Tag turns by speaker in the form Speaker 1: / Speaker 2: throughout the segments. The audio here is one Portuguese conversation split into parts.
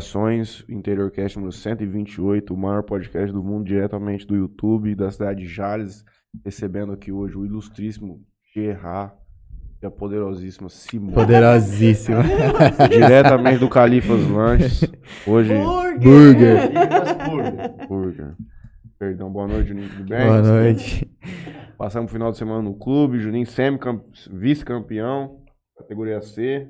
Speaker 1: Saudações, InteriorCast número 128, o maior podcast do mundo, diretamente do YouTube, da cidade de Jales, recebendo aqui hoje o ilustríssimo Gerard e a poderosíssima Simone,
Speaker 2: Poderosíssimo.
Speaker 1: diretamente do Califas Lanches, hoje
Speaker 2: Burger.
Speaker 1: Burger. Perdão, boa noite, Juninho, tudo bem?
Speaker 2: Boa noite.
Speaker 1: Passamos o final de semana no clube, Juninho semicam- vice-campeão, categoria C.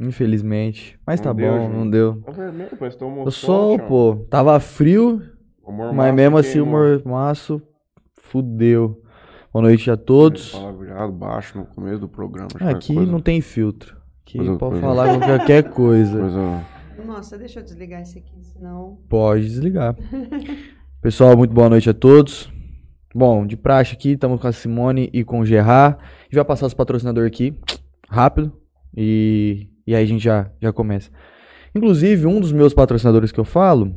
Speaker 2: Infelizmente. Mas
Speaker 1: Não
Speaker 2: tá
Speaker 1: deu,
Speaker 2: bom,
Speaker 1: gente.
Speaker 2: não deu.
Speaker 1: Tá vermelho, parece que tomou
Speaker 2: Eu
Speaker 1: sol,
Speaker 2: sou,
Speaker 1: tchau.
Speaker 2: pô. Tava frio,
Speaker 1: O mormaço
Speaker 2: mas mesmo assim o
Speaker 1: queimou.
Speaker 2: mormaço fudeu. Boa noite a todos.
Speaker 1: Palavreado baixo no começo do programa. acho que é
Speaker 2: Aqui
Speaker 1: coisa-
Speaker 2: não tem filtro. Aqui
Speaker 1: Coisa- coisa-
Speaker 2: pode falar qualquer coisa.
Speaker 1: coisa-
Speaker 3: Nossa, deixa eu desligar esse aqui, senão.
Speaker 2: Pode desligar. Pessoal, muito boa noite a todos. Bom, de praxe aqui, estamos com a Simone e com o Gerard. E vai passar os patrocinadores aqui, rápido. E, e aí a gente já, já começa. Inclusive, um dos meus patrocinadores que eu falo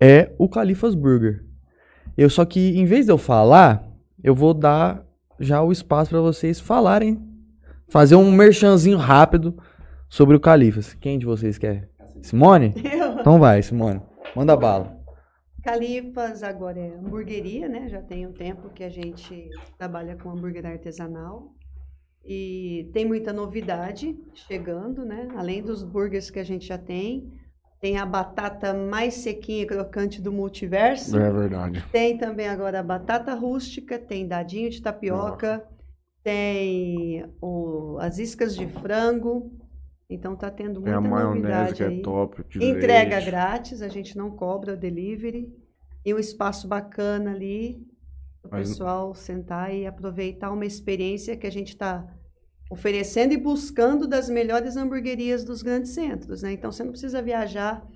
Speaker 2: é o Califas Burger. Eu só que, em vez de eu falar, eu vou dar já o espaço para vocês falarem. Fazer um merchanzinho rápido sobre o Califas. Quem de vocês quer? Simone?
Speaker 3: Eu.
Speaker 2: Então vai, Simone. Manda bala.
Speaker 3: Califas agora é hamburgueria, né? Já tem um tempo que a gente trabalha com hambúrguer artesanal. E tem muita novidade chegando, né? Além dos burgers que a gente já tem, tem a batata mais sequinha e crocante do multiverso.
Speaker 1: É verdade.
Speaker 3: Tem também agora a batata rústica, tem dadinho de tapioca, tem o- as iscas de frango. Então tá tendo
Speaker 1: Tem
Speaker 3: muita
Speaker 1: É a maionese
Speaker 3: novidade
Speaker 1: que é
Speaker 3: aí.
Speaker 1: top. de
Speaker 3: Entrega
Speaker 1: leite.
Speaker 3: grátis, a gente não cobra o delivery. E um espaço bacana ali para o
Speaker 1: Mas-
Speaker 3: pessoal sentar e aproveitar uma experiência que a gente está oferecendo e buscando das melhores hamburguerias dos grandes centros. Né? Então você não precisa viajar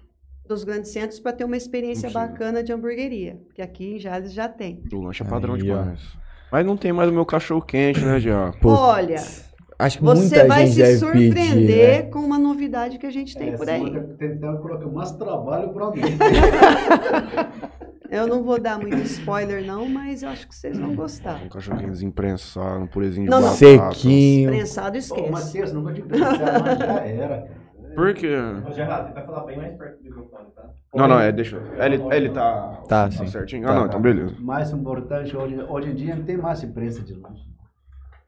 Speaker 3: dos grandes centros para ter uma experiência
Speaker 1: Não precisa.
Speaker 3: bacana de hamburgueria, porque aqui em Jales já tem.
Speaker 1: O lanche é padrão
Speaker 2: Aí,
Speaker 1: demais. Mas não tem mais o meu cachorro quente, né, Jean?
Speaker 2: Putz,
Speaker 3: Olha,
Speaker 2: acho que
Speaker 3: Você
Speaker 2: muita
Speaker 3: vai
Speaker 2: gente né?
Speaker 3: se
Speaker 2: deve pedir,
Speaker 3: surpreender
Speaker 2: né?
Speaker 3: com uma novidade que a gente tem
Speaker 4: É,
Speaker 3: por
Speaker 4: essa
Speaker 3: aí.
Speaker 4: outra Tentando colocar mais trabalho pra mim.
Speaker 3: Eu não vou dar muito spoiler, não, mas eu acho que vocês vão gostar.
Speaker 1: Um cachorro quente imprensado, um purezinho de
Speaker 3: Não, não.
Speaker 1: batata.
Speaker 2: Sequinho.
Speaker 3: Prensado
Speaker 4: Ô,
Speaker 3: esquece.
Speaker 4: Matheus, não vou te pensar, mas já era. cara.
Speaker 1: Por quê?
Speaker 5: Ô, Gerardo, tenta falar bem mais perto do microfone, tá?
Speaker 1: Não, não, é, deixa. Ele, ele tá.
Speaker 2: Tá, sim.
Speaker 1: certinho? Ah,
Speaker 2: Tá.
Speaker 1: não, então beleza.
Speaker 4: Mais importante, hoje, hoje em dia não tem mais imprensa de lanche.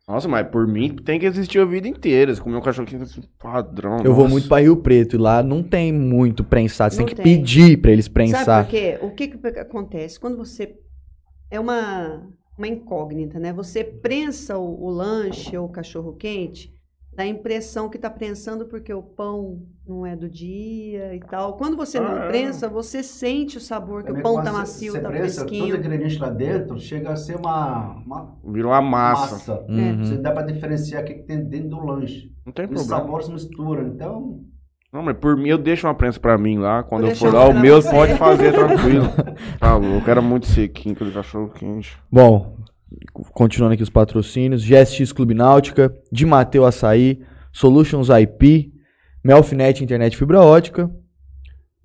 Speaker 1: Nossa, mas por mim tem que existir a vida inteira. Se comer um cachorro quente assim, padrão.
Speaker 2: Eu vou
Speaker 1: nossa.
Speaker 2: muito pra Rio Preto e lá não tem muito prensado. Você
Speaker 3: Não
Speaker 2: tem que
Speaker 3: tem.
Speaker 2: pedir pra eles
Speaker 3: Sabe
Speaker 2: prensar.
Speaker 3: por quê? O que, que acontece? Quando você. É uma, uma incógnita, né? Você prensa o, o lanche ou o cachorro-quente, dá a impressão que está prensando porque o pão não é do dia e tal. Quando você não
Speaker 1: Ah, é.
Speaker 3: prensa, você sente o sabor que
Speaker 4: Também
Speaker 3: o pão
Speaker 4: quando
Speaker 3: está
Speaker 4: você-
Speaker 3: macio,
Speaker 4: É você
Speaker 3: está
Speaker 4: prensa, Todo
Speaker 3: fresquinho.
Speaker 4: ingrediente lá dentro chega a ser uma, uma
Speaker 1: Virou uma massa.
Speaker 4: massa.
Speaker 2: Uhum.
Speaker 3: É,
Speaker 4: Você dá pra diferenciar o que que tem dentro do lanche.
Speaker 1: Não tem
Speaker 4: E os
Speaker 1: problema.
Speaker 4: sabores misturam, então...
Speaker 1: Não, mas por mim eu deixo uma prensa pra mim lá. Quando
Speaker 3: Vou
Speaker 1: eu for
Speaker 3: deixar
Speaker 1: lá,
Speaker 3: uma
Speaker 1: o
Speaker 3: pra
Speaker 1: meu
Speaker 3: você.
Speaker 1: pode fazer tranquilo. Tá louco, era muito sequinho aquele cachorro quente.
Speaker 2: Bom, continuando aqui os patrocínios. GSX Clube Náutica, De Mateu Açaí, Solutions IP, Melfinet Internet Fibra Ótica,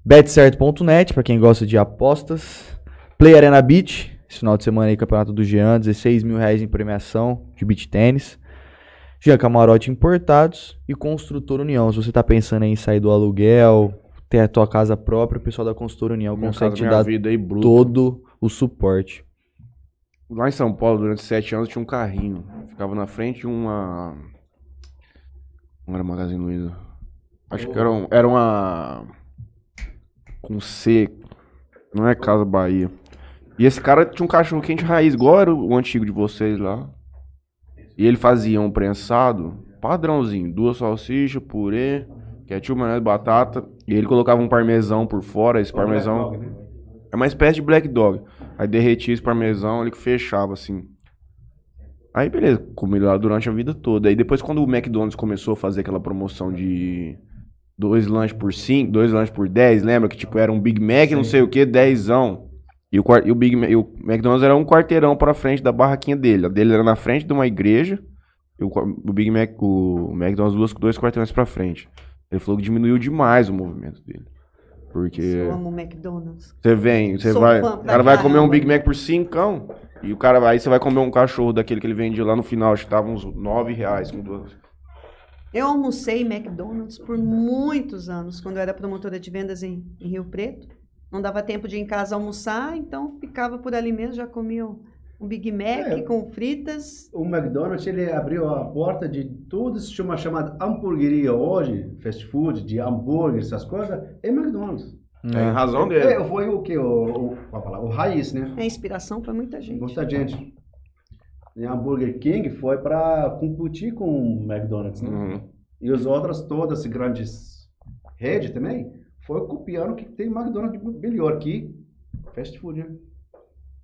Speaker 2: Betcerto.net, pra quem gosta de apostas, Play Arena Beach, esse final de semana aí, Campeonato do Jean, 16 mil reais em premiação de beach tênis, Jean Camarote Importados e Construtor União. Se você tá pensando em sair do aluguel, ter a tua casa própria, o pessoal da Construtor União
Speaker 1: Minha
Speaker 2: consegue
Speaker 1: casa,
Speaker 2: te
Speaker 1: minha
Speaker 2: dar
Speaker 1: vida aí, bruto.
Speaker 2: todo o suporte.
Speaker 1: Lá em São Paulo, durante sete anos, tinha um carrinho. Ficava na frente de uma. Não era Magazine Luiza. Acho que era, um- era uma. Com C. Não é Casa Bahia. E esse cara tinha um cachorro quente raiz, igual era o antigo de vocês lá. E ele fazia um prensado padrãozinho: duas salsichas, purê, ketchup, maionese, batata. E ele colocava um parmesão por fora. Esse parmesão.
Speaker 5: Black Dog, né?
Speaker 1: É uma espécie de black dog. Aí derretia esse parmesão, ele que fechava assim. Aí beleza, comi lá durante a vida toda. Aí depois quando o McDonald's começou a fazer aquela promoção de dois lanches por cinco, dois lanches por 10, lembra que tipo era um Big Mac, não sei o que, dezão. E o, quar- e o Big Ma- e o McDonald's era um quarteirão pra frente da barraquinha dele. A dele era na frente de uma igreja. E o, qua- o Big Mac, o McDonald's duas, dois quarteirões pra frente. Ele falou que diminuiu demais o movimento dele. Porque
Speaker 3: Eu amo McDonald's.
Speaker 1: você vem, você
Speaker 3: Sou
Speaker 1: vai.
Speaker 3: fã
Speaker 1: O
Speaker 3: pra
Speaker 1: cara vai
Speaker 3: caramba.
Speaker 1: comer um Big Mac por cincão. E o cara vai, aí você vai comer um cachorro daquele que ele vendia lá no final, acho que tava uns 9 reais com duas.
Speaker 3: Eu almocei em McDonald's por muitos anos, quando eu era promotora de vendas em, em Rio Preto. Não dava tempo de ir em casa almoçar, então ficava por ali mesmo, já comia um, um Big Mac
Speaker 4: É.
Speaker 3: com fritas.
Speaker 4: O McDonald's ele abriu a porta de tudo se chama chamada hamburgueria hoje, fast food, de hambúrguer, essas coisas, é McDonald's.
Speaker 1: Tem
Speaker 2: É.
Speaker 1: razão dele.
Speaker 4: É, foi o que? O, o, qual a palavra? o raiz, né?
Speaker 3: É inspiração para muita gente.
Speaker 4: Muita gente. E a Burger King foi para competir com o McDonald's, né?
Speaker 1: Uhum.
Speaker 4: E as outras todas, grandes redes também, foi copiando o que tem McDonald's de melhor que fast food, né?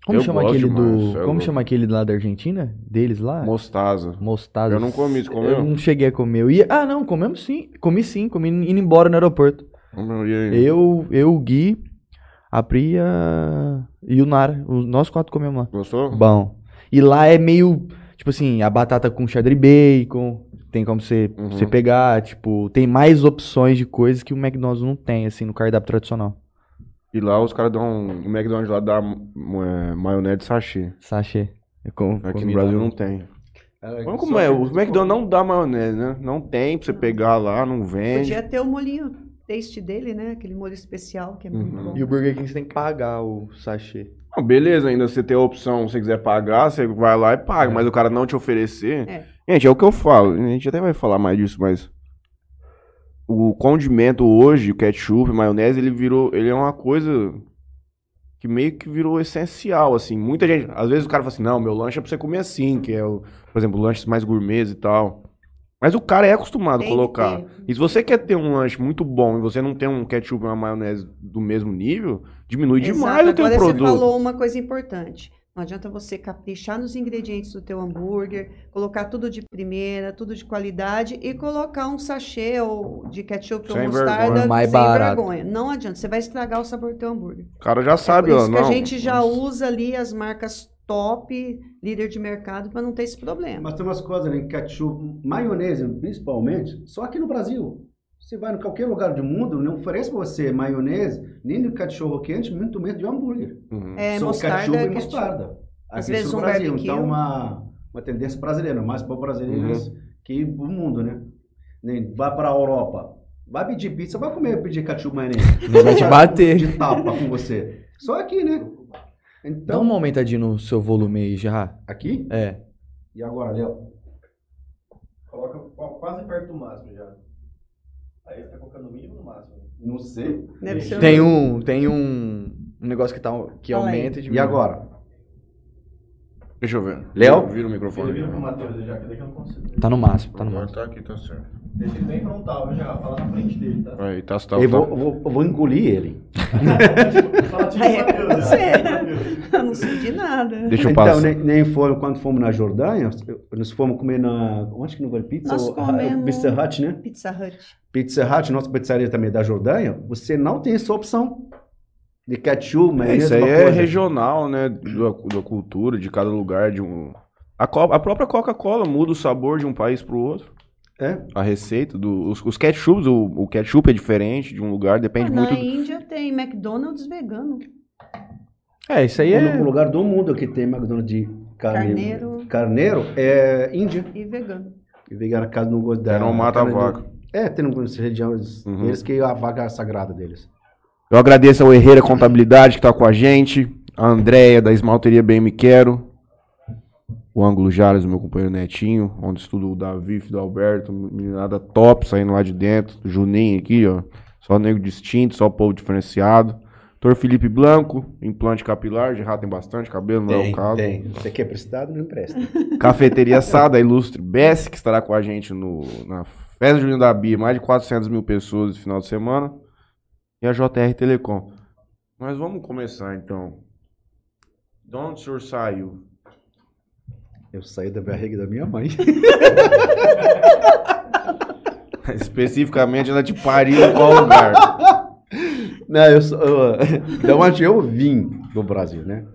Speaker 2: Como
Speaker 1: Eu
Speaker 2: chama
Speaker 1: gosto é
Speaker 2: aquele
Speaker 1: demais,
Speaker 2: do.
Speaker 1: eu
Speaker 2: Como
Speaker 1: gosto.
Speaker 2: chama aquele lá da Argentina? Deles lá?
Speaker 1: Mostaza.
Speaker 2: Mostarda.
Speaker 1: Eu não comi, você comeu?
Speaker 2: Eu não cheguei a comer. Eu ia... Ah, não, comemos sim. Comi sim, comi indo embora no aeroporto.
Speaker 1: Vamos ver aí.
Speaker 2: Eu, eu, o Gui, a Priya e o Nara. Os, nós quatro comemos lá.
Speaker 1: Gostou?
Speaker 2: Bom. E lá é meio. Tipo assim, a batata com xadre bacon. Tem como você,
Speaker 1: Uhum.
Speaker 2: você pegar. Tipo, tem mais opções de coisas que o McDonald's não tem, assim, no cardápio tradicional.
Speaker 1: E lá os caras dão. um, O McDonald's lá dá mo- é, maionese de sachê.
Speaker 2: Sachê. Eu com-
Speaker 1: Aqui
Speaker 2: comi
Speaker 1: no Brasil
Speaker 2: lá.
Speaker 1: não tem.
Speaker 4: Era
Speaker 1: Vamos
Speaker 4: só-
Speaker 1: como é? O McDonald's não dá maionese, né? Não tem pra você pegar lá, não vende.
Speaker 3: Podia ter o molhinho taste dele, né? Aquele molho especial que é muito
Speaker 1: Uhum.
Speaker 3: bom.
Speaker 2: E o Burger King você tem que pagar o sachê.
Speaker 1: Não, beleza, ainda você tem a opção, se você quiser pagar, você vai lá e paga, mas o cara não te oferecer.
Speaker 3: É.
Speaker 1: Gente, é o que eu falo, a gente até vai falar mais disso, mas o condimento hoje, o ketchup, maionese, ele virou, ele é uma coisa que meio que virou essencial, assim. Muita gente, às vezes o cara fala assim: "Não, meu lanche é pra você comer assim", que é o, por exemplo, lanches mais gourmets e tal. Mas o cara é acostumado
Speaker 3: Tem
Speaker 1: a
Speaker 3: que
Speaker 1: colocar.
Speaker 3: ter.
Speaker 1: E se você quer ter um lanche muito bom e você não tem um ketchup e uma maionese do mesmo nível, diminui
Speaker 3: Exato.
Speaker 1: demais o teu
Speaker 3: Agora
Speaker 1: produto.
Speaker 3: você falou uma coisa importante. Não adianta você caprichar nos ingredientes do teu hambúrguer, colocar tudo de primeira, tudo de qualidade e colocar um sachê ou de ketchup ou
Speaker 1: Sem
Speaker 3: mostarda
Speaker 2: vergonha. Mais
Speaker 3: sem
Speaker 2: barato.
Speaker 3: vergonha. Não adianta, você vai estragar o sabor do teu hambúrguer.
Speaker 1: O cara já sabe,
Speaker 3: é por
Speaker 1: ó.
Speaker 3: isso que
Speaker 1: não. Uhum.
Speaker 3: a gente já usa ali as marcas top, líder de mercado, para não ter esse problema.
Speaker 4: Mas tem umas coisas, né? Ketchup, maionese, principalmente, só aqui no Brasil. Você vai em qualquer lugar do mundo, não oferece pra você maionese, nem de cachorro quente, muito menos de hambúrguer.
Speaker 1: Uhum.
Speaker 3: É,
Speaker 4: só
Speaker 3: mostarda,
Speaker 4: ketchup e
Speaker 3: ketchup.
Speaker 4: mostarda.
Speaker 3: Às
Speaker 4: Aqui
Speaker 3: vezes
Speaker 4: no
Speaker 3: um
Speaker 4: Brasil,
Speaker 3: barbecue.
Speaker 4: então uma, uma tendência brasileira, mais para
Speaker 3: Uhum.
Speaker 4: brasileiros que o mundo, né? Nem vai para a Europa, vai pedir pizza, vai comer pedir ketchup e maionese.
Speaker 2: Não vai te bater.
Speaker 4: De tapa com você. Só aqui, né?
Speaker 2: Dá
Speaker 4: Então,
Speaker 2: uma aumentadinha no seu volume aí, já.
Speaker 4: aqui?
Speaker 2: É.
Speaker 4: E agora, Léo?
Speaker 5: Coloca qu- quase perto do máximo já. Aí você tá colocando no mínimo ou no máximo.
Speaker 4: Não sei.
Speaker 3: Deve ser
Speaker 2: Tem um, tem um, um negócio que, tá, que
Speaker 3: Fala aí.
Speaker 2: aumenta de
Speaker 4: E agora?
Speaker 1: Deixa eu ver.
Speaker 4: Léo?
Speaker 1: Vira o
Speaker 5: Ele vira pro
Speaker 1: microfone.
Speaker 5: Matheus já, que daqui eu não consigo.
Speaker 2: Tá no máximo, tá no máximo.
Speaker 1: Tá aqui, tá certo.
Speaker 5: Deixa ele bem frontal já, fala na frente dele, tá?
Speaker 1: Aí, tá, tá,
Speaker 4: Eu
Speaker 1: tá.
Speaker 4: vou, vou- vou engolir ele.
Speaker 5: Fala tipo
Speaker 3: É,
Speaker 5: Matheus já.
Speaker 3: você.
Speaker 5: Matheus.
Speaker 3: Eu não sei de nada.
Speaker 1: Deixa eu
Speaker 4: então,
Speaker 1: passar.
Speaker 4: nem, nem fomos, quando fomos na Jordânia, nós fomos comer na. Onde que não vai pizza?
Speaker 3: Nós
Speaker 4: O-
Speaker 3: comemos-
Speaker 4: Pizza Hut, né?
Speaker 3: Pizza Hut.
Speaker 4: Pizza Hut, nossa pizzaria também é da Jordânia, você não tem essa opção de ketchup,
Speaker 1: É,
Speaker 4: maionese,
Speaker 1: isso aí
Speaker 4: uma
Speaker 1: é
Speaker 4: coisa.
Speaker 1: regional, né? Da, da cultura, de cada lugar, de um. A, co- a própria Coca-Cola muda o sabor de um país pro outro.
Speaker 4: É.
Speaker 1: A receita do. Os, os ketchups, o, o ketchup é diferente de um lugar, depende
Speaker 3: Ah,
Speaker 1: muito.
Speaker 3: Na Índia tem McDonald's vegano.
Speaker 2: É, isso aí
Speaker 4: O único
Speaker 2: é...
Speaker 4: lugar do mundo que tem McDonald's de carne-
Speaker 3: Carneiro.
Speaker 4: Carneiro é Índia.
Speaker 3: E vegano.
Speaker 4: E veio a casa no gosto da.
Speaker 1: É, não mata a
Speaker 4: carne do-
Speaker 1: vaca.
Speaker 4: É, tem algumas regiões
Speaker 1: Uhum.
Speaker 4: deles que a vaca é sagrada deles.
Speaker 1: Eu agradeço ao Herreira Contabilidade que tá com a gente, a Andréia da Esmalteria Bem Me Quero, o Ângulo Jales, meu companheiro Netinho, onde estuda o Davi, filho do Alberto, meninada top saindo lá de dentro, Juninho aqui, ó, só nego distinto, só povo diferenciado. Doutor Felipe Blanco, implante capilar, de rato tem bastante, cabelo não é o caso.
Speaker 4: tem. Você quer prestado, não empresta.
Speaker 1: Cafeteria Sada, ilustre Bess, que estará com a gente no, na Festa Junina da Bia, mais de 400 mil pessoas no final de semana. E a JR Telecom. Mas vamos começar então. De onde o senhor saiu?
Speaker 4: Eu saí da barriga da minha mãe.
Speaker 1: Especificamente, ela te pariu em qual lugar?
Speaker 4: Não, eu sou. Eu, da onde eu vim do Brasil, né?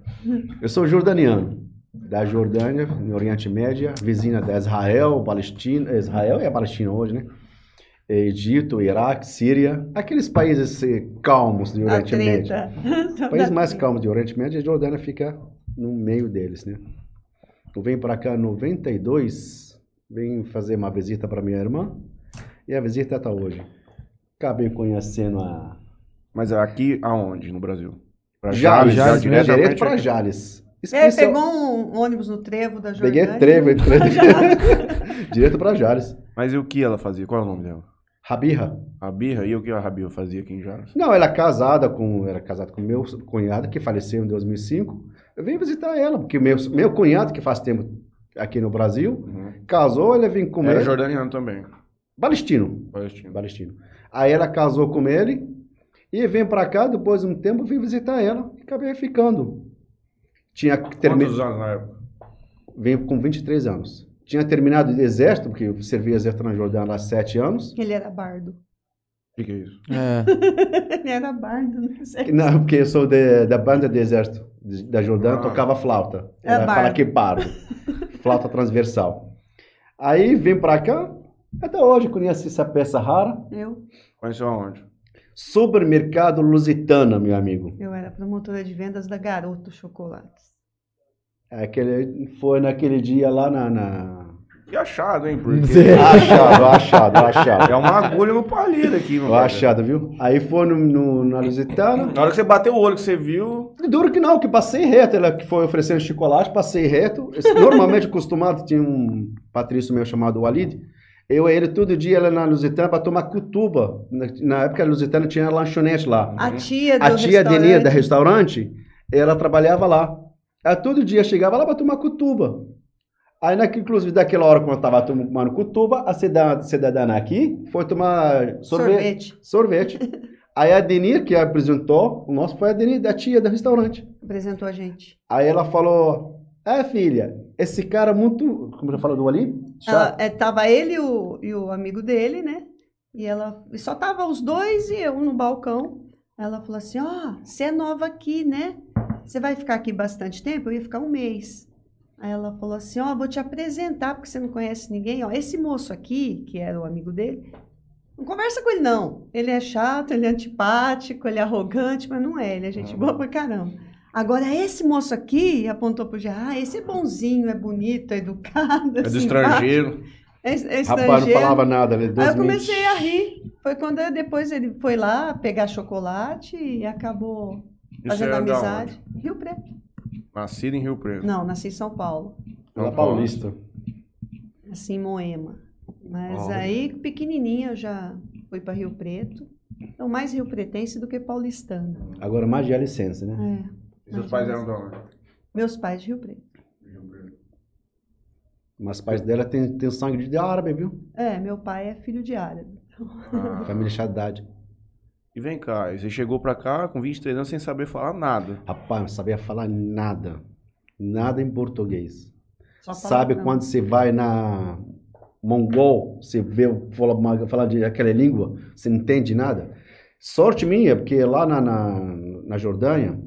Speaker 4: Eu sou jordaniano. Da Jordânia, no Oriente Médio, vizinha da Israel, Palestina. Israel é a Palestina hoje, né? Egito, Iraque, Síria. Aqueles países eh, calmos do
Speaker 3: A
Speaker 4: Oriente Médio.
Speaker 3: treta.
Speaker 4: O país mais calmo do Oriente Médio, a Jordânia fica no meio deles, né? Eu venho para cá em 92, vim fazer uma visita para minha irmã. E a visita está hoje. Acabei conhecendo a
Speaker 1: Mas aqui aonde no Brasil? Pra
Speaker 4: Já-
Speaker 1: Jales,
Speaker 2: Jales mesmo?
Speaker 1: diretamente
Speaker 4: direto para Jales.
Speaker 3: É,
Speaker 4: Inscrição-
Speaker 3: pegou um né? ônibus no trevo da
Speaker 4: Peguei
Speaker 3: Jordânia.
Speaker 4: trevo, entrei- direto para Jales.
Speaker 1: Mas e o que ela fazia? Qual é o nome dela?
Speaker 4: Rabirra.
Speaker 1: A birra? E o que a Rabia fazia aqui em Jales?
Speaker 4: Não, ela é casada com, era casada com meu cunhado que faleceu em 2005. Eu vim visitar ela porque meu meu cunhado que faz tempo aqui no Brasil
Speaker 1: Uhum. É?
Speaker 4: casou, ele vem com
Speaker 1: Era
Speaker 4: ele.
Speaker 1: jordaniano também.
Speaker 4: Balestino,
Speaker 1: Palestino.
Speaker 4: Balestino. Aí ela casou com ele e vem pra cá depois de um tempo vim visitar ela e acabei ficando. Tinha terminado
Speaker 1: Quantos anos na época?
Speaker 4: Venho com 23 anos. Tinha terminado de exército, porque eu servi exército na Jordânia há 7 anos.
Speaker 3: Ele era bardo.
Speaker 1: O que, que é isso?
Speaker 2: É.
Speaker 3: Ele era bardo, né? não sei.
Speaker 4: Não, porque eu sou de- da banda de exército de- da Jordânia,
Speaker 1: Ah.
Speaker 4: tocava flauta.
Speaker 3: É
Speaker 4: Ela fala
Speaker 3: bardo.
Speaker 4: que é bardo. flauta transversal. Aí vim pra cá, até hoje conheci essa peça rara.
Speaker 3: Eu,
Speaker 1: Conheceu aonde?
Speaker 4: Supermercado Lusitana, meu amigo.
Speaker 3: eu era promotora de vendas da Garoto Chocolates.
Speaker 4: É Aquele, foi naquele dia lá na. na...
Speaker 1: Que achado, hein? Porque
Speaker 2: Sim.
Speaker 4: Achado, achado, achado.
Speaker 1: é uma agulha no palito aqui, mano.
Speaker 4: Eu Achado, viu? Aí foi no- no- na Lusitana.
Speaker 1: Na hora que você bateu o olho que você viu,
Speaker 4: Duro que não, que passei reto. Ela que foi oferecendo chocolate, passei reto. Esse- Normalmente acostumado, tinha um patrício meu chamado Walid. Eu e ele todo dia ela na Lusitana para tomar cutuba. Na, na época a Lusitana tinha lanchonete lá.
Speaker 3: A tia do
Speaker 4: A tia
Speaker 3: restaurante.
Speaker 4: Denê, da restaurante, ela trabalhava lá. Ela todo dia chegava lá para tomar cutuba. Aí, na, inclusive, daquela hora quando eu estava tomando cutuba, a cidadã, cidadana aqui foi tomar sorvete.
Speaker 3: Sorvete.
Speaker 4: Sorvete. Aí a Denir, que apresentou, o nosso foi a Denir, da tia do restaurante.
Speaker 3: Apresentou a gente.
Speaker 4: Aí ela falou: É, filha, esse cara é muito. Como já falou do Ali?
Speaker 3: Ela,
Speaker 4: Chato.
Speaker 3: é, tava ele o, e o amigo dele, né? E ela e só tava os dois e eu no balcão. Ela falou assim: Ó, você é nova aqui, né? Você vai ficar aqui bastante tempo? Eu ia ficar um mês. Aí ela falou assim: Ó, vou te apresentar porque você não conhece ninguém. Ó, esse moço aqui, que era o amigo dele, não conversa com ele, não. Ele é chato, ele é antipático, ele é arrogante, mas não é. Ele é
Speaker 1: Ah.
Speaker 3: gente boa pra caramba. Agora, esse moço aqui, e apontou pro Gerard, ah, esse é bonzinho, é bonito, é educado.
Speaker 1: é do
Speaker 3: simpático."
Speaker 1: estrangeiro.
Speaker 3: É es- é
Speaker 4: Rapaz, não
Speaker 3: estrangeiro.
Speaker 4: falava nada. né? Ele,
Speaker 3: Aí eu
Speaker 4: 2000.
Speaker 3: comecei a rir. Foi quando eu- depois ele foi lá pegar chocolate e acabou
Speaker 1: Isso
Speaker 3: fazendo
Speaker 1: é da onde?
Speaker 3: amizade. Rio Preto.
Speaker 1: Nascido em Rio Preto.
Speaker 3: Não, nasci em São Paulo,
Speaker 4: Era
Speaker 1: São Paulo.
Speaker 4: é paulista.
Speaker 3: nasci em Moema. Mas
Speaker 1: Olha.
Speaker 3: aí, pequenininha, eu já fui para Rio Preto. Então, mais rio pretense do que paulistana.
Speaker 4: Agora, mais de licença, né?
Speaker 3: É.
Speaker 1: E seus pais eram da onde?
Speaker 3: Meus pais de Rio Preto.
Speaker 4: Mas os pais dela têm têm sangue de árabe, viu?
Speaker 3: É, meu pai é filho de árabe.
Speaker 1: Ah.
Speaker 4: Família Haddad.
Speaker 1: E vem cá, e você chegou pra cá com 23 anos sem saber falar nada.
Speaker 4: Rapaz, não sabia falar nada. Nada em português.
Speaker 3: Só
Speaker 4: Sabe
Speaker 3: palavrão.
Speaker 4: quando você vai na Mongol, você vê falar uma, fala de aquela língua, você não entende nada? Sorte minha, porque lá na, na, na Jordânia,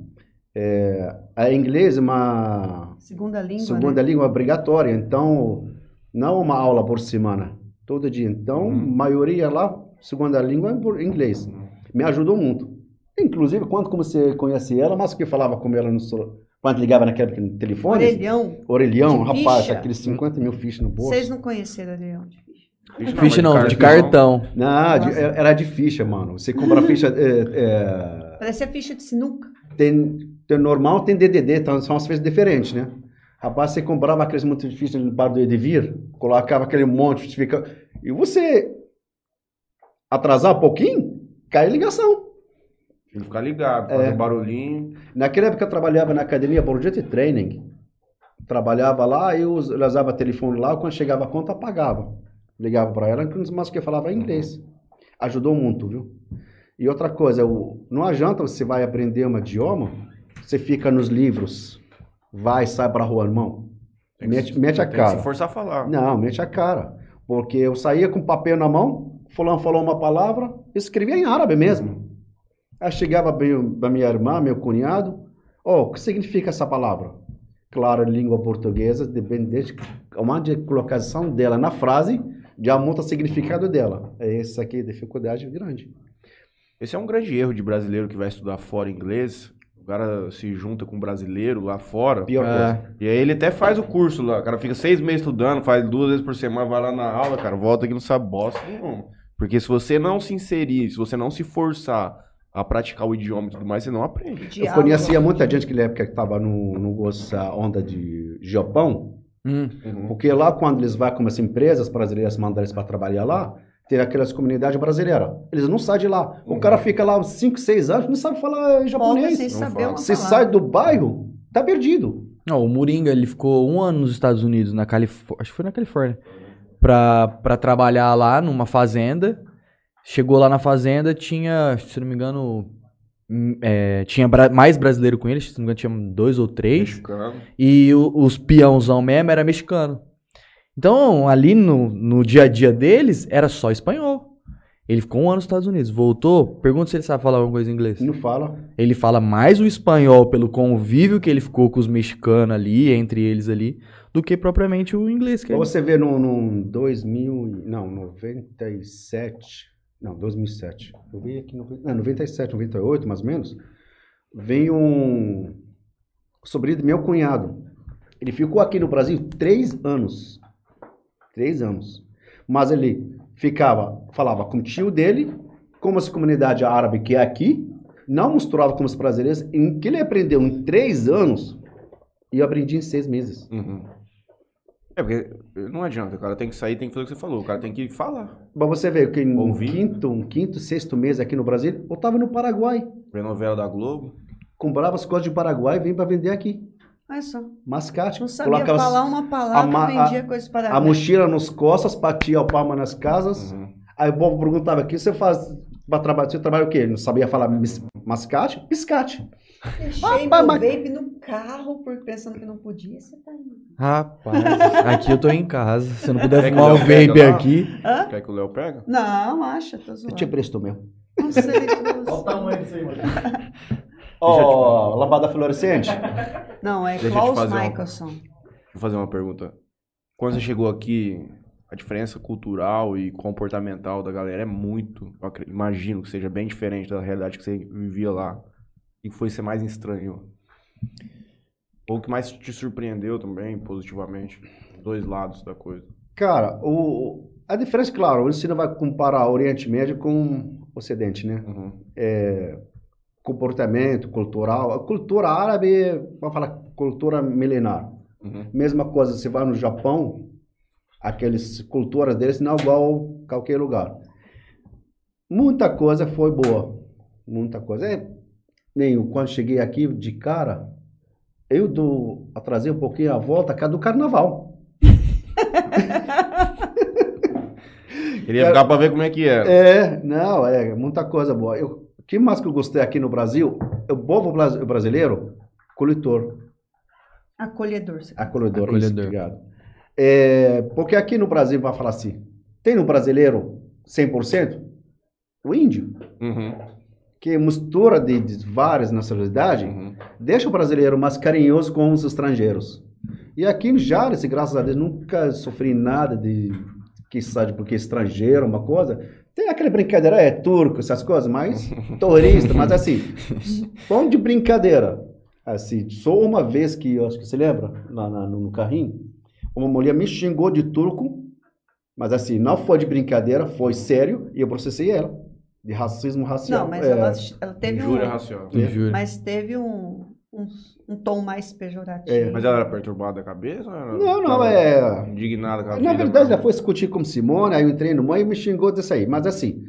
Speaker 4: é, a inglês é uma
Speaker 3: Segunda língua.
Speaker 4: segunda é
Speaker 3: né?
Speaker 4: língua obrigatória, então não uma aula por semana, todo dia. Então,
Speaker 1: Uhum.
Speaker 4: maioria lá, segunda língua é por inglês. Me ajudou muito. Inclusive, quando comecei a conhecer ela, mas que falava com ela no celular, quando ligava naquele telefone,
Speaker 3: Orelhão.
Speaker 4: Orelhão,
Speaker 3: De
Speaker 4: rapaz,
Speaker 3: ficha.
Speaker 4: aqueles 50 mil fichas no bolso.
Speaker 3: Vocês não conheceram Orelhão de ficha.
Speaker 2: Ficha não, de
Speaker 1: cartão.
Speaker 2: cartão.
Speaker 4: Não, de- era era de ficha, mano. Você compra ficha. É, é,
Speaker 3: Parecia ficha de sinuca.
Speaker 4: tem, tem normal, tem DDD, então são as fichas diferentes, né? Rapaz, você comprava aqueles montes de fichas no bar do Edivir, colocava aquele monte, fica. E você atrasar um pouquinho, cai a ligação.
Speaker 1: Tinha que ficar ligado,
Speaker 4: É.
Speaker 1: fazer um barulhinho.
Speaker 4: Naquela época eu trabalhava na academia Borgetti Training. Trabalhava lá, eu us- usava telefone lá, quando chegava a conta, pagava. Ligava para ela, mas que eu falava inglês. Ajudou muito, viu? E outra coisa, o- não adianta você vai aprender um idioma, você fica nos livros, vai, sai pra rua, irmão.
Speaker 1: Tem que
Speaker 4: Mete-
Speaker 1: se-
Speaker 4: mete a
Speaker 1: tem que
Speaker 4: cara.
Speaker 1: se forçar a falar.
Speaker 4: Não, mete a cara. Porque eu saía com um papel na mão, fulano falou uma palavra, escrevia em árabe mesmo. Aí chegava bem- pra minha irmã, meu cunhado, ó, o que significa essa palavra? Claro, em língua portuguesa, depende de uma de colocação dela na frase, já monta o significado dela. É isso aqui, dificuldade grande.
Speaker 1: Esse é um grande erro de brasileiro que vai estudar fora inglês. O cara se junta com um brasileiro lá fora.
Speaker 4: Pior coisa.
Speaker 2: É.
Speaker 1: E aí ele até faz o curso lá. O cara fica seis meses estudando, faz duas vezes por semana, vai lá na aula, cara, volta aqui não sabe bosta nenhuma. Porque se você não se inserir, se você não se forçar a praticar o idioma e tudo mais, você não aprende.
Speaker 4: Eu conhecia muita gente que na época que estava no, no essa onda de Japão,
Speaker 2: Hum.
Speaker 1: Uhum.
Speaker 4: porque lá quando eles vão como as empresas brasileiras mandam eles para trabalhar lá, tem aquelas comunidades brasileiras. Eles não saem de lá. O
Speaker 1: Uhum.
Speaker 4: cara fica lá 5, 6 anos, não sabe falar eh,
Speaker 3: Volta
Speaker 4: japonês.
Speaker 3: sem saber
Speaker 1: fala.
Speaker 3: uma
Speaker 4: Você
Speaker 3: palavra.
Speaker 4: sai do bairro, tá perdido.
Speaker 2: Não, o Moringa, ele ficou um ano nos Estados Unidos, na Califórnia, acho que foi na Califórnia, pra, pra trabalhar lá numa fazenda. Chegou lá na fazenda, tinha, se não me engano, hum, é, tinha bra- mais brasileiro com ele, se não me engano tinha dois ou
Speaker 1: É
Speaker 2: três.
Speaker 1: Mexicano.
Speaker 2: E o- os peãozão mesmo era mexicano. Então, ali no, no dia a dia deles, era só espanhol. Ele ficou um ano nos Estados Unidos, voltou, pergunta se ele sabe falar alguma coisa em inglês.
Speaker 4: Não fala.
Speaker 2: Ele fala mais o espanhol pelo convívio que ele ficou com os mexicanos ali, entre eles ali, do que propriamente o inglês. Que é
Speaker 4: Pra
Speaker 2: ele...
Speaker 4: você ver no, no 2000, e- não, 97, não, 2007. Eu vi aqui no não, 97, 98, mais ou menos. Veio um sobrinho do meu cunhado. Ele ficou aqui no Brasil três anos. Três anos. Mas ele ficava, falava com o tio dele, como as comunidade árabe que é aqui, não misturava com os brasileiros. Em que ele aprendeu em três anos, e eu aprendi em seis meses.
Speaker 1: Uhum. É porque não adianta, o cara tem que sair, tem que fazer o que você falou, o cara tem que falar.
Speaker 4: Pra você ver, que no
Speaker 1: Ouvi.
Speaker 4: quinto, um quinto, sexto mês aqui no Brasil, eu tava no Paraguai.
Speaker 1: Ver novela da Globo.
Speaker 4: Comprava as coisas de Paraguai e vim pra vender aqui.
Speaker 3: Olha só,
Speaker 4: Mascate.
Speaker 3: não sabia
Speaker 4: Colocava as-
Speaker 3: falar um né? uma palavra,
Speaker 4: a ma-
Speaker 3: vendia coisas para
Speaker 4: a mochila nas costas, batia o palma nas casas.
Speaker 1: Uhum.
Speaker 4: Aí o povo perguntava, o que você faz pra trabalhar? Você trabalha o quê? Não sabia falar mis- mascate? Piscate.
Speaker 3: Fechei
Speaker 4: Opa,
Speaker 3: meu
Speaker 4: mas-
Speaker 3: vape no carro por pensando que não podia, você tá aí.
Speaker 2: Rapaz, aqui eu tô em casa. Se eu não puder
Speaker 1: Quer que
Speaker 2: fumar o
Speaker 1: eu pegue
Speaker 2: vape
Speaker 1: lá?
Speaker 2: aqui.
Speaker 3: Hã?
Speaker 1: Quer que o Léo pega?
Speaker 3: Não, acha, tô
Speaker 4: Eu
Speaker 3: zoando.
Speaker 4: te presto mesmo.
Speaker 3: Não sei,
Speaker 5: Olha o
Speaker 3: tô...
Speaker 1: um.
Speaker 5: tamanho disso Então é aí, mano.
Speaker 4: Ó, lambada fluorescente.
Speaker 3: Não, é
Speaker 1: Deixa eu te
Speaker 3: Klaus
Speaker 1: fazer uma-
Speaker 3: Michelson.
Speaker 1: Vou fazer uma pergunta. Quando você chegou aqui, a diferença cultural e comportamental da galera é muito. eu acre- imagino que seja bem diferente da realidade que você vivia lá. E que foi ser mais estranho. Ou que mais te surpreendeu também, positivamente. Dois lados da coisa.
Speaker 4: Cara, o, a diferença, claro, você não vai comparar Oriente Médio com Ocidente, né?
Speaker 1: Uhum.
Speaker 4: comportamento cultural. A cultura árabe, vamos falar, cultura milenar.
Speaker 1: Uhum.
Speaker 4: Mesma coisa, você vai no Japão, aquelas culturas deles não é igual a qualquer lugar. Muita coisa foi boa. Muita coisa. É, nem eu, quando cheguei aqui de cara, eu dou, atrasei um pouquinho a volta cá do carnaval.
Speaker 1: Queria ficar pra ver como é que era.
Speaker 4: É, não, é muita coisa boa. Eu, o que mais que eu gostei aqui no Brasil? O povo bras- brasileiro, coletor.
Speaker 3: Acolhedor. você-
Speaker 4: Acolhedor,
Speaker 2: Acolhedor.
Speaker 4: isso, obrigado. É, porque aqui no Brasil, vai falar assim, tem no brasileiro 100%? O índio,
Speaker 1: Uhum.
Speaker 4: que mistura de, de várias nacionalidades,
Speaker 1: Uhum.
Speaker 4: deixa o brasileiro mais carinhoso com os estrangeiros. E aqui em Jales, graças a Deus, nunca sofri nada de que sabe porque é estrangeiro, uma coisa. Tem aquela brincadeira, é turco, essas coisas, mas turista, mas assim, pão de brincadeira. Assim, só uma vez que, eu acho que você lembra, lá na- no, no carrinho, uma mulher me xingou de turco, mas assim, não foi de brincadeira, foi sério, e eu processei ela. De racismo racial.
Speaker 3: Não, mas
Speaker 4: É,
Speaker 3: ela, ela teve
Speaker 1: Injúria
Speaker 3: um,
Speaker 1: racial.
Speaker 2: Juro.
Speaker 3: mas teve um, um, um tom mais pejorativo.
Speaker 4: É,
Speaker 1: Mas ela era perturbada a cabeça? ou era-
Speaker 4: Não, não,
Speaker 1: tava
Speaker 4: é...
Speaker 1: Indignada com a
Speaker 4: Na
Speaker 1: vida,
Speaker 4: verdade,
Speaker 1: mas-
Speaker 4: ela foi discutir com Simone, aí eu entrei no mãe e me xingou disso aí. Mas assim,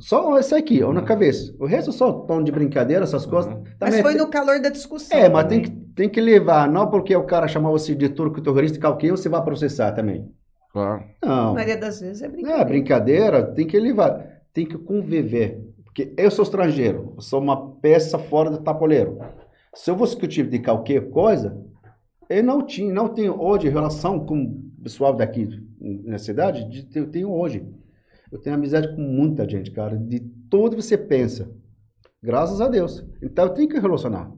Speaker 4: só isso aqui, ó, na cabeça. O resto é só tom de brincadeira, essas coisas.
Speaker 1: Uhum.
Speaker 3: Mas
Speaker 4: Também
Speaker 3: foi
Speaker 4: tem-
Speaker 3: no calor da discussão.
Speaker 4: É, mas tem
Speaker 3: também.
Speaker 4: que, tem que levar, não porque o cara chamar você de turco terrorista e qualquer, você vai processar também.
Speaker 1: Claro.
Speaker 3: A
Speaker 4: Não.
Speaker 3: maioria das vezes é
Speaker 4: É,
Speaker 3: brincadeira.
Speaker 4: brincadeira, tem que levar, tem que conviver. Porque eu sou estrangeiro, eu sou uma peça fora do tapoleiro. Se eu vou discutir de qualquer coisa, eu não tinha, não tenho hoje relação com o pessoal daqui na cidade, de- eu tenho hoje. Eu tenho amizade com muita gente, cara, de tudo que você pensa. Graças a Deus. Então eu tenho que relacionar.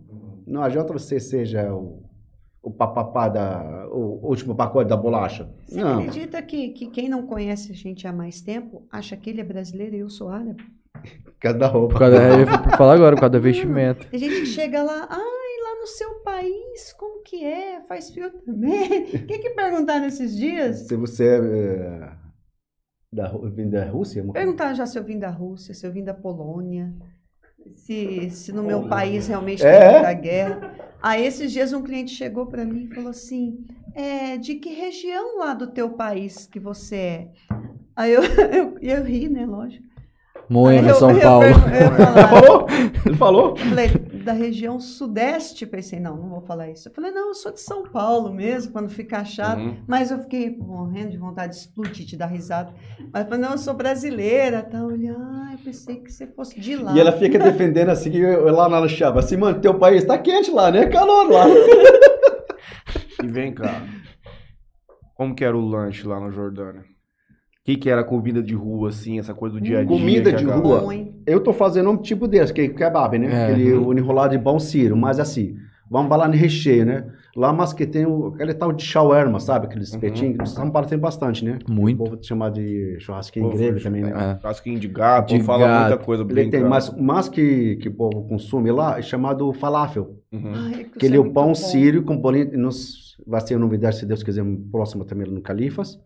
Speaker 4: Não adianta você seja o, o papapá da o último pacote da bolacha.
Speaker 3: Você
Speaker 4: Não.
Speaker 3: acredita que, que quem não conhece a gente há mais tempo acha que ele é brasileiro e eu sou árabe?
Speaker 4: Por causa da roupa.
Speaker 2: Por causa da, eu vou falar agora, por causa da vestimenta.
Speaker 3: Tem gente que chega lá, ai, lá no seu país, como que é? Faz frio também? O que que perguntaram esses dias?
Speaker 4: Se você é Da, Ru- vim da Rússia? uma coisa?
Speaker 3: Perguntaram já se eu vim da Rússia, se eu vim da Polônia, se, se no meu
Speaker 5: Polônia.
Speaker 3: país realmente
Speaker 4: É?
Speaker 3: tem muita guerra. Aí esses dias um cliente chegou para mim e falou assim: é, de que região lá do teu país que você é? Aí eu, eu, eu ri, né? Lógico.
Speaker 2: Moema,
Speaker 3: Aí eu-
Speaker 2: São
Speaker 3: eu
Speaker 2: Paulo.
Speaker 3: pergun- eu ia falar,
Speaker 4: Ele falou? Ele falou?
Speaker 3: Falei, da região sudeste, pensei, não, não vou falar isso. Eu falei, não, eu sou de São Paulo mesmo, para não ficar chato.
Speaker 1: Uhum.
Speaker 3: Mas eu fiquei morrendo de vontade de explodir, de dar risada. Mas eu falei, não, eu sou brasileira, tá? Olha, ah, eu pensei que você fosse de lá.
Speaker 4: E ela fica defendendo assim, que eu- lá na Chava, assim, mano, teu país tá quente lá, né? Calor lá.
Speaker 1: E vem cá. Como que era o lanche lá na Jordânia? O que, que era comida de rua, assim, essa coisa do dia a dia?
Speaker 4: Comida
Speaker 1: que a
Speaker 3: Tá
Speaker 4: de
Speaker 1: galera-
Speaker 4: rua?
Speaker 3: Ruim.
Speaker 4: Eu tô fazendo um tipo desse, que é kebab, né?
Speaker 2: É.
Speaker 4: Aquele o enrolado de pão sírio, mas assim, vamos falar de recheio, né? Lá, mas que tem o, aquele tal de shawarma, sabe? Aqueles
Speaker 1: Uhum.
Speaker 4: espetinhos, que São Paulo tem bastante, né? O
Speaker 2: Muito.
Speaker 4: povo chama de churrasquinho
Speaker 1: Povo,
Speaker 4: grego também, né?
Speaker 2: É.
Speaker 1: Casquinho de gato,
Speaker 2: De
Speaker 1: fala
Speaker 2: gato.
Speaker 1: muita coisa
Speaker 4: Ele tem,
Speaker 1: brincando.
Speaker 4: mas o mais que, que o povo consome lá é chamado falafel,
Speaker 1: Uhum.
Speaker 3: Ai, que
Speaker 4: que
Speaker 3: isso
Speaker 4: ele é
Speaker 3: muito
Speaker 4: o pão
Speaker 3: bom.
Speaker 4: sírio com bolinha, nos, vai ser novidade, se Deus quiser, próxima também no Califas.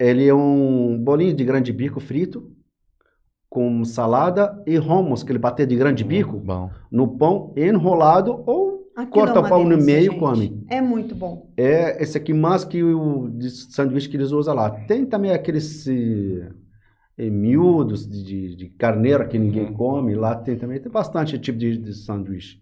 Speaker 4: Ele é um bolinho de grande bico frito, com salada e hummus, que ele bater de grande
Speaker 3: Hum.
Speaker 4: bico,
Speaker 2: é, Bom.
Speaker 4: no pão enrolado ou
Speaker 3: Aquilo é
Speaker 4: corta
Speaker 3: uma
Speaker 4: o pão no
Speaker 3: delícia,
Speaker 4: meio e
Speaker 3: gente.
Speaker 4: come.
Speaker 3: É muito bom.
Speaker 4: É esse aqui mais que o de sanduíche que eles usam lá. Tem também aqueles eh, eh, miúdos de, de, de carneiro que ninguém
Speaker 1: Uhum.
Speaker 4: come. Lá tem também tem bastante tipo de, de sanduíche.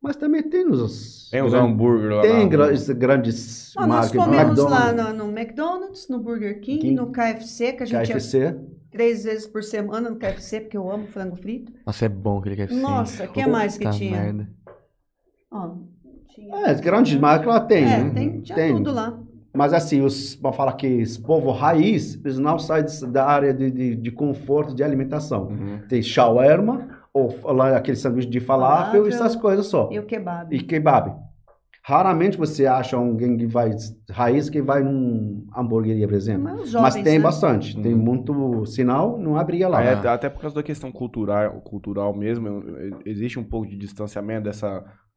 Speaker 4: Mas também tem os
Speaker 1: Tem os hambúrguer lá.
Speaker 4: tem
Speaker 1: na
Speaker 4: gra-
Speaker 1: rua.
Speaker 4: esses grandes
Speaker 3: Ó, Ah, nós
Speaker 4: marcas,
Speaker 3: comemos lá
Speaker 4: McDonald's,
Speaker 3: no, no McDonald's, no Burger King,
Speaker 4: King.
Speaker 3: no KFC, que a gente ia
Speaker 4: KFC.
Speaker 3: três vezes por semana no KFC, porque eu amo frango frito.
Speaker 2: Nossa, é bom aquele KFC.
Speaker 3: Nossa, o que mais que
Speaker 2: Puta
Speaker 3: tinha?
Speaker 2: merda.
Speaker 3: Ó, tinha-
Speaker 4: É, as grandes marcas lá tem.
Speaker 3: É,
Speaker 4: né?
Speaker 3: tem, tinha tudo lá.
Speaker 4: Mas assim, os, para falar que esse povo raiz, eles não saem des- da área de, de, de conforto de alimentação.
Speaker 1: Uhum.
Speaker 4: Tem shawarma, ou lá aquele sanduíche de falafel,
Speaker 3: Falafel.
Speaker 4: essas coisas só.
Speaker 3: E o kebab.
Speaker 4: E kebab. Raramente você acha alguém que vai raiz que vai num hamburgueria, por exemplo.
Speaker 3: Mas, os
Speaker 4: Mas
Speaker 3: jovens,
Speaker 4: tem
Speaker 3: né?
Speaker 4: bastante, tem
Speaker 1: Uhum.
Speaker 4: muito sinal, não abria lá.
Speaker 1: É, até- até por causa da questão cultural, cultural mesmo, eu- eu- existe um pouco de distanciamento dessa americanização,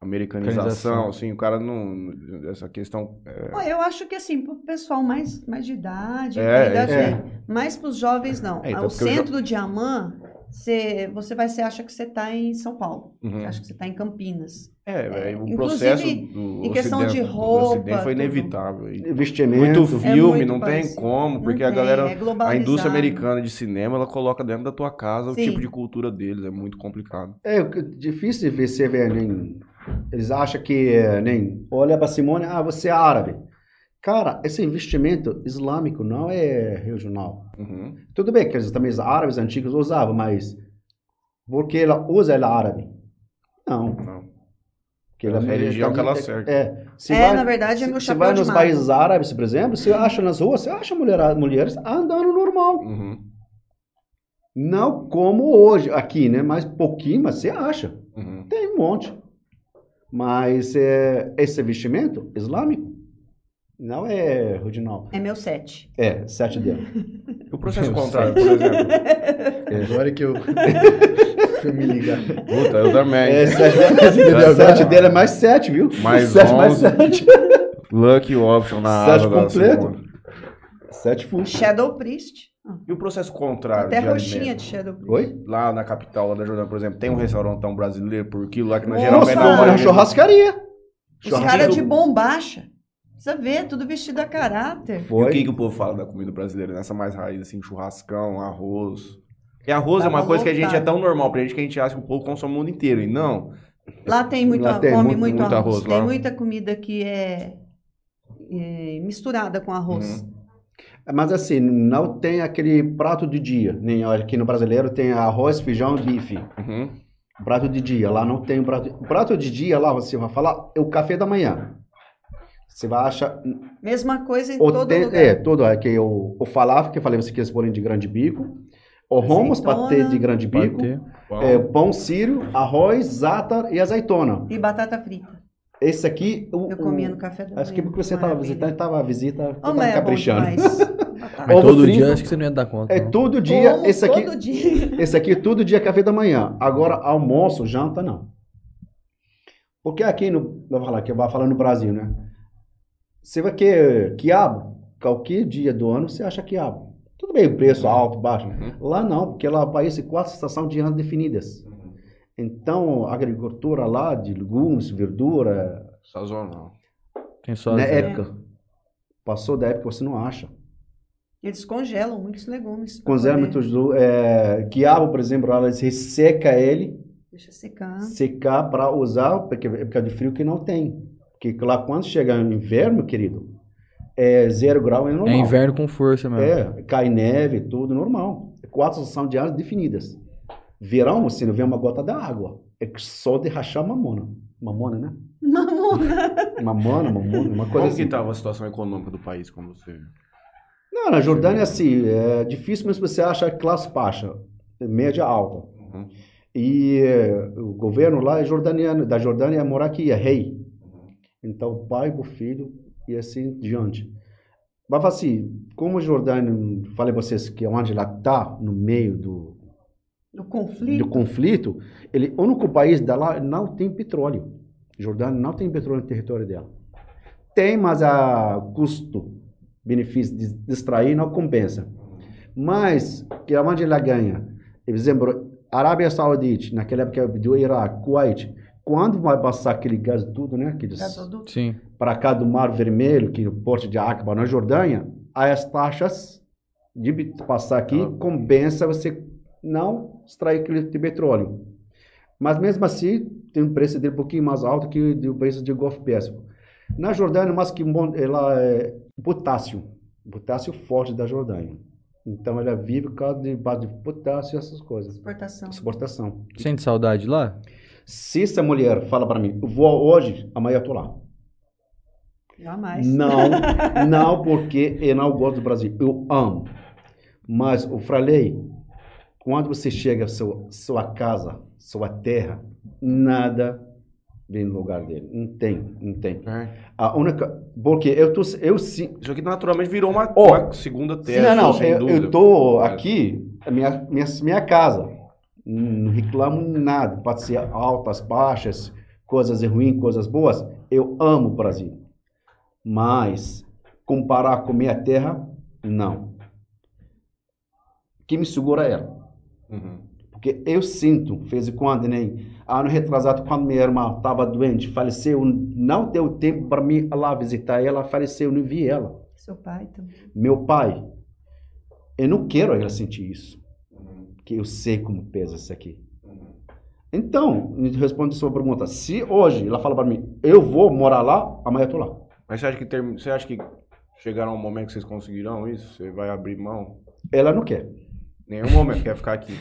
Speaker 2: Americanização.
Speaker 1: assim, o cara não. Essa questão. é,
Speaker 3: Ó, Eu acho que assim, pro pessoal mais, mais de idade,
Speaker 1: É,
Speaker 3: mais de idade,
Speaker 4: é.
Speaker 3: né? mas pros jovens não.
Speaker 1: É, então,
Speaker 3: o
Speaker 1: porque eu
Speaker 3: centro de Amã, cê- você vai você acha que você tá em São Paulo,
Speaker 1: uhum.
Speaker 3: você acha que você tá em Campinas.
Speaker 1: É, é, o
Speaker 3: Inclusive,
Speaker 1: processo do
Speaker 3: em questão
Speaker 1: ocidente-
Speaker 3: de
Speaker 1: do
Speaker 3: roupa,
Speaker 1: ocidente foi
Speaker 3: tudo.
Speaker 1: inevitável. E
Speaker 4: Vestimento.
Speaker 1: Muito filme,
Speaker 3: muito
Speaker 1: não tem
Speaker 3: parecido.
Speaker 1: como,
Speaker 3: Não
Speaker 1: porque a
Speaker 3: tem,
Speaker 1: galera.
Speaker 3: é
Speaker 1: A indústria
Speaker 3: globalizado.
Speaker 1: americana de cinema, ela coloca dentro da tua casa o
Speaker 3: Sim.
Speaker 1: tipo de cultura deles, é muito complicado.
Speaker 4: É o que- difícil de ver- você ver nem. Eles acham que é, nem olha para Simone, ah, você é árabe. Cara, esse investimento islâmico não é regional.
Speaker 1: Uhum.
Speaker 4: Tudo bem que eles também os árabes antigos usavam, mas porque ela usa ela árabe? Não,
Speaker 1: Não.
Speaker 4: porque
Speaker 1: A religião
Speaker 4: é-
Speaker 1: que ela cerca.
Speaker 4: É, se
Speaker 3: É,
Speaker 4: vai-
Speaker 3: na verdade, é
Speaker 4: se-
Speaker 3: meu
Speaker 4: Se
Speaker 3: chapéu
Speaker 4: vai
Speaker 3: de
Speaker 4: nos
Speaker 3: malha.
Speaker 4: países árabes, por exemplo, você acha nas ruas, você acha mulher- mulheres andando normal.
Speaker 1: Uhum.
Speaker 4: Não como hoje aqui, né? Mas pouquinho, mas você acha.
Speaker 1: Uhum.
Speaker 4: Tem um monte. Mas é, esse vestimento islâmico não é original.
Speaker 3: É meu set.
Speaker 4: É, sete dedos.
Speaker 1: E o processo contrário, por exemplo.
Speaker 5: É, Agora que eu. Deixa eu me ligar.
Speaker 1: Puta, eu também.
Speaker 4: É, sete dedos, entendeu? Sete dedos é mais sete, viu?
Speaker 1: Mais
Speaker 4: sete, mais
Speaker 1: 11.
Speaker 4: sete.
Speaker 1: Lucky option na assim,
Speaker 4: Sete
Speaker 1: asa da
Speaker 4: completo.
Speaker 1: Simone.
Speaker 4: Sete full.
Speaker 3: Shadow Priest. Ah,
Speaker 1: E o processo contrário
Speaker 3: Até
Speaker 1: de
Speaker 3: roxinha
Speaker 1: alimento?
Speaker 3: de Shadow Priest.
Speaker 4: Oi?
Speaker 1: Lá na capital lá da Jordânia, por exemplo, tem um restaurantão brasileiro por quilo lá que na
Speaker 3: Nossa,
Speaker 1: geral
Speaker 4: Nossa,
Speaker 1: é
Speaker 4: não, é churrascaria.
Speaker 3: Os caras de bombacha. Precisa ver, tudo vestido a caráter.
Speaker 1: E o que,
Speaker 4: Foi.
Speaker 1: que o povo fala da comida brasileira? Nessa mais raiz, assim, churrascão, arroz. E arroz é
Speaker 3: Tava
Speaker 1: uma coisa que a gente é
Speaker 3: lotado.
Speaker 1: tão normal pra gente que a gente acha que o povo consome o mundo inteiro. E não.
Speaker 3: Lá tem muito,
Speaker 4: Lá
Speaker 3: arroz,
Speaker 4: tem
Speaker 3: come
Speaker 4: muito-
Speaker 3: muito,
Speaker 1: muito
Speaker 3: arroz.
Speaker 1: arroz
Speaker 3: Tem
Speaker 1: lá.
Speaker 3: muita comida que é, é, misturada com arroz.
Speaker 4: Uhum. Mas assim, não tem aquele prato de dia. Nem aqui no brasileiro tem arroz, feijão e bife.
Speaker 1: Uhum.
Speaker 4: Prato de dia, lá não tem prato. Prato de dia, lá você vai falar, é o café da manhã. Você vai achar
Speaker 3: Mesma coisa em
Speaker 4: O
Speaker 3: todo
Speaker 4: te-
Speaker 3: lugar.
Speaker 4: É, todo. É, que o, o falafel, que eu falei, você quer esse bolinho de grande bico. O romos,
Speaker 3: Azeitona.
Speaker 4: patê de grande bico.
Speaker 2: Patê.
Speaker 1: Pão.
Speaker 4: É, pão sírio, arroz, zatar e azeitona.
Speaker 3: E batata frita.
Speaker 4: Esse aqui... O,
Speaker 3: Eu
Speaker 4: o-
Speaker 3: comia no café da manhã.
Speaker 4: Acho que porque você estava visitando, estava a visita,
Speaker 3: Oh,
Speaker 4: tava
Speaker 3: mas é bom
Speaker 4: caprichando.
Speaker 3: demais.
Speaker 2: Mas
Speaker 3: Batata.
Speaker 4: Ovo
Speaker 2: todo
Speaker 4: frito.
Speaker 2: dia acho que você não ia dar conta.
Speaker 4: é
Speaker 2: não.
Speaker 4: todo dia,
Speaker 3: Como
Speaker 4: esse aqui,
Speaker 3: Todo dia.
Speaker 4: esse aqui todo dia café da manhã. Agora almoço, janta não. Porque aqui no, vou falar que eu vou falar no Brasil, né? Você vai querer quiabo, qualquer dia do ano você acha quiabo. Tudo bem, o preço alto, baixo. né?
Speaker 1: Uhum.
Speaker 4: Lá não, porque lá o país tem quatro estações de ano definidas. Então, a agricultura lá de legumes, verdura,
Speaker 1: Sazonal.
Speaker 2: Tem só É
Speaker 4: na
Speaker 2: as-
Speaker 4: época. Passou da época, você não acha.
Speaker 3: Eles congelam muitos legumes. pra
Speaker 4: Conserva
Speaker 3: poder-
Speaker 4: muitos do- é, quiabo, por exemplo, lá eles resseca ele,
Speaker 3: Deixa secar.
Speaker 4: secar para usar, porque é época de frio que não tem. Porque lá quando chega o inverno, querido, é zero grau, é normal.
Speaker 2: É inverno com força mesmo.
Speaker 4: É, cai neve, tudo normal. Quatro estações de áreas definidas. Verão, você não vê uma gota d'água. É que só de rachar mamona. Mamona, né?
Speaker 3: Mamona.
Speaker 4: Mamona, mamona, uma coisa
Speaker 1: Como
Speaker 4: assim.
Speaker 1: que tava a situação econômica do país quando você...
Speaker 4: Não, na Jordânia, assim, é difícil mesmo você achar classe baixa, média alta.
Speaker 1: Uhum.
Speaker 4: E eh, o governo lá é jordaniano, da Jordânia é Moraquia, rei. Então, o pai pro filho e assim diante. Mas assim, como o Jordânia, falei pra vocês que é onde ela tá, no meio do,
Speaker 3: Do
Speaker 4: do
Speaker 3: conflito.
Speaker 4: conflito, ele, o único país da lá não tem petróleo. Jordânia não tem petróleo no território dela. Tem, mas a custo, benefício de extrair não compensa. Mas, que é onde ela ganha? Por exemplo, Arábia Saudita, naquela época do Iraque, Kuwait, quando vai passar aquele gás tudo, né? Aqueles
Speaker 3: Gasoduto.
Speaker 2: Sim.
Speaker 4: para cá do Mar Vermelho, que é o porto de Aqaba, na Jordânia, as taxas de bit- passar aqui
Speaker 1: Ah.
Speaker 4: compensa você não extrair aquele de petróleo. Mas mesmo assim, tem um preço dele um pouquinho mais alto que o do preço de Golfo Pérsico. Na Jordânia, mais que mon- ela é potássio, potássio forte da Jordânia. Então ela vive por causa de base de potássio e essas coisas.
Speaker 3: Exportação.
Speaker 4: Exportação.
Speaker 2: Sente saudade lá?
Speaker 4: Se essa mulher fala para mim, eu vou hoje, amanhã eu tô lá.
Speaker 3: Jamais.
Speaker 4: Não, não, porque eu não gosto do Brasil. Eu amo. Mas eu falei, quando você chega à sua, sua casa, sua terra, nada vem no lugar dele. Não tem, não tem.
Speaker 1: É.
Speaker 4: A única. Porque eu tô. Eu sim.
Speaker 1: Isso aqui naturalmente virou uma,
Speaker 4: Ó,
Speaker 1: uma segunda terra.
Speaker 4: não, não,
Speaker 1: sem
Speaker 4: eu,
Speaker 1: dúvida. Uhum.
Speaker 4: eu tô aqui, a minha, minha, minha casa. Não reclamo nada. Pode ser altas, baixas, coisas ruins, coisas boas. Eu amo o Brasil. Mas comparar com minha terra, não. Quem me segura é ela.
Speaker 1: Uhum.
Speaker 4: Porque eu sinto, fez quando, nem ano retrasado, quando minha irmã estava doente, faleceu, não deu tempo para mim ir lá visitar ela, faleceu, não vi ela.
Speaker 3: Seu pai também.
Speaker 4: Meu pai, eu não quero ela sentir isso, porque eu sei como pesa isso aqui. Uhum. Então, me responde sua pergunta. Se hoje ela fala para mim, eu vou morar lá, amanhã eu tô lá.
Speaker 1: Mas você acha que term... você acha que chegará um momento que vocês conseguirão isso? Você vai abrir mão?
Speaker 4: Ela não quer.
Speaker 1: Nenhum momento quer ficar aqui.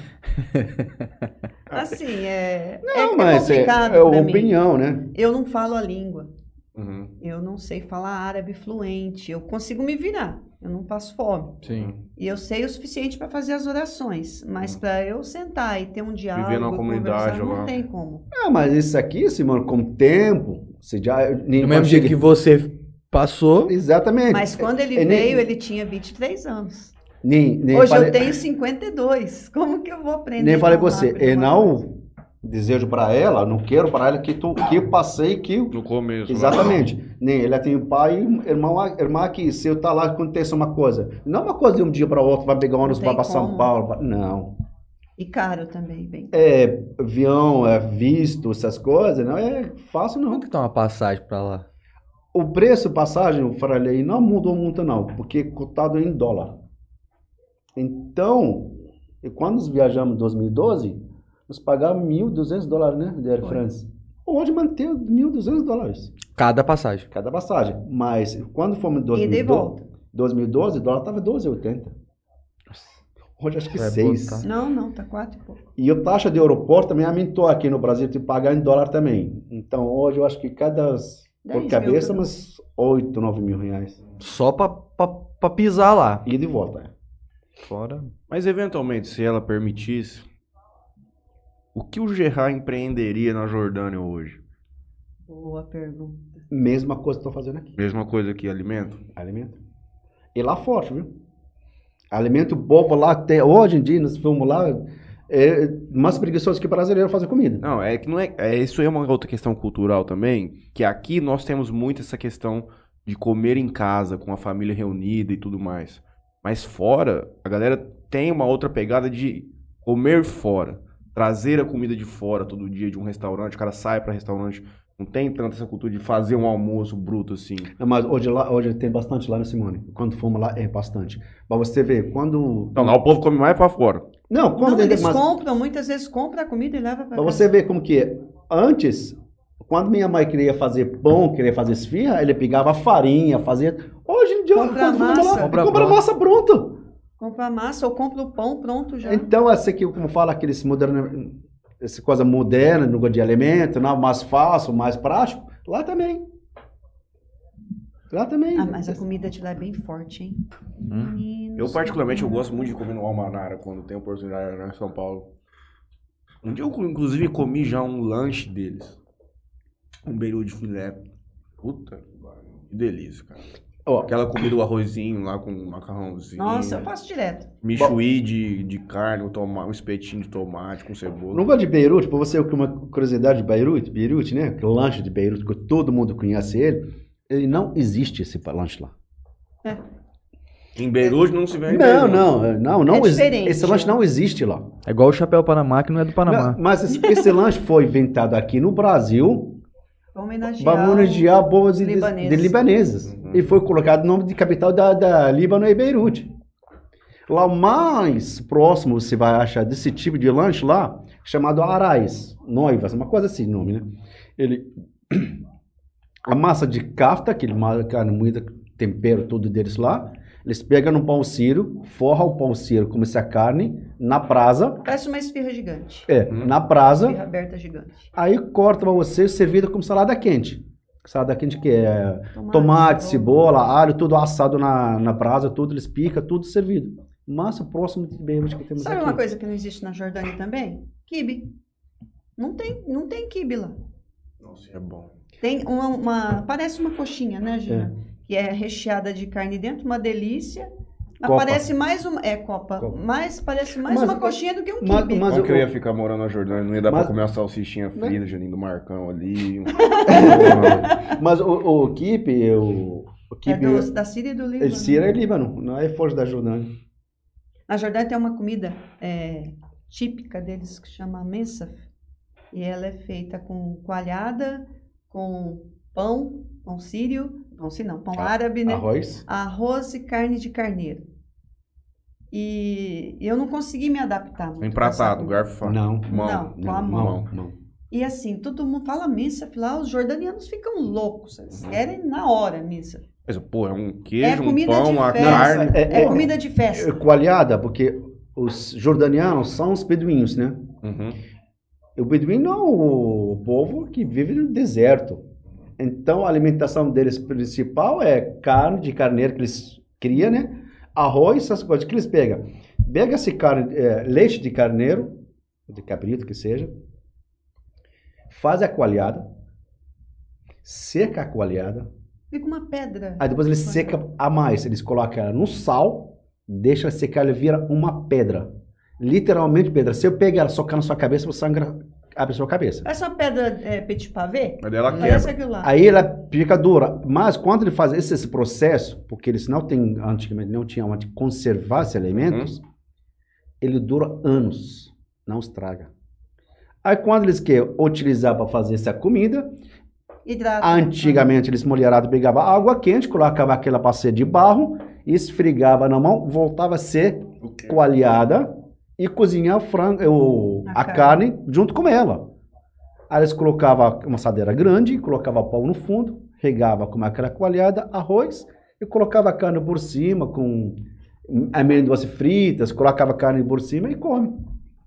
Speaker 3: Assim, é.
Speaker 4: Ah. Não,
Speaker 3: é,
Speaker 4: mas
Speaker 3: é
Speaker 4: é,
Speaker 3: complicado
Speaker 4: é
Speaker 3: pra mim.
Speaker 4: opinião, né?
Speaker 3: Eu não falo a língua.
Speaker 1: Uhum.
Speaker 3: Eu não sei falar árabe fluente. Eu consigo me virar. Eu não passo fome.
Speaker 2: Sim.
Speaker 3: E eu sei o suficiente para fazer as orações.
Speaker 4: Hum.
Speaker 3: Mas pra eu sentar e ter um diálogo,
Speaker 1: numa comunidade
Speaker 3: conversar, não
Speaker 1: lá.
Speaker 3: tem como.
Speaker 4: Ah, mas isso aqui, Simone, com o tempo, você já. Nem
Speaker 2: No mesmo dia que você passou,
Speaker 4: Exatamente.
Speaker 3: Mas quando ele
Speaker 4: é, nem-
Speaker 3: veio, ele tinha 23 anos.
Speaker 4: Nem, nem
Speaker 3: Hoje
Speaker 4: falei,
Speaker 3: eu tenho 52. Como que eu vou aprender?
Speaker 4: nem falei
Speaker 3: tão
Speaker 4: com você.
Speaker 3: rápido
Speaker 4: Eu
Speaker 3: uma coisa?
Speaker 4: não desejo para ela, não quero para ela que, tu, que eu passei que. eu-
Speaker 1: No começo. né? lá.
Speaker 4: Exatamente. Nem ela tem um pai e um irmão, irmã aqui. Se eu tá lá, acontece uma coisa. Não é uma coisa de um dia para outro, vai pegar ônibus
Speaker 3: Não tem
Speaker 4: para São
Speaker 3: como.
Speaker 4: Paulo. pra- Não.
Speaker 3: E caro também, bem.
Speaker 4: É avião, é visto, essas coisas. Não é fácil, não.
Speaker 2: como que tá uma passagem pra lá?
Speaker 4: O preço, passagem, eu falei, não mudou muito não, porque é cotado em dólar. Então, e quando nós viajamos em 2012, nós pagávamos 1.200 dólares, né, de Air
Speaker 3: Foi.
Speaker 4: France. Hoje mantém 1.200 dólares
Speaker 2: Cada passagem.
Speaker 4: cada passagem. Mas quando fomos em
Speaker 3: E de
Speaker 4: 2012,
Speaker 3: volta.
Speaker 4: 2012 o dólar estava 12,80. Hoje acho que
Speaker 2: Vai
Speaker 4: 6.
Speaker 2: botar.
Speaker 3: Não, não, tá quatro e pouco.
Speaker 4: E a taxa de aeroporto também aumentou aqui no Brasil, tem que pagar em dólar também. Então hoje eu acho que cada, por
Speaker 3: mil
Speaker 4: cabeça,
Speaker 3: cada um.
Speaker 4: umas 8, 9 mil reais.
Speaker 2: Só pra, pra, pra pisar lá.
Speaker 4: Ida e volta. é.
Speaker 2: Fora.
Speaker 1: Mas eventualmente, se ela permitisse, o que o Gerard empreenderia na Jordânia hoje?
Speaker 3: Boa pergunta.
Speaker 4: Mesma coisa que estou fazendo aqui.
Speaker 1: Mesma coisa que alimento?
Speaker 4: Alimento. E lá forte, viu? Alimento o povo lá até hoje em dia, nós vamos lá, é mais preguiçoso que brasileiro fazer comida.
Speaker 1: Não, é que não é, é- Isso é uma outra questão cultural também, que aqui nós temos muito essa questão de comer em casa, com a família reunida e tudo mais. Mas fora, a galera tem uma outra pegada de comer fora. Trazer a comida de fora todo dia de um restaurante. O cara sai pra restaurante. Não tem tanta essa cultura de fazer um almoço bruto assim.
Speaker 4: Não, mas hoje, lá, hoje tem bastante lá no Simone. Quando fomos lá, é bastante. Mas você vê, quando.
Speaker 1: Então, lá o povo come mais pra fora.
Speaker 4: Não, quando
Speaker 3: Não,
Speaker 4: ele-
Speaker 3: eles
Speaker 4: mas-
Speaker 3: compram, muitas vezes compram a comida e levam pra
Speaker 4: Pra
Speaker 3: casa.
Speaker 4: você ver como que é. Antes, quando minha mãe queria fazer pão, queria fazer esfirra, ele pegava farinha, fazia. Hoje em dia,
Speaker 3: Compra
Speaker 4: quando vamos
Speaker 3: massa.
Speaker 4: lá,
Speaker 2: Compra
Speaker 4: compra, compra
Speaker 2: pronto.
Speaker 4: massa pronta.
Speaker 3: Compra a massa ou compra o pão pronto já.
Speaker 4: Então, essa que, como fala, aqueles moderno, essa coisa moderna, no gosto de alimento, não, mais fácil, mais prático, lá também. Lá também.
Speaker 3: Ah, mas a comida de lá é bem forte, hein?
Speaker 4: Hum?
Speaker 3: Menino,
Speaker 1: Eu, particularmente, eu gosto muito de comer no Almanara quando tem oportunidade lá em São Paulo. Um dia eu, inclusive, comi já um lanche deles. Um beirute de filé. Puta que pariu, que delícia, cara.
Speaker 4: Ó,
Speaker 1: Aquela comida, o arrozinho lá com macarrãozinho.
Speaker 3: Nossa, eu faço direto.
Speaker 1: Michuí de, de carne, um, toma, um espetinho de tomate com cebola.
Speaker 4: Não gosto de Beirute, para você é uma curiosidade de Beirute, Beirute, né? Aquele lanche de Beirute que todo mundo conhece ele, ele não existe esse pa- lanche lá.
Speaker 1: Em Beirute não se vende.
Speaker 4: Não,
Speaker 1: Beirute.
Speaker 4: não, é, não, não
Speaker 3: É
Speaker 4: exi-
Speaker 3: diferente,
Speaker 4: Esse lanche
Speaker 3: né?
Speaker 4: não existe lá.
Speaker 2: É igual o chapéu Panamá, que não é do Panamá.
Speaker 4: Não, mas esse, esse lanche foi inventado aqui no Brasil
Speaker 3: Pra homenagear.
Speaker 4: para homenagear boas de,
Speaker 3: libaneses.
Speaker 4: de libaneses.
Speaker 1: Uhum.
Speaker 4: E foi colocado o nome de capital da, da Líbano é Beirute. Lá mais próximo você vai achar desse tipo de lanche lá, chamado Arais, noivas, uma coisa assim, nome, né? Ele a massa de kafta, aquele ma- carne moída, tempero tudo deles lá, eles pegam no pão sírio, forra o pão sírio como se a carne na brasa,
Speaker 3: Parece uma esfirra gigante.
Speaker 4: é,
Speaker 1: Hum.
Speaker 4: na brasa.
Speaker 3: Esfirra aberta gigante.
Speaker 4: Aí corta pra você, servido como salada quente. Salada quente que é tomate, cebola, alho, tudo assado na, na brasa, tudo, eles picam, tudo servido. Massa próximo de beirute que temos
Speaker 3: Sabe
Speaker 4: aqui.
Speaker 3: uma coisa que não existe na Jordânia também? Kibe. Não tem, não tem kibe lá.
Speaker 1: Nossa, é bom.
Speaker 3: Tem uma, uma- Parece uma coxinha, né, Gina? Que é recheada de carne dentro, uma delícia. Mas
Speaker 4: Copa.
Speaker 3: parece mais uma. É, Copa.
Speaker 4: Copa.
Speaker 3: Mas parece mais
Speaker 4: Mas-
Speaker 3: uma coxinha do que um
Speaker 4: mas-
Speaker 3: quibe.
Speaker 4: mas-
Speaker 1: Como que eu
Speaker 4: o-
Speaker 1: ia ficar morando na Jordânia? Não ia dar
Speaker 4: Mas-
Speaker 1: pra comer uma salsichinha
Speaker 4: Né?
Speaker 1: frita, Janine, do Marcão ali. um-
Speaker 4: Mas o, o kipe, o, o
Speaker 3: É
Speaker 4: kipe,
Speaker 3: do, da Síria e do Líbano.
Speaker 4: ele Síria é Líbano, não é forte da Jordânia.
Speaker 3: Na Jordânia tem uma comida é, típica deles que chama mensaf. E ela é feita com coalhada, com pão, pão sírio, pão sim não, pão
Speaker 4: Ah,
Speaker 3: árabe, né?
Speaker 4: Arroz?
Speaker 3: Arroz e carne de carneiro. E eu não consegui me adaptar. muito nessa
Speaker 1: um Empratado,
Speaker 3: comida.
Speaker 1: garfo.
Speaker 4: Não.
Speaker 1: Mão.
Speaker 3: Não, com a mão.
Speaker 4: Mão, mão.
Speaker 3: E assim, todo mundo fala mensaf lá, os jordanianos ficam loucos. Eles querem na hora mensaf.
Speaker 1: Mas, pô, é um
Speaker 3: É
Speaker 1: queijo, um
Speaker 3: comida de
Speaker 1: pão, uma
Speaker 3: festa.
Speaker 1: carne.
Speaker 3: É comida de festa.
Speaker 4: coalhada, porque os jordanianos são os beduínos, né?
Speaker 1: Uhum.
Speaker 4: O beduíno é o povo que vive no deserto. Então a alimentação deles principal é carne de carneiro que eles criam, né? Arroz, essas coisas que eles pegam. Pega esse carne, eh, leite de carneiro, de cabrito que seja, faz a coalhada, seca a coalhada,
Speaker 3: Fica uma pedra.
Speaker 4: Aí depois ele seca a mais. Eles colocam ela no sal, deixa ela secar, ela vira uma pedra. Literalmente pedra. Se eu pegar ela socar na sua cabeça, você sangra abre a sua cabeça.
Speaker 3: Parece uma pedra é, petit pavé.
Speaker 1: Mas daí ela
Speaker 3: Parece
Speaker 1: quebra.
Speaker 3: aquilo lá.
Speaker 4: Aí ela fica dura. Mas quando ele faz esse, esse processo, porque eles não têm, antigamente não tinham onde conservar esses alimentos, ele dura anos, não estraga. Aí quando eles querem utilizar para fazer essa comida,
Speaker 3: Hidrata.
Speaker 4: Antigamente eles molharavam, pegavam água quente, colocavam aquela bacia de barro, esfregava na mão, voltava a ser
Speaker 1: O quê?
Speaker 4: coalhada e cozinhava o frango, o-
Speaker 3: A
Speaker 4: a, carne. junto com ela. Aí eles colocavam uma assadeira grande, colocava pau no fundo, regava com aquela coalhada, arroz e colocava a carne por cima com amêndoas fritas, colocava a carne por cima e come.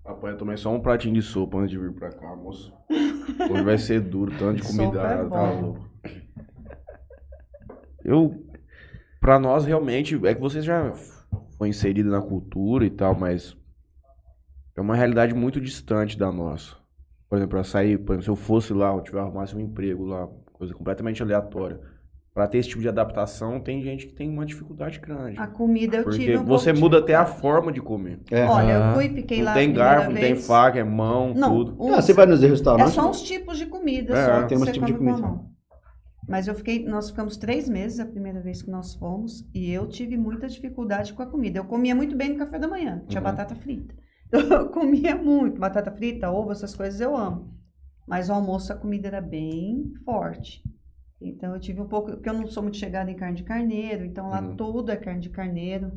Speaker 1: Rapaz, eu tomei só um pratinho de sopa antes de vir pra cá, moço. Hoje vai ser duro, tanto de
Speaker 3: Sopa
Speaker 1: comida,
Speaker 3: é
Speaker 1: tá
Speaker 3: bom.
Speaker 1: louco. Eu, pra nós realmente, é que vocês já foi inserido na cultura e tal, mas é uma realidade muito distante da nossa. Por exemplo, eu sair, por exemplo, se eu fosse lá, eu tiver arrumasse um emprego lá, coisa completamente aleatória. Pra ter esse tipo de adaptação, tem gente que tem uma dificuldade grande.
Speaker 3: A comida eu
Speaker 1: Porque
Speaker 3: tive um
Speaker 1: você
Speaker 3: pouco de
Speaker 1: muda até a
Speaker 3: dificuldade.
Speaker 1: forma de comer.
Speaker 4: É.
Speaker 3: Olha,
Speaker 2: Ah.
Speaker 3: eu fui e fiquei
Speaker 1: não
Speaker 3: lá. a
Speaker 1: tem
Speaker 3: primeira
Speaker 1: garfo, não tem
Speaker 3: vez.
Speaker 1: faca, é mão,
Speaker 3: Não,
Speaker 1: tudo.
Speaker 3: um-
Speaker 4: Ah, você vai nos
Speaker 3: é
Speaker 4: restaurantes?
Speaker 3: só uns tipos de comida.
Speaker 1: É,
Speaker 3: só que
Speaker 4: tem uns
Speaker 3: você
Speaker 4: tipos de
Speaker 3: come com a
Speaker 4: comida.
Speaker 3: mão. Mas eu fiquei, nós ficamos três meses a primeira vez que nós fomos e eu tive muita dificuldade com a comida. Eu comia muito bem no café da manhã, tinha
Speaker 4: Uhum.
Speaker 3: batata frita. Eu comia muito, batata frita, ovo, essas coisas eu amo. Mas o almoço a comida era bem forte. Então eu tive um pouco, porque eu não sou muito chegada em carne de carneiro, então lá
Speaker 4: Uhum.
Speaker 3: tudo é carne de carneiro.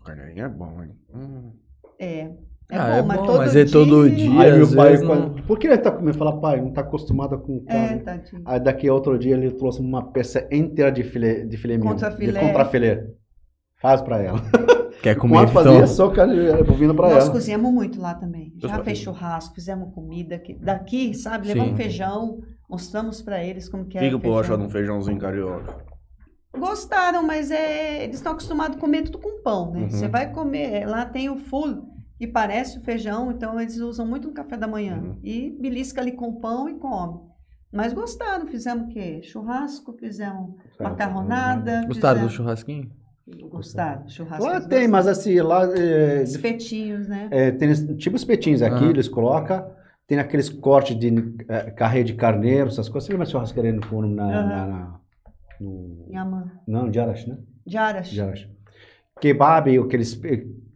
Speaker 1: O carneirinho é bom, hein? Hum.
Speaker 3: É. É
Speaker 2: Ah, é
Speaker 3: mas
Speaker 2: bom,
Speaker 3: todo
Speaker 2: mas
Speaker 3: dia...
Speaker 2: é todo dia. E
Speaker 4: Aí
Speaker 2: às
Speaker 4: meu pai,
Speaker 2: vezes né?
Speaker 4: quando-
Speaker 2: não-
Speaker 4: por que ele tá comendo? Fala, pai, não tá acostumado com
Speaker 3: É,
Speaker 4: carne.
Speaker 3: tadinho.
Speaker 4: Aí daqui a outro dia ele trouxe uma peça inteira de filé, de filé mignon,
Speaker 3: Contrafilé.
Speaker 4: De contrafilé. Faz pra ela.
Speaker 2: Quer comer,
Speaker 4: Quando fazia
Speaker 2: então?
Speaker 4: só carne eh, bovina pra
Speaker 3: Nós
Speaker 4: ela.
Speaker 3: cozinhamos muito lá também.
Speaker 1: Eu
Speaker 3: Já
Speaker 1: só-
Speaker 3: fez churrasco, fizemos comida aqui- daqui, sabe?
Speaker 2: Sim.
Speaker 3: Levamos feijão, mostramos pra eles como que
Speaker 1: O
Speaker 3: era.
Speaker 1: que, que o povo achou de
Speaker 3: feijão.
Speaker 1: um feijãozinho carioca?
Speaker 3: Gostaram, mas é, eles estão acostumados a comer tudo com pão, né?
Speaker 4: Uhum.
Speaker 3: Você vai comer, lá tem o full que parece o feijão, então eles usam muito no café da manhã
Speaker 1: Uhum.
Speaker 3: e belisca ali com pão e come. Mas gostaram, fizemos o quê? Churrasco, fizemos
Speaker 2: É.
Speaker 3: macarronada.
Speaker 2: Gostaram do
Speaker 3: fizemos-
Speaker 2: churrasquinho?
Speaker 3: Gostaram, churrasco.
Speaker 4: Lá
Speaker 3: eles
Speaker 4: tem, mas assim, lá eh,
Speaker 3: Espetinhos, né?
Speaker 4: É, tem esse- tipo os petinhos aqui,
Speaker 2: Aham.
Speaker 4: eles colocam. Tem aqueles cortes de eh, carreira de carneiro, essas coisas. Você lembra churrascaria no forno na,
Speaker 3: Aham.
Speaker 4: na- na- no-
Speaker 3: Inhamã.
Speaker 4: Não, de Arash, né?
Speaker 3: De Arash.
Speaker 4: De Arash. Kebab, aqueles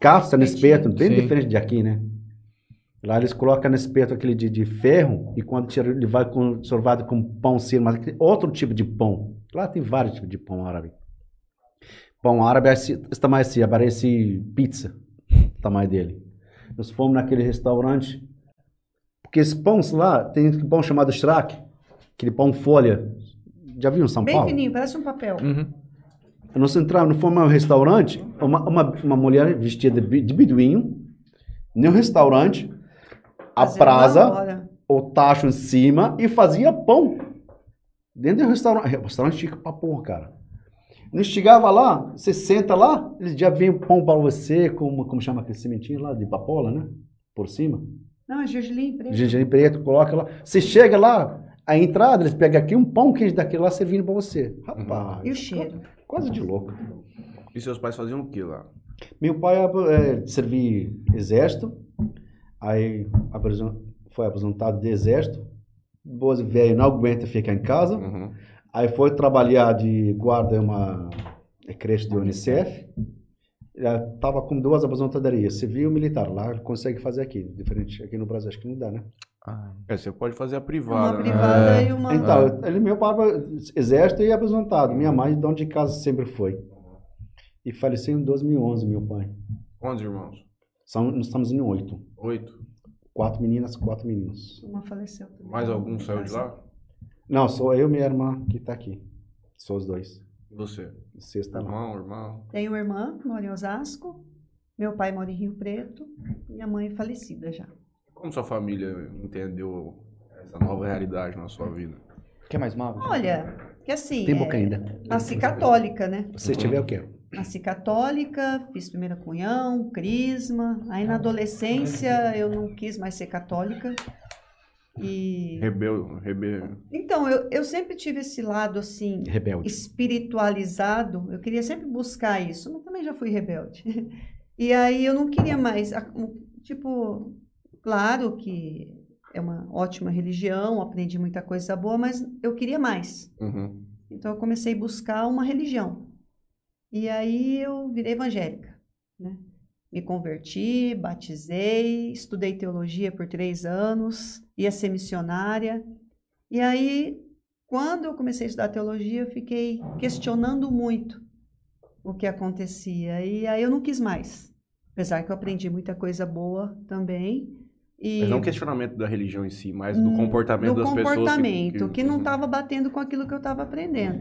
Speaker 4: capsa no espeto, bem
Speaker 2: Sim.
Speaker 4: diferente de aqui, né? Lá eles colocam no espeto aquele de, de ferro e quando tira ele vai com, sorvado com pão sírio, mas aquele outro tipo de pão. Lá tem vários tipos de pão árabe. Pão árabe é esse esse tamanho assim, parece pizza, o tamanho dele. Nós fomos naquele restaurante, porque esse pão lá tem um pão chamado shrak, aquele pão folha. Já viu em São
Speaker 3: Bem
Speaker 4: Paulo?
Speaker 3: fininho, parece um papel.
Speaker 2: Uhum.
Speaker 4: É Nós entramos, não fomos ao restaurante, uma, uma, uma mulher vestida de bi- de beduíno, no restaurante, a
Speaker 3: Fazer na
Speaker 4: praza,
Speaker 3: hora.
Speaker 4: o tacho em cima e fazia pão. Dentro do restaurante, é, o restaurante chique pra porra, cara. Não chegava lá, você senta lá, eles já vêm pão pra você, como, como chama aquele cimentinho lá, de papola, né? Por cima.
Speaker 3: Não, é gergelim preto.
Speaker 4: Gengibre preto, coloca lá. Você chega lá, a entrada, eles pegam aqui um pão queijo daquele lá servindo pra você. Rapaz,
Speaker 3: E o cheiro?
Speaker 4: quase de louco.
Speaker 1: E seus pais faziam o que lá?
Speaker 4: Meu pai é, servia exército, aí apresen- foi aposentado de exército. Depois velho não aguenta ficar em casa,
Speaker 1: Uhum.
Speaker 4: aí foi trabalhar de guarda em uma é, creche do Unicef. Estava com duas aposentadorias, civil e militar. Lá ele consegue fazer aqui, diferente aqui no Brasil, acho que não dá, né?
Speaker 2: Ah,
Speaker 1: É, você pode fazer a privada,
Speaker 3: Uma
Speaker 1: né?
Speaker 3: privada e uma.
Speaker 4: Então, ele, meu pai era exército e aposentado. Minha mãe, dona de casa, sempre foi. E faleceu em 2011, meu pai.
Speaker 1: Quantos irmãos?
Speaker 4: São, nós estamos em oito.
Speaker 1: Oito.
Speaker 4: Quatro meninas, quatro meninos.
Speaker 3: Uma faleceu também.
Speaker 1: Mais algum saiu de lá?
Speaker 4: Não, sou eu e minha irmã que tá aqui. Sou os dois.
Speaker 1: E você?
Speaker 4: O sexto tá lá.
Speaker 1: Irmão, irmão.
Speaker 3: Tenho uma irmã que mora em Osasco. Meu pai mora em Rio Preto. Minha mãe é falecida já.
Speaker 1: Como sua família entendeu essa nova realidade na sua vida?
Speaker 2: Quer mais mal?
Speaker 3: Olha, que assim.
Speaker 4: Tem
Speaker 3: é,
Speaker 4: boca ainda.
Speaker 3: Nasci católica, né?
Speaker 4: Se tiver, eu quero.
Speaker 3: Nasci católica, fiz primeira comunhão, crisma. Aí na adolescência eu não quis mais ser católica. E.
Speaker 1: Rebel, rebel.
Speaker 3: Então, eu, eu sempre tive esse lado assim.
Speaker 4: Rebelde.
Speaker 3: espiritualizado, eu queria sempre buscar isso, mas também já fui rebelde. E aí eu não queria mais, a- o- tipo, claro que é uma ótima religião, aprendi muita coisa boa, mas eu queria mais.
Speaker 1: Uhum.
Speaker 3: Então eu comecei a buscar uma religião. E aí eu virei evangélica, né? Me converti, batizei, estudei teologia por três anos, ia ser missionária. E aí, quando eu comecei a estudar teologia, eu fiquei questionando muito o que acontecia. E aí eu não quis mais. Apesar que eu aprendi muita coisa boa também. E
Speaker 1: Mas não questionamento da religião em si, mas do
Speaker 3: Hum,
Speaker 1: comportamento
Speaker 3: do
Speaker 1: das pessoas.
Speaker 3: comportamento, que, não tá
Speaker 1: Uhum.
Speaker 3: estava batendo com aquilo que eu estava aprendendo.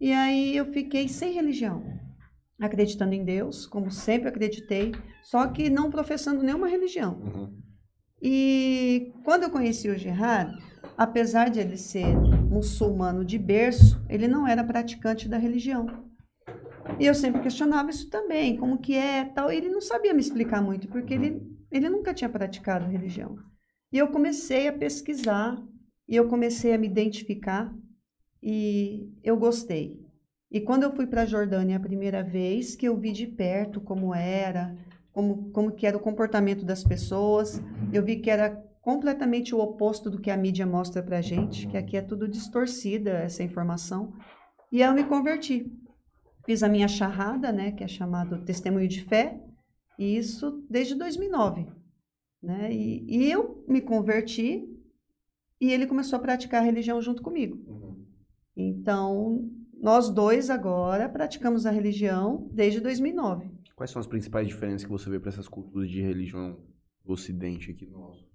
Speaker 3: E aí eu fiquei sem religião, acreditando em Deus, como sempre acreditei, só que não professando nenhuma religião.
Speaker 1: Uhum.
Speaker 3: E quando eu conheci o Gerard, apesar de ele ser muçulmano de berço, ele não era praticante da religião. E eu sempre questionava isso também, como que é, tal. Ele não sabia me explicar muito, porque ele, ele nunca tinha praticado religião. E eu comecei a pesquisar, e eu comecei a me identificar, e eu gostei. E quando eu fui para a Jordânia a primeira vez, que eu vi de perto como era, como, como que era o comportamento das pessoas, eu vi que era completamente o oposto do que a mídia mostra pra gente, que aqui é tudo distorcida essa informação. E eu me converti. Fiz a minha charrada, né, que é chamado testemunho de fé, e isso desde 2009, né? E, e eu me converti e ele começou a praticar a religião junto comigo. Então, nós dois agora praticamos a religião desde 2009.
Speaker 1: Quais são as principais diferenças que você vê para essas culturas de religião do ocidente aqui no nosso?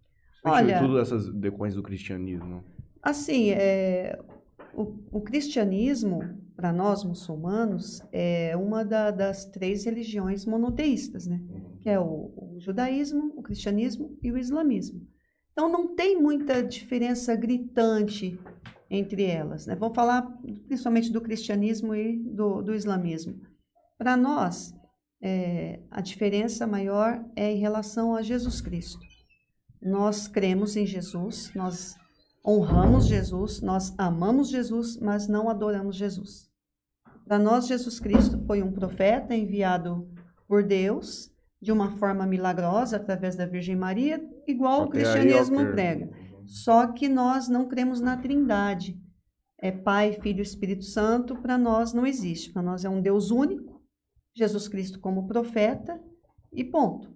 Speaker 3: Olha-
Speaker 1: Tudo essas decorrências do cristianismo. né?
Speaker 3: Assim, é, o, o cristianismo, para nós muçulmanos, é uma da- das três religiões monoteístas, né? Que é o, o judaísmo, o cristianismo e o islamismo. Então, não tem muita diferença gritante entre elas, né? Vamos falar principalmente do cristianismo e do, do islamismo. Para nós, é, a diferença maior é em relação a Jesus Cristo. Nós cremos em Jesus, nós honramos Jesus, nós amamos Jesus, mas não adoramos Jesus. Para nós, Jesus Cristo foi um profeta enviado por Deus de uma forma milagrosa através da Virgem Maria, igual o
Speaker 1: Até aí, ó,
Speaker 3: cristianismo
Speaker 1: per-
Speaker 3: prega. Só que nós não cremos na Trindade. É Pai, Filho e Espírito Santo, para nós não existe. Para nós é um Deus único, Jesus Cristo como profeta e ponto.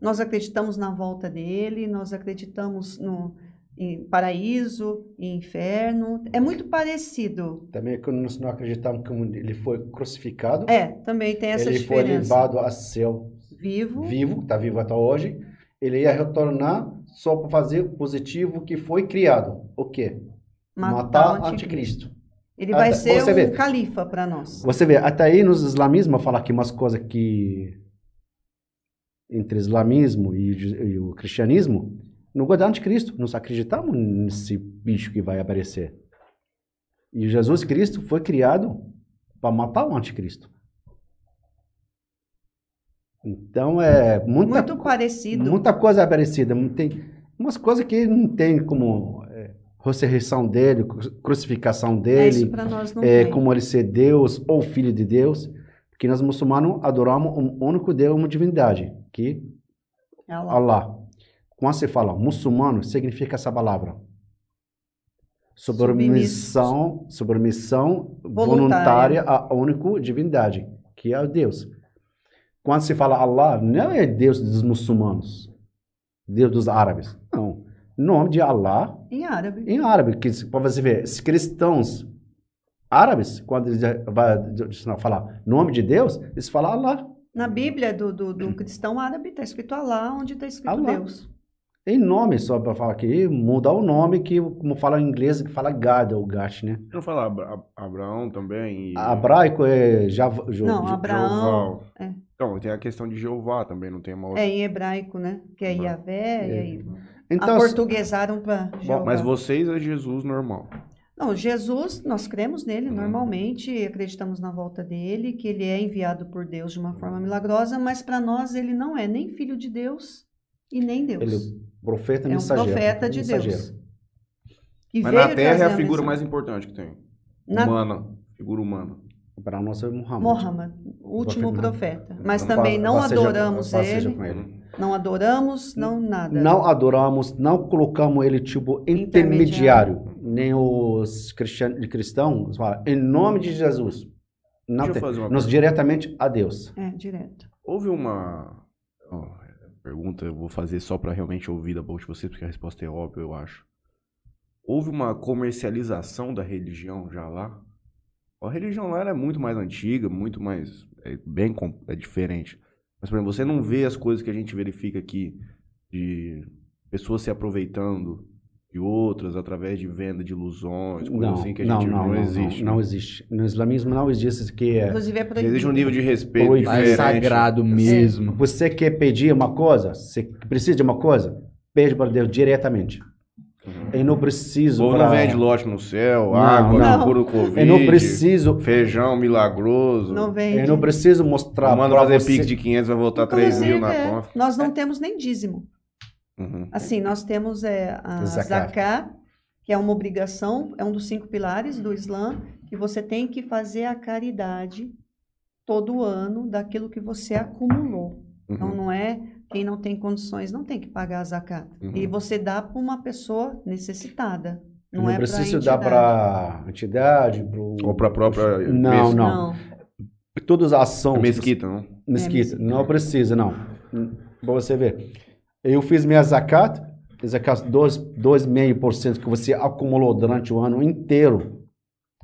Speaker 3: Nós acreditamos na volta dele, nós acreditamos no em paraíso, em inferno. É muito parecido.
Speaker 4: Também quando nós não acreditamos que ele foi crucificado,
Speaker 3: É, também tem essa
Speaker 4: ele foi
Speaker 3: diferença.
Speaker 4: levado a céu
Speaker 3: Vivo,
Speaker 4: vivo, está vivo até hoje. Ele ia retornar só para fazer o positivo que foi criado. O quê?
Speaker 3: matar, o anticristo.
Speaker 4: anticristo.
Speaker 3: Ele
Speaker 4: Ah,
Speaker 3: vai
Speaker 4: tá.
Speaker 3: ser
Speaker 4: Você
Speaker 3: um
Speaker 4: vê.
Speaker 3: califa para nós.
Speaker 4: Você vê, até aí nos islamismos fala que umas coisas que entre islamismo e, ju- e o cristianismo não gosta de anticristo, nós acreditamos nesse bicho que vai aparecer. E Jesus Cristo foi criado para matar o anticristo. Então é muita
Speaker 3: Muito parecido.
Speaker 4: Muita coisa é parecida. não Tem umas coisas que não tem como é, ressurreição dele, cru- crucificação
Speaker 3: é isso
Speaker 4: dele,
Speaker 3: para nós não
Speaker 4: é,
Speaker 3: tem.
Speaker 4: como ele ser Deus ou filho de Deus. Porque nós muçulmanos adoramos um único Deus, uma divindade, que
Speaker 3: É lá.
Speaker 4: Allah. Quando você fala muçulmano, significa essa palavra. Submissão, submissão
Speaker 3: Voluntária.
Speaker 4: voluntária. à única divindade, que é o Deus. Quando se fala Allah, não é Deus dos muçulmanos, Deus dos árabes. Não. O nome de Allah
Speaker 3: Em árabe.
Speaker 4: em árabe, que para você ver, os cristãos árabes, quando eles vai falar nome de Deus, eles falam Allah.
Speaker 3: Na Bíblia do, do, do cristão árabe está escrito Alá, onde está escrito
Speaker 4: Alá.
Speaker 3: Deus.
Speaker 4: Tem nome só para falar aqui, mudar o nome que, como fala em inglês, que fala God ou Gat, né?
Speaker 1: Não fala Abra- Ab- Abraão também? E...
Speaker 4: Abraico é Jav- Jo-
Speaker 3: Não,
Speaker 4: Jo-
Speaker 3: Abra- Abraão,
Speaker 1: Jeová.
Speaker 3: é.
Speaker 1: Então, tem a questão de Jeová também, não tem uma outra.
Speaker 3: É em hebraico, né? Que é
Speaker 1: Uhum.
Speaker 3: Iavé, e aí
Speaker 4: Então,
Speaker 3: aportuguesaram para Jeová.
Speaker 1: Mas vocês é Jesus normal.
Speaker 3: Não, Jesus, nós cremos nele
Speaker 1: Uhum.
Speaker 3: normalmente, acreditamos na volta dele, que ele é enviado por Deus de
Speaker 1: Uhum.
Speaker 3: uma forma milagrosa, mas para nós ele não é nem filho de Deus e nem Deus.
Speaker 4: ele é profeta
Speaker 3: é um
Speaker 4: mensageiro.
Speaker 3: profeta de
Speaker 4: mensageiro.
Speaker 3: Deus. E
Speaker 1: Mas na
Speaker 3: veio
Speaker 1: Terra é
Speaker 3: trazer
Speaker 1: a figura
Speaker 3: mensagem.
Speaker 1: mais importante que tem.
Speaker 3: Na-
Speaker 1: Humana. Figura humana.
Speaker 4: Para nós é Muhammad.
Speaker 3: Muhammad, o último
Speaker 4: Profeta
Speaker 3: profeta. Mas
Speaker 4: Então,
Speaker 3: também
Speaker 4: pa-
Speaker 3: não
Speaker 4: passeja-
Speaker 3: adoramos
Speaker 4: passeja
Speaker 3: ele,
Speaker 4: com ele.
Speaker 3: não adoramos, não nada.
Speaker 4: Não adoramos, não colocamos ele tipo intermediário. Nem os cristian- cristãos falam, em nome de Jesus. Não
Speaker 1: Deixa eu
Speaker 4: tem.
Speaker 1: fazer uma
Speaker 4: Nos
Speaker 1: pergunta.
Speaker 4: diretamente a Deus.
Speaker 3: É, direto.
Speaker 1: Houve uma ó, pergunta, eu vou fazer só pra realmente ouvir da boca de vocês, porque a resposta é óbvia, eu acho. Houve uma comercialização da religião já lá? A religião lá era muito mais antiga, muito mais. É bem com- é diferente. Mas, por exemplo, você não vê as coisas que a gente verifica aqui de pessoas se aproveitando de outras através de venda de ilusões, coisas
Speaker 4: Não,
Speaker 1: assim que a
Speaker 4: não,
Speaker 1: gente
Speaker 4: não, não,
Speaker 1: existe.
Speaker 4: Não, não existe. No islamismo não existe isso que é.
Speaker 3: Inclusive é
Speaker 1: Não
Speaker 3: proibido.
Speaker 1: existe um nível de respeito.
Speaker 4: Proibido.
Speaker 2: Lá é
Speaker 1: diferente.
Speaker 2: sagrado mesmo.
Speaker 4: Você quer pedir uma coisa, você precisa de uma coisa, pede para Deus diretamente.
Speaker 1: Uhum.
Speaker 4: Eu não
Speaker 1: O
Speaker 4: preciso.
Speaker 1: povo
Speaker 4: pra-
Speaker 1: não vende lote no céu,
Speaker 4: Não,
Speaker 1: água,
Speaker 3: não.
Speaker 1: cura o
Speaker 4: Eu
Speaker 1: Covid,
Speaker 4: não preciso.
Speaker 1: feijão milagroso.
Speaker 3: Não vende.
Speaker 4: Eu não preciso mostrar
Speaker 1: Manda
Speaker 4: para
Speaker 1: fazer
Speaker 4: você.
Speaker 1: pix de 500, vai voltar 3 mil na
Speaker 3: Inclusive, é,
Speaker 1: conta.
Speaker 3: Nós não temos nem dízimo.
Speaker 1: Uhum.
Speaker 3: Assim, nós temos é, a
Speaker 4: Zakat.
Speaker 3: Zakat, que é uma obrigação, é um dos cinco pilares do Islã, que você tem que fazer a caridade todo ano daquilo que você acumulou. Então,
Speaker 1: uhum.
Speaker 3: não é Quem não tem condições não tem que pagar a zakat.
Speaker 1: Uhum.
Speaker 3: E você dá para uma pessoa necessitada. Não,
Speaker 4: Não,
Speaker 3: é pra
Speaker 4: precisa dar
Speaker 3: entidade.
Speaker 4: para entidade, pro...
Speaker 1: Ou pra própria
Speaker 4: Não,
Speaker 1: mes-
Speaker 4: não. Todas as ações...
Speaker 1: mesquita, não?
Speaker 4: Mesquita.
Speaker 3: É, mesquita.
Speaker 4: Não precisa, não. Pra você ver. Eu fiz minha zakat, zakat 2,5% 2,5% que você acumulou durante o ano inteiro.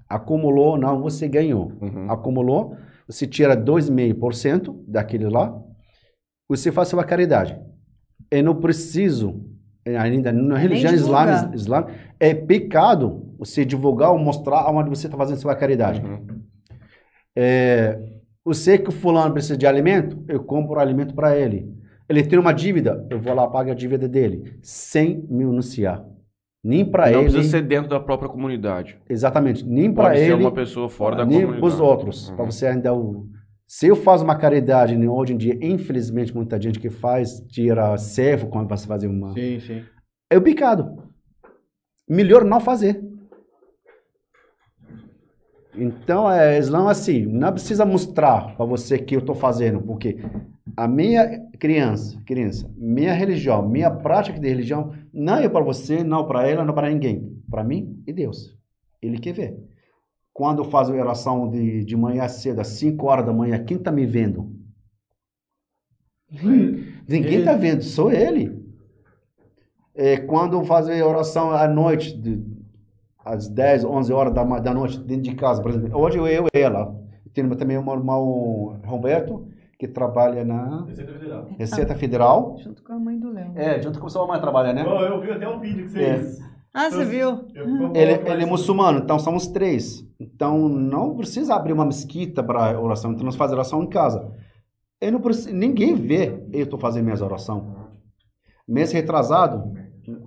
Speaker 4: Acumulou, não, você ganhou.
Speaker 1: Uhum.
Speaker 4: Acumulou, você tira 2,5% daquele lá, você faz sua caridade. Eu não preciso, eh, ainda na religião
Speaker 3: divulgar.
Speaker 4: islâmica, islâmica, é pecado você divulgar ou mostrar onde você está fazendo sua caridade.
Speaker 1: Uhum.
Speaker 4: É, eu sei que o fulano precisa de alimento, eu compro alimento para ele. Ele tem uma dívida, eu vou lá pago a dívida dele, sem me anunciar. Nem para
Speaker 1: Não
Speaker 4: ele,
Speaker 1: precisa ser dentro da própria comunidade.
Speaker 4: exatamente, nem para
Speaker 1: Pode ser
Speaker 4: ele,
Speaker 1: uma pessoa fora da
Speaker 4: nem
Speaker 1: comunidade.
Speaker 4: os outros.
Speaker 1: Uhum.
Speaker 4: Para você ainda o se eu faço uma caridade né, hoje em dia, infelizmente muita gente que faz tira servo quando você fazer uma
Speaker 5: Sim, sim.
Speaker 4: é o pecado. Melhor não fazer. Então, é, Islã é assim, não precisa mostrar para você que eu estou fazendo, porque a minha criança, criança, minha religião, minha prática de religião não é para você, não para ela, não é para ninguém, para mim e Deus. Ele quer ver. Quando eu faço oração de, de manhã cedo, às 5 horas da manhã, quem está me vendo? Ninguém está vendo, sou ele. É, quando eu fazer oração à noite, de, às 10, 11 horas da, ma- da noite, dentro de casa, por exemplo. Hoje eu eu e ela. Temos também o meu irmão Roberto, que trabalha na
Speaker 5: Receita Federal.
Speaker 4: Receita Federal.
Speaker 3: Junto com a mãe do Léo.
Speaker 4: É, junto com a sua mãe trabalha, né?
Speaker 5: Ô, eu vi até um vídeo que
Speaker 4: É.
Speaker 5: vocês.
Speaker 3: Ah, você viu?
Speaker 5: Eu vou
Speaker 4: Ele,
Speaker 5: colocar um
Speaker 4: ele é
Speaker 5: isso.
Speaker 4: muçulmano, então somos três. Então não precisa abrir uma mesquita para oração. Então nós fazemos oração em casa. Eu não preciso, ninguém vê eu estou fazendo minhas orações. Mês retrasado,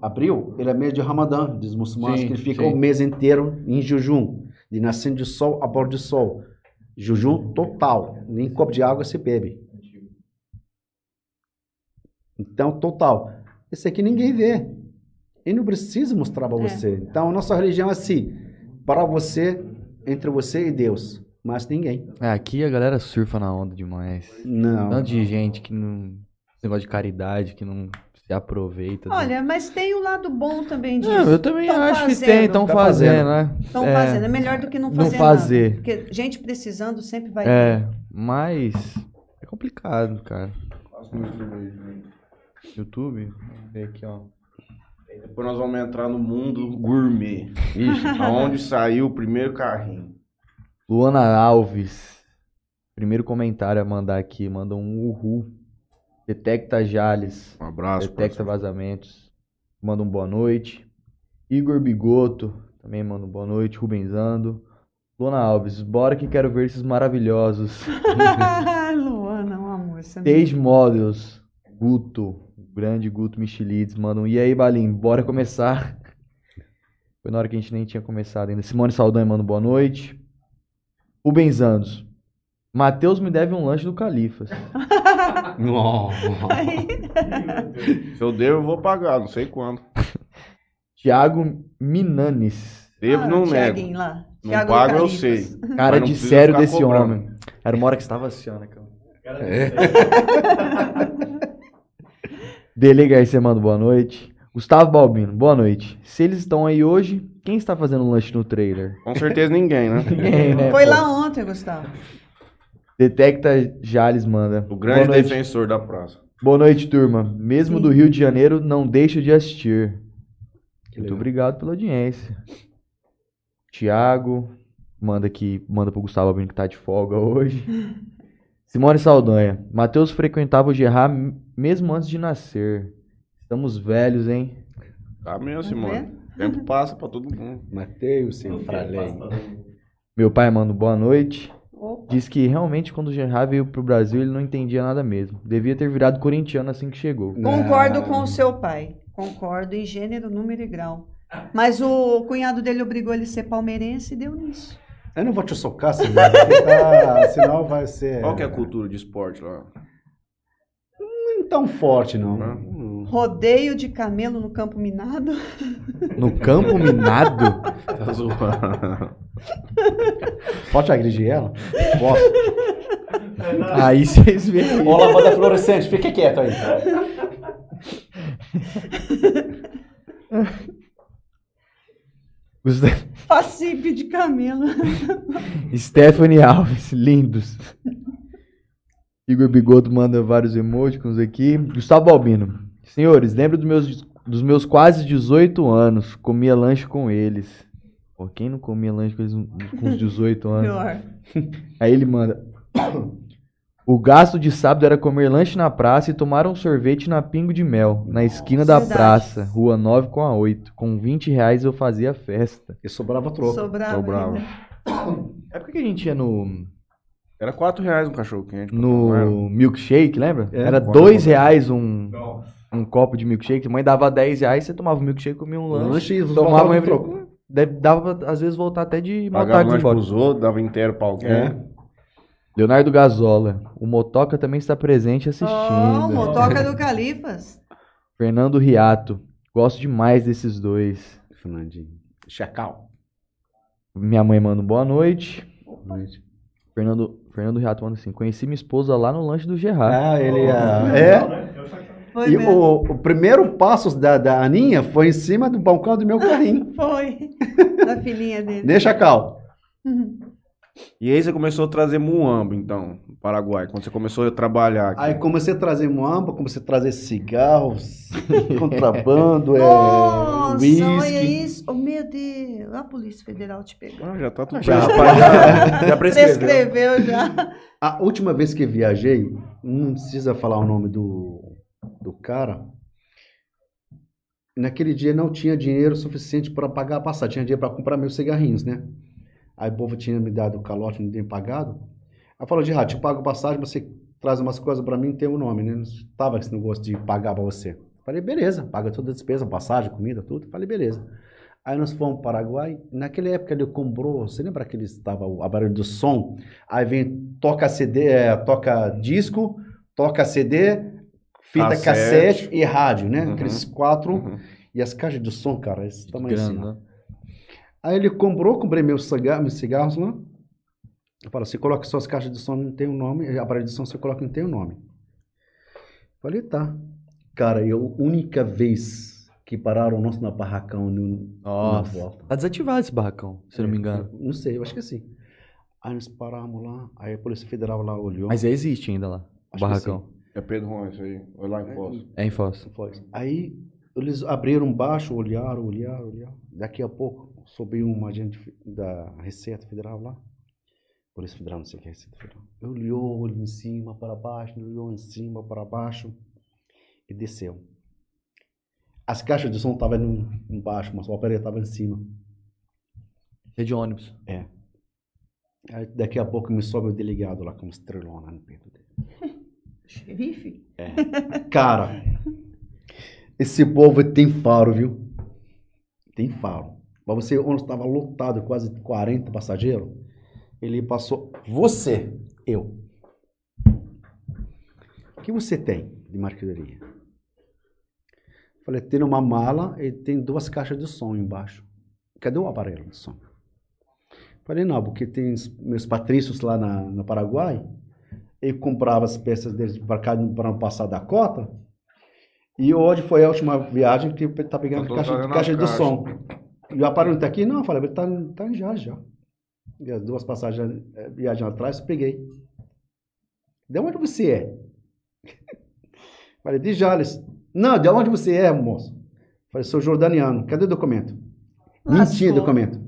Speaker 4: abril, ele é mês de Ramadã, dos muçulmanos,
Speaker 2: Sim,
Speaker 4: que ele fica
Speaker 2: sim.
Speaker 4: o mês inteiro em jejum, de nascendo de sol a pôr do sol. Jejum total, nem copo de água se bebe. Então, total. Esse aqui ninguém vê. E não precisa mostrar para
Speaker 3: É.
Speaker 4: você. Então, a nossa religião é assim: para você, entre você e Deus, mas ninguém.
Speaker 2: É, aqui a galera surfa na onda demais.
Speaker 4: Não.
Speaker 2: Tanto de gente que não. esse Negócio de caridade, que não se aproveita. do-
Speaker 3: Olha, mas tem o lado bom também disso.
Speaker 2: Não, eu também
Speaker 3: Tão
Speaker 2: acho que
Speaker 3: fazendo.
Speaker 2: tem, estão
Speaker 4: Tá
Speaker 2: fazendo, né?
Speaker 3: Estão
Speaker 2: é,
Speaker 3: fazendo. É melhor do que não
Speaker 2: não
Speaker 3: fazer
Speaker 2: fazer.
Speaker 3: nada. Porque gente precisando sempre vai ter.
Speaker 2: É, mas. É complicado, cara.
Speaker 1: Passa no YouTube aí, gente.
Speaker 2: YouTube, vamos ver aqui, ó.
Speaker 1: Depois nós vamos entrar no mundo gourmet. Aonde saiu o primeiro carrinho?
Speaker 2: Luana Alves. Primeiro comentário a mandar aqui. Manda um uhul. Detecta Jales.
Speaker 1: Um abraço.
Speaker 2: Detecta Vazamentos. Manda um boa noite. Igor Bigoto. Também manda um boa noite. Rubens Ando. Luana Alves. Bora que quero ver esses maravilhosos.
Speaker 3: Luana, um amor. Você me-
Speaker 2: Stage Models. Guto. O grande Guto Michelides. Manda um e aí, Balim. Bora começar. Foi na hora que a gente nem tinha começado ainda. Simone Saldanha manda um boa noite. Rubens Andos. Matheus me deve um lanche do Califas.
Speaker 1: parceiro. Se eu devo, eu vou pagar, não sei quando.
Speaker 2: Tiago Minanes.
Speaker 1: Devo,
Speaker 3: Ah,
Speaker 1: não nego.
Speaker 3: Tiaguinho lá.
Speaker 1: Não
Speaker 3: Tiago
Speaker 1: pago, eu
Speaker 3: Eucaliptos.
Speaker 1: sei.
Speaker 3: Uhum.
Speaker 2: Cara
Speaker 1: Mas não
Speaker 2: de
Speaker 1: precisa
Speaker 2: sério
Speaker 1: ficar
Speaker 2: desse
Speaker 1: cobrando.
Speaker 2: homem. Era uma hora que estava assim, ó, na cama.
Speaker 5: Cara,
Speaker 4: É.
Speaker 2: Dele Garcia manda um boa noite. Gustavo Balbino, boa noite. Se eles estão aí hoje, quem está fazendo um lanche no trailer?
Speaker 1: Com certeza ninguém, né?
Speaker 2: Ninguém, né?
Speaker 3: Foi
Speaker 2: pô?
Speaker 3: lá ontem, Gustavo.
Speaker 2: Detecta Jales manda.
Speaker 1: O grande
Speaker 2: boa noite,
Speaker 1: defensor da praça.
Speaker 2: boa noite, turma. Mesmo do Rio de Janeiro, não deixo de assistir. Muito
Speaker 4: legal.
Speaker 2: obrigado pela audiência. Tiago, manda aqui, manda pro Gustavo Albino que tá de folga hoje. Simone Saldanha. Matheus frequentava o Gerard m- mesmo antes de nascer. Estamos velhos, hein?
Speaker 1: Tá mesmo,
Speaker 3: Tá
Speaker 1: Simone. O tempo passa pra todo mundo.
Speaker 4: Mateus, sem
Speaker 5: Não
Speaker 4: pra
Speaker 5: tem
Speaker 4: lei.
Speaker 5: espaço pra mim.
Speaker 2: Meu pai manda boa noite.
Speaker 3: Opa.
Speaker 2: Diz que realmente quando o Gerard veio pro Brasil ele não entendia nada mesmo. Devia ter virado corintiano assim que chegou.
Speaker 3: Concordo com o seu pai. Concordo em gênero, número e grau. Mas o cunhado dele obrigou ele a ser palmeirense e deu nisso.
Speaker 4: Eu não vou te socar, senão, você tá- senão vai ser.
Speaker 1: Qual que é a cultura de esporte lá?
Speaker 4: Não tão forte, não.
Speaker 1: Não.
Speaker 4: Hum.
Speaker 3: Rodeio de camelo no campo minado.
Speaker 2: No campo minado?
Speaker 1: Tá zoando.
Speaker 4: Pode agredir ela? Posso.
Speaker 2: Aí vocês veem.
Speaker 4: Ó, lâmpada fluorescente, fica quieto aí.
Speaker 2: Os
Speaker 3: Facipe de camelo.
Speaker 2: Stephanie Alves, lindos. Igor Bigoto manda vários emoticons aqui. Gustavo Albino. Senhores, lembro dos meus, dos meus quase 18 anos. Comia lanche com eles. Pô, quem não comia lanche com eles um, com os 18 anos?
Speaker 3: Pior.
Speaker 2: Aí ele manda. O gasto de sábado era comer lanche na praça e tomar um sorvete na Pingo de Mel, na esquina da
Speaker 3: Verdade.
Speaker 2: praça, rua 9 com a 8. Com 20 reais eu fazia festa.
Speaker 4: E sobrava troco.
Speaker 3: Sobrava. né?
Speaker 1: Sobrava.
Speaker 3: ainda.
Speaker 2: É porque a gente ia no,
Speaker 1: Era 4 reais um cachorro quente. não era?
Speaker 2: no milkshake, lembra?
Speaker 4: É,
Speaker 2: era
Speaker 1: bom,
Speaker 2: 2
Speaker 1: bom.
Speaker 2: reais um,
Speaker 5: Não.
Speaker 2: um copo de milkshake. Mãe dava 10 reais, você tomava o milkshake e comia um lanche.
Speaker 4: Lanche e
Speaker 2: tomava
Speaker 4: faltava
Speaker 2: um
Speaker 4: um troco.
Speaker 2: Deve- Dava, pra, às vezes, voltar até de
Speaker 1: Pagava
Speaker 2: maltado
Speaker 1: lanche
Speaker 2: embora.
Speaker 1: pros outros, dava inteiro pra alguém.
Speaker 4: É.
Speaker 2: Leonardo Gazola. O Motoca também está presente assistindo.
Speaker 3: Ó, Ah, o motoca do Califas.
Speaker 2: Fernando Riato. Gosto demais desses dois.
Speaker 4: Fernandinho. Chacal.
Speaker 2: Minha mãe manda um boa noite.
Speaker 4: Noite.
Speaker 2: Fernando, Fernando Riato manda assim: Conheci minha esposa lá no lanche do Gerard.
Speaker 4: Ah, ele ah,
Speaker 5: Não,
Speaker 4: é.
Speaker 5: né? Eu só-
Speaker 3: Foi
Speaker 4: E
Speaker 3: mesmo.
Speaker 4: o, o primeiro passo da, da Aninha foi em cima do balcão do meu carrinho.
Speaker 3: Foi. Da filhinha dele. Uhum.
Speaker 4: Né, Chacal?
Speaker 1: E aí você começou a trazer muamba, então, no Paraguai, quando você começou a trabalhar aqui.
Speaker 4: Aí comecei a trazer muamba, comecei a trazer cigarros, contrabando, é,
Speaker 3: Nossa, olha
Speaker 4: whisky.
Speaker 3: isso. Oh, meu Deus. A Polícia Federal te pegou.
Speaker 1: Ah, já tá tudo
Speaker 4: Já,
Speaker 1: já, já, já prescreveu.
Speaker 3: Prescreveu já.
Speaker 4: A última vez que viajei, não precisa falar o nome do, do cara. Naquele dia não tinha dinheiro suficiente para pagar a passagem, tinha dinheiro para comprar meus cigarrinhos, né? Aí o povo tinha me dado o calote, não tinha pagado. Aí falou: de te pago passagem, você traz umas coisas para mim, tem o nome, né? Não tava com esse negócio de pagar para você. Falei: beleza, paga toda a despesa, passagem, comida, tudo. Falei: beleza. Aí nós fomos para o Paraguai. Naquela época ele comprou, você lembra que ele estava o barulho do som? Aí vem toca CD, eh, toca disco, toca CD, fita
Speaker 1: Cassete.
Speaker 4: cassete, e rádio, né?
Speaker 1: Uhum.
Speaker 4: Aqueles quatro.
Speaker 1: Uhum.
Speaker 4: E as caixas de som, cara, esse tamanho assim.
Speaker 2: Grande, né?
Speaker 4: Aí ele comprou, comprei meus, cigarro, meus cigarros lá. Eu falei, você coloca suas caixas de som, não tem o nome, a aparelho de som você coloca, não tem o nome. Falei, tá. Cara, eu, única vez que pararam o nosso na barracão no,
Speaker 2: Nossa.
Speaker 4: na volta.
Speaker 2: Tá desativado esse barracão, se eu
Speaker 4: É.
Speaker 2: não me engano.
Speaker 4: Não sei, eu acho que sim. Aí nós paramos lá, aí a Polícia Federal lá olhou.
Speaker 2: Mas existe ainda lá. O
Speaker 4: Acho que
Speaker 2: barracão.
Speaker 1: É Pedro Juan, isso aí. Olha lá em Foz.
Speaker 2: É em Foz.
Speaker 4: Pois. Aí eles abriram um baixo, olharam, olharam, olharam. Daqui a pouco subiu um agente fe- da Receita Federal lá. Polícia Federal, não sei o que é Receita Federal. Olhou, olhou em cima, para baixo, olhou em cima, para baixo e desceu. As caixas de som estavam em- embaixo, mas o aparelho estava em cima.
Speaker 2: É de ônibus.
Speaker 4: Aí, daqui a pouco me sobe o delegado lá com uma estrelona no peito dele.
Speaker 3: Xerife?
Speaker 4: Cara, esse povo tem faro, viu? Tem faro. Mas você, onde estava lotado, quase 40 passageiros, ele passou. Você, eu. O que você tem de mercadoria? Falei, tem uma mala e tem duas caixas de som embaixo. Cadê o aparelho de som? Falei, não, porque tem os- meus patrícios lá na, no Paraguai eu comprava as peças deles para não passar da cota. E hoje foi a última viagem que tá
Speaker 1: Eu
Speaker 4: pegando
Speaker 1: tô
Speaker 4: caixa,
Speaker 1: pagando
Speaker 4: caixa
Speaker 1: as
Speaker 4: do
Speaker 1: caixas.
Speaker 4: som. E o aparelho tá aqui? Não, eu falei, tá, tá em já, já. E as duas passagens, eh, viagem atrás, eu peguei. De onde você é? Falei, de Jales. Não, de onde você é, moço? Falei, sou jordaniano. Cadê o documento? Não tinha
Speaker 3: Lascou.
Speaker 4: documento.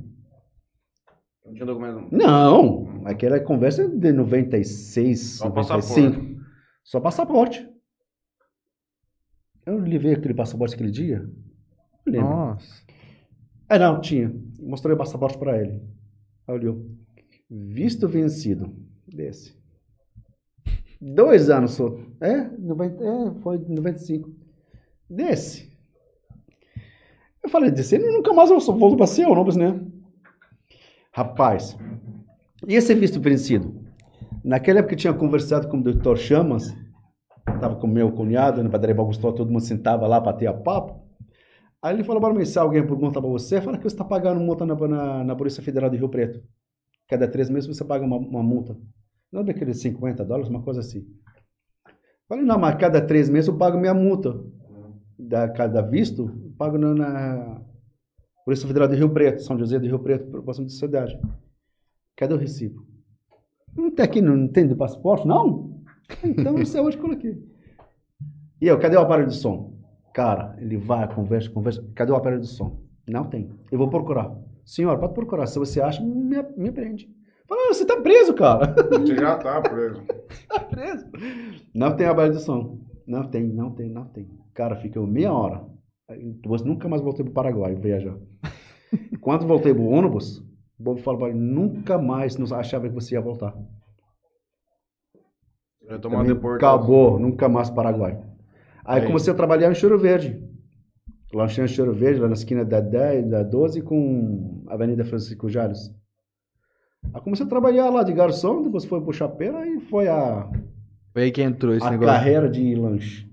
Speaker 1: Não tinha documento não.
Speaker 4: Não, aquela conversa de 96,
Speaker 1: Só
Speaker 4: 95. Só passaporte. Eu levei aquele passaporte aquele dia? Não lembro.
Speaker 2: Nossa.
Speaker 4: É, não, tinha. Mostrei o passaporte para ele. Aí olhou. Visto vencido. Desse. Dois anos só. É, 90, é foi em 95. Desse. Eu falei, desse, ele nunca mais eu só volto para ser Nobres, né? Rapaz, e esse visto vencido? Naquela época eu tinha conversado com o doutor Chamas, estava com meu cunhado, né, na padaria Bagustó, todo mundo sentava lá para ter a papo. Aí ele falou para mim, se alguém pergunta para você, fala que você tá está pagando multa na, na, na Polícia Federal de Rio Preto. Cada três meses você paga uma, uma multa. Não é daqueles 50 dólares, uma coisa assim. Falei, não, mas cada três meses eu pago minha multa. Da cada visto, eu pago na, na Polícia Federal de Rio Preto, São José do Rio Preto, próximo de cidade. Cadê o recibo? Não tem aqui, não tem do passaporte, não? Então isso é hoje que eu coloquei. E eu, cadê o aparelho de som? Cara, ele vai, conversa, conversa. Cadê o aparelho de som? Não tem. Eu vou procurar. Senhor, pode procurar. Se você acha, me, me prende. Fala, "Ah, você tá preso, cara.
Speaker 6: Você já tá preso.
Speaker 4: preso. Não tem aparelho de som. Não tem, não tem, não tem. Cara, ficou meia hora. Aí, Você nunca mais voltei pro Paraguai viajar. Quando voltei pro ônibus, o Bob falou pra mim, nunca mais nos achava que você ia voltar.
Speaker 6: Já tomou uma
Speaker 4: Também
Speaker 6: deportação.
Speaker 4: Acabou, nunca mais Paraguai.
Speaker 2: É
Speaker 4: Aí,
Speaker 6: Aí.
Speaker 4: comecei a trabalhar em Choro Verde. Lá em Choro Verde, lá na esquina da 10, da 12 com a Avenida Francisco Jales. Aí comecei a trabalhar lá de garçom, depois foi pro chapeiro, aí foi a,
Speaker 2: Foi aí que entrou esse
Speaker 4: a
Speaker 2: negócio.
Speaker 4: carreira de lanche.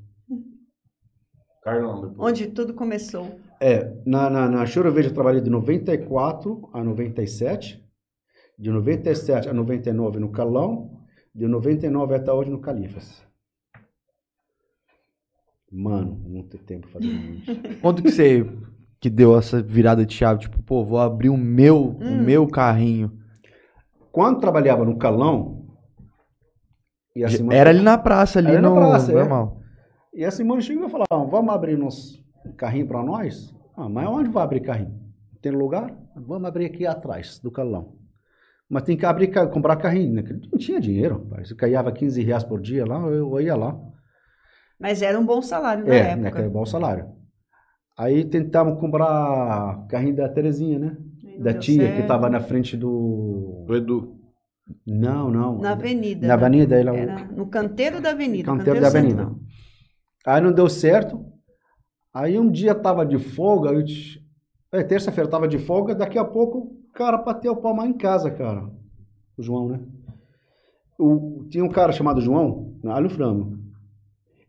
Speaker 6: Carlão, depois.
Speaker 3: Onde tudo começou.
Speaker 4: É, na, na, na Choro Verde eu trabalhei de 94 a 97, de 97 a 99 no Calão, de 99 até hoje no Califas. Mano, muito tempo fazendo isso.
Speaker 2: Quando que você que deu essa virada de chave? Tipo, pô, vou abrir o meu, o
Speaker 3: Hum.
Speaker 2: meu carrinho.
Speaker 4: Quando trabalhava no Calão, e assim, mano-
Speaker 2: Era ali na praça, ali
Speaker 4: Era na
Speaker 2: no
Speaker 4: praça, é.
Speaker 2: normal.
Speaker 4: E essa irmã chegou e falou: "Ah, vamos abrir nosso carrinho para nós? Ah, mas onde vai abrir carrinho? Tem lugar? Vamos abrir aqui atrás do calão. Mas tem que abrir, ca- comprar carrinho. né? Não tinha dinheiro, rapaz. Eu caiava 15 reais por dia lá, eu, eu ia lá.
Speaker 3: Mas era um bom salário na
Speaker 4: é, né, que
Speaker 3: época.
Speaker 4: era bom salário. Aí tentamos comprar carrinho da Terezinha, né?
Speaker 3: Aí não
Speaker 4: Da
Speaker 3: deu
Speaker 4: tia que
Speaker 3: certo.
Speaker 4: estava na frente do.
Speaker 6: O Edu.
Speaker 4: Não, não.
Speaker 3: Na avenida.
Speaker 4: Na
Speaker 3: né?
Speaker 4: avenida, ela-
Speaker 3: Era no canteiro da avenida.
Speaker 4: Canteiro da avenida.
Speaker 3: central.
Speaker 4: Aí não deu certo. Aí um dia tava de folga, eu te- é, terça-feira tava de folga, daqui a pouco o cara bateu o palma em casa, cara. O João, né? O- Tinha um cara chamado João, na Alho Frango.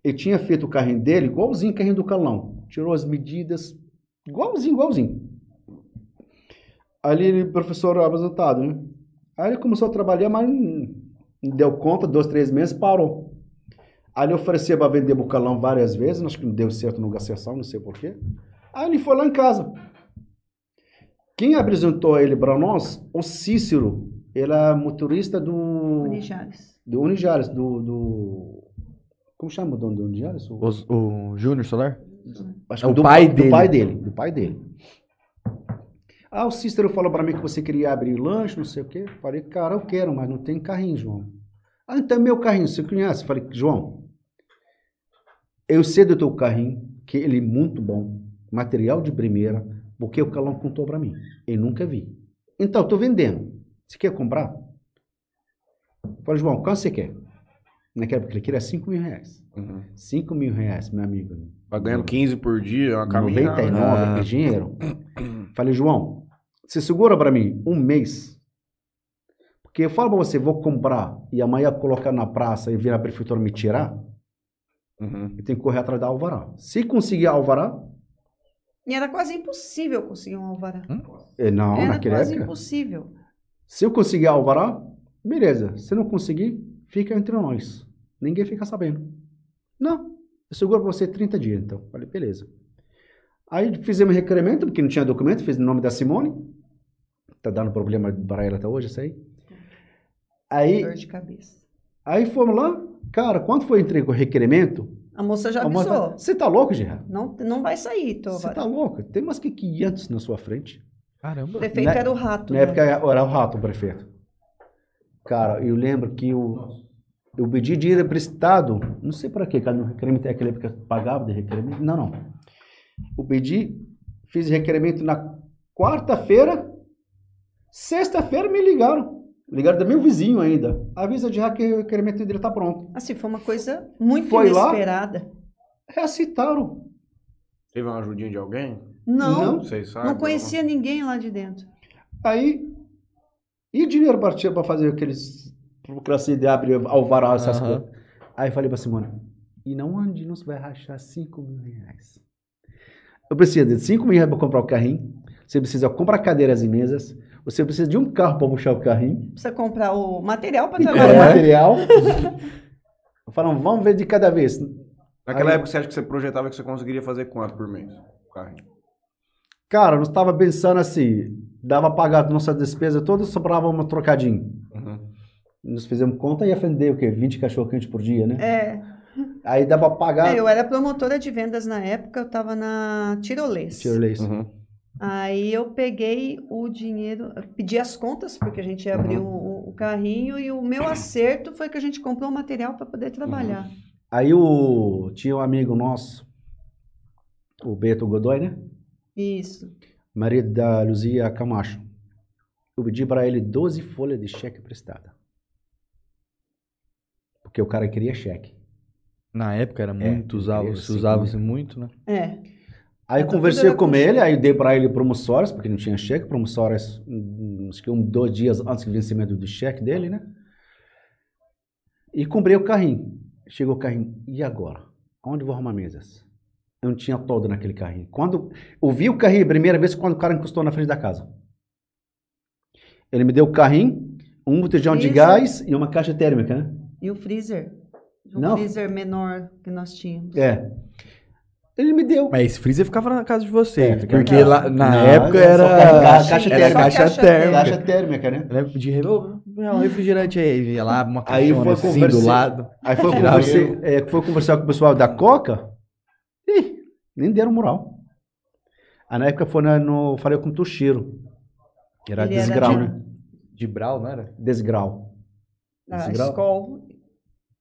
Speaker 4: Ele tinha feito o carrinho dele igualzinho o carrinho do Calão. Tirou as medidas, igualzinho, igualzinho. Ali ele, professor aposentado, né? Aí ele começou a trabalhar, mas não não deu conta, dois, três meses, parou. Aí ele oferecia para vender bucalão várias vezes, acho que não deu certo no negociação, não sei porquê. Aí ele foi lá em casa. Quem apresentou ele para nós? O Cícero. Ele é motorista do.
Speaker 3: Unijales.
Speaker 4: Do Unijares, do. do... Como chama o dono do Unijares? O-
Speaker 2: Os- O, Júnior Solar?
Speaker 4: Acho
Speaker 2: É
Speaker 4: que
Speaker 2: o pai
Speaker 4: do
Speaker 2: dele.
Speaker 4: pai dele. Do pai dele. Ah, o Cícero falou pra mim que você queria abrir lanche, não sei o quê. Falei, cara, eu quero, mas não tem carrinho, João. Ah, então é meu carrinho, você conhece? Falei, João, eu sei do teu carrinho, que ele é muito bom, material de primeira, porque o Calão contou pra mim. Eu nunca vi. Então, eu tô vendendo. Você quer comprar? Falei, João, quanto você quer? Naquela época, ele queria 5 mil reais.
Speaker 6: Uhum.
Speaker 4: 5 mil reais, meu amigo.
Speaker 1: Vai ganhando 15 por dia, uma caminhada.
Speaker 4: 99,
Speaker 2: Ah.
Speaker 4: é dinheiro. Falei, João, você segura pra mim um mês? Porque eu falo pra você, vou comprar e amanhã colocar na praça e vir a prefeitura me tirar,
Speaker 1: né?
Speaker 6: Uhum.
Speaker 4: eu tenho que correr atrás da alvará. Se conseguir alvará,
Speaker 3: E era quase impossível conseguir um alvará.
Speaker 4: eh, não,
Speaker 3: era
Speaker 4: naquela
Speaker 3: quase
Speaker 4: época.
Speaker 3: impossível.
Speaker 4: Se eu conseguir alvará, beleza. Se não conseguir, fica entre nós. Ninguém fica sabendo. Não, eu seguro pra você 30 dias, então. Falei, beleza. Aí fizemos requerimento, porque não tinha documento, fiz no nome da Simone. Tá dando problema para ela até hoje, isso aí. Aí,
Speaker 3: Dor de cabeça.
Speaker 4: aí fomos lá. Cara, quando foi entregue o requerimento,
Speaker 3: A moça já
Speaker 4: a moça-
Speaker 3: avisou.
Speaker 4: Você tá louco, Gerard?
Speaker 3: Não, não vai sair, teu
Speaker 4: Você
Speaker 3: alvará.
Speaker 4: tá louco? Tem mais que 500 na sua frente.
Speaker 2: Caramba.
Speaker 3: O prefeito
Speaker 4: Na-
Speaker 3: era o rato.
Speaker 4: Na
Speaker 3: né?
Speaker 4: época era o rato, o prefeito. Cara, eu lembro que eu, eu pedi dinheiro emprestado, não sei para quê, cara, no requerimento é aquela época que eu pagava de requerimento. Não, não. Eu pedi, fiz requerimento na quarta-feira, sexta-feira me ligaram. Ligaram do meu vizinho ainda. Avisa de que o requerimento dele tá pronto.
Speaker 3: Assim, foi uma coisa muito
Speaker 4: Foi lá?
Speaker 3: inesperada.
Speaker 4: Reaceitaram.
Speaker 6: Teve uma ajudinha de alguém?
Speaker 3: Não,
Speaker 4: Não.
Speaker 3: não,
Speaker 6: Vocês sabem?
Speaker 3: conhecia ninguém lá de dentro.
Speaker 4: Aí, e dinheiro partia para fazer aqueles burocracia de abrir alvará, essas
Speaker 2: Aham.
Speaker 4: coisas. Aí eu falei pra Simone, e não onde nos vai rachar 5 mil reais? Eu preciso de 5 mil reais pra comprar o carrinho, você precisa comprar cadeiras e mesas, você precisa de um carro para puxar o carrinho,
Speaker 3: Precisa comprar o material para
Speaker 4: comprar
Speaker 3: trabalhar.
Speaker 4: material. Falam, vamos ver de cada vez.
Speaker 1: Naquela
Speaker 4: Aí-
Speaker 1: época você acha que você projetava que você conseguiria fazer quanto por mês? Carrinho.
Speaker 4: Cara, nós estava pensando assim, dava pra pagar nossa despesa toda, sobrava um trocadinho.
Speaker 1: Uhum.
Speaker 4: Nós fizemos conta e ia vender o quê? 20 cachorro quente por dia, né?
Speaker 3: É,
Speaker 4: Aí dava pra pagar.
Speaker 3: É, eu era promotora de vendas na época, eu estava na Tirolês.
Speaker 4: Tirolês.
Speaker 1: Uhum.
Speaker 3: Aí eu peguei o dinheiro, eu pedi as contas, porque a gente abriu o, o carrinho, e o meu acerto foi que a gente comprou o material para poder trabalhar.
Speaker 4: Aí o tinha um amigo nosso, o Beto Godoy, né?
Speaker 3: Isso.
Speaker 4: Marido da Luzia Camacho. Eu pedi pra ele 12 folhas de cheque prestada. Porque o cara queria cheque.
Speaker 2: Na época era muito, usava,
Speaker 4: É, eu
Speaker 2: se
Speaker 4: sei
Speaker 2: usava
Speaker 4: como é.
Speaker 2: assim muito, né?
Speaker 3: É.
Speaker 4: Aí
Speaker 3: Tá
Speaker 4: conversei
Speaker 3: tudo
Speaker 4: com
Speaker 3: na
Speaker 4: ele, aí dei pra ele promissórias, porque não tinha cheque, promissórias hum, acho que um, dois dias antes do vencimento do cheque dele, né? E comprei o carrinho. Chegou o carrinho, e agora? Onde vou arrumar mesas? Eu não tinha todo naquele carrinho. Quando eu vi o carrinho a primeira vez, quando o cara encostou na frente da casa. Ele me deu o carrinho, um botijão de
Speaker 3: Isso.
Speaker 4: gás e uma caixa térmica, né?
Speaker 3: E o freezer? Um
Speaker 4: Não.
Speaker 3: freezer menor que nós tínhamos.
Speaker 4: É. Ele me deu.
Speaker 2: Mas esse freezer ficava na casa de vocês,
Speaker 4: É, ficava
Speaker 2: porque
Speaker 4: na
Speaker 2: lá,
Speaker 4: casa.
Speaker 2: na
Speaker 4: Não,
Speaker 2: época
Speaker 4: era
Speaker 2: era
Speaker 4: só caixa-
Speaker 2: caixa
Speaker 4: caixa
Speaker 2: era
Speaker 4: térmica.
Speaker 2: caixa
Speaker 3: Caixa
Speaker 2: térmica.
Speaker 4: Caixa térmica, né?
Speaker 2: Eu lembro de re- ô, meu, refrigerante aí, ia lá, uma
Speaker 4: Aí
Speaker 2: caixona
Speaker 4: foi
Speaker 2: assim
Speaker 4: conversa-
Speaker 2: do lado.
Speaker 4: Aí foi,
Speaker 2: Tirava
Speaker 4: conversei, é, foi conversar com o pessoal da Coca. Ih, nem deram moral. Aí na época foi na- no. Falei com o Tuxiro. Que era
Speaker 3: Ele era
Speaker 4: desgrau,
Speaker 3: de-
Speaker 4: né?
Speaker 2: De brau, não era?
Speaker 4: Desgrau.
Speaker 3: Da
Speaker 4: Desgrau?
Speaker 3: Skol.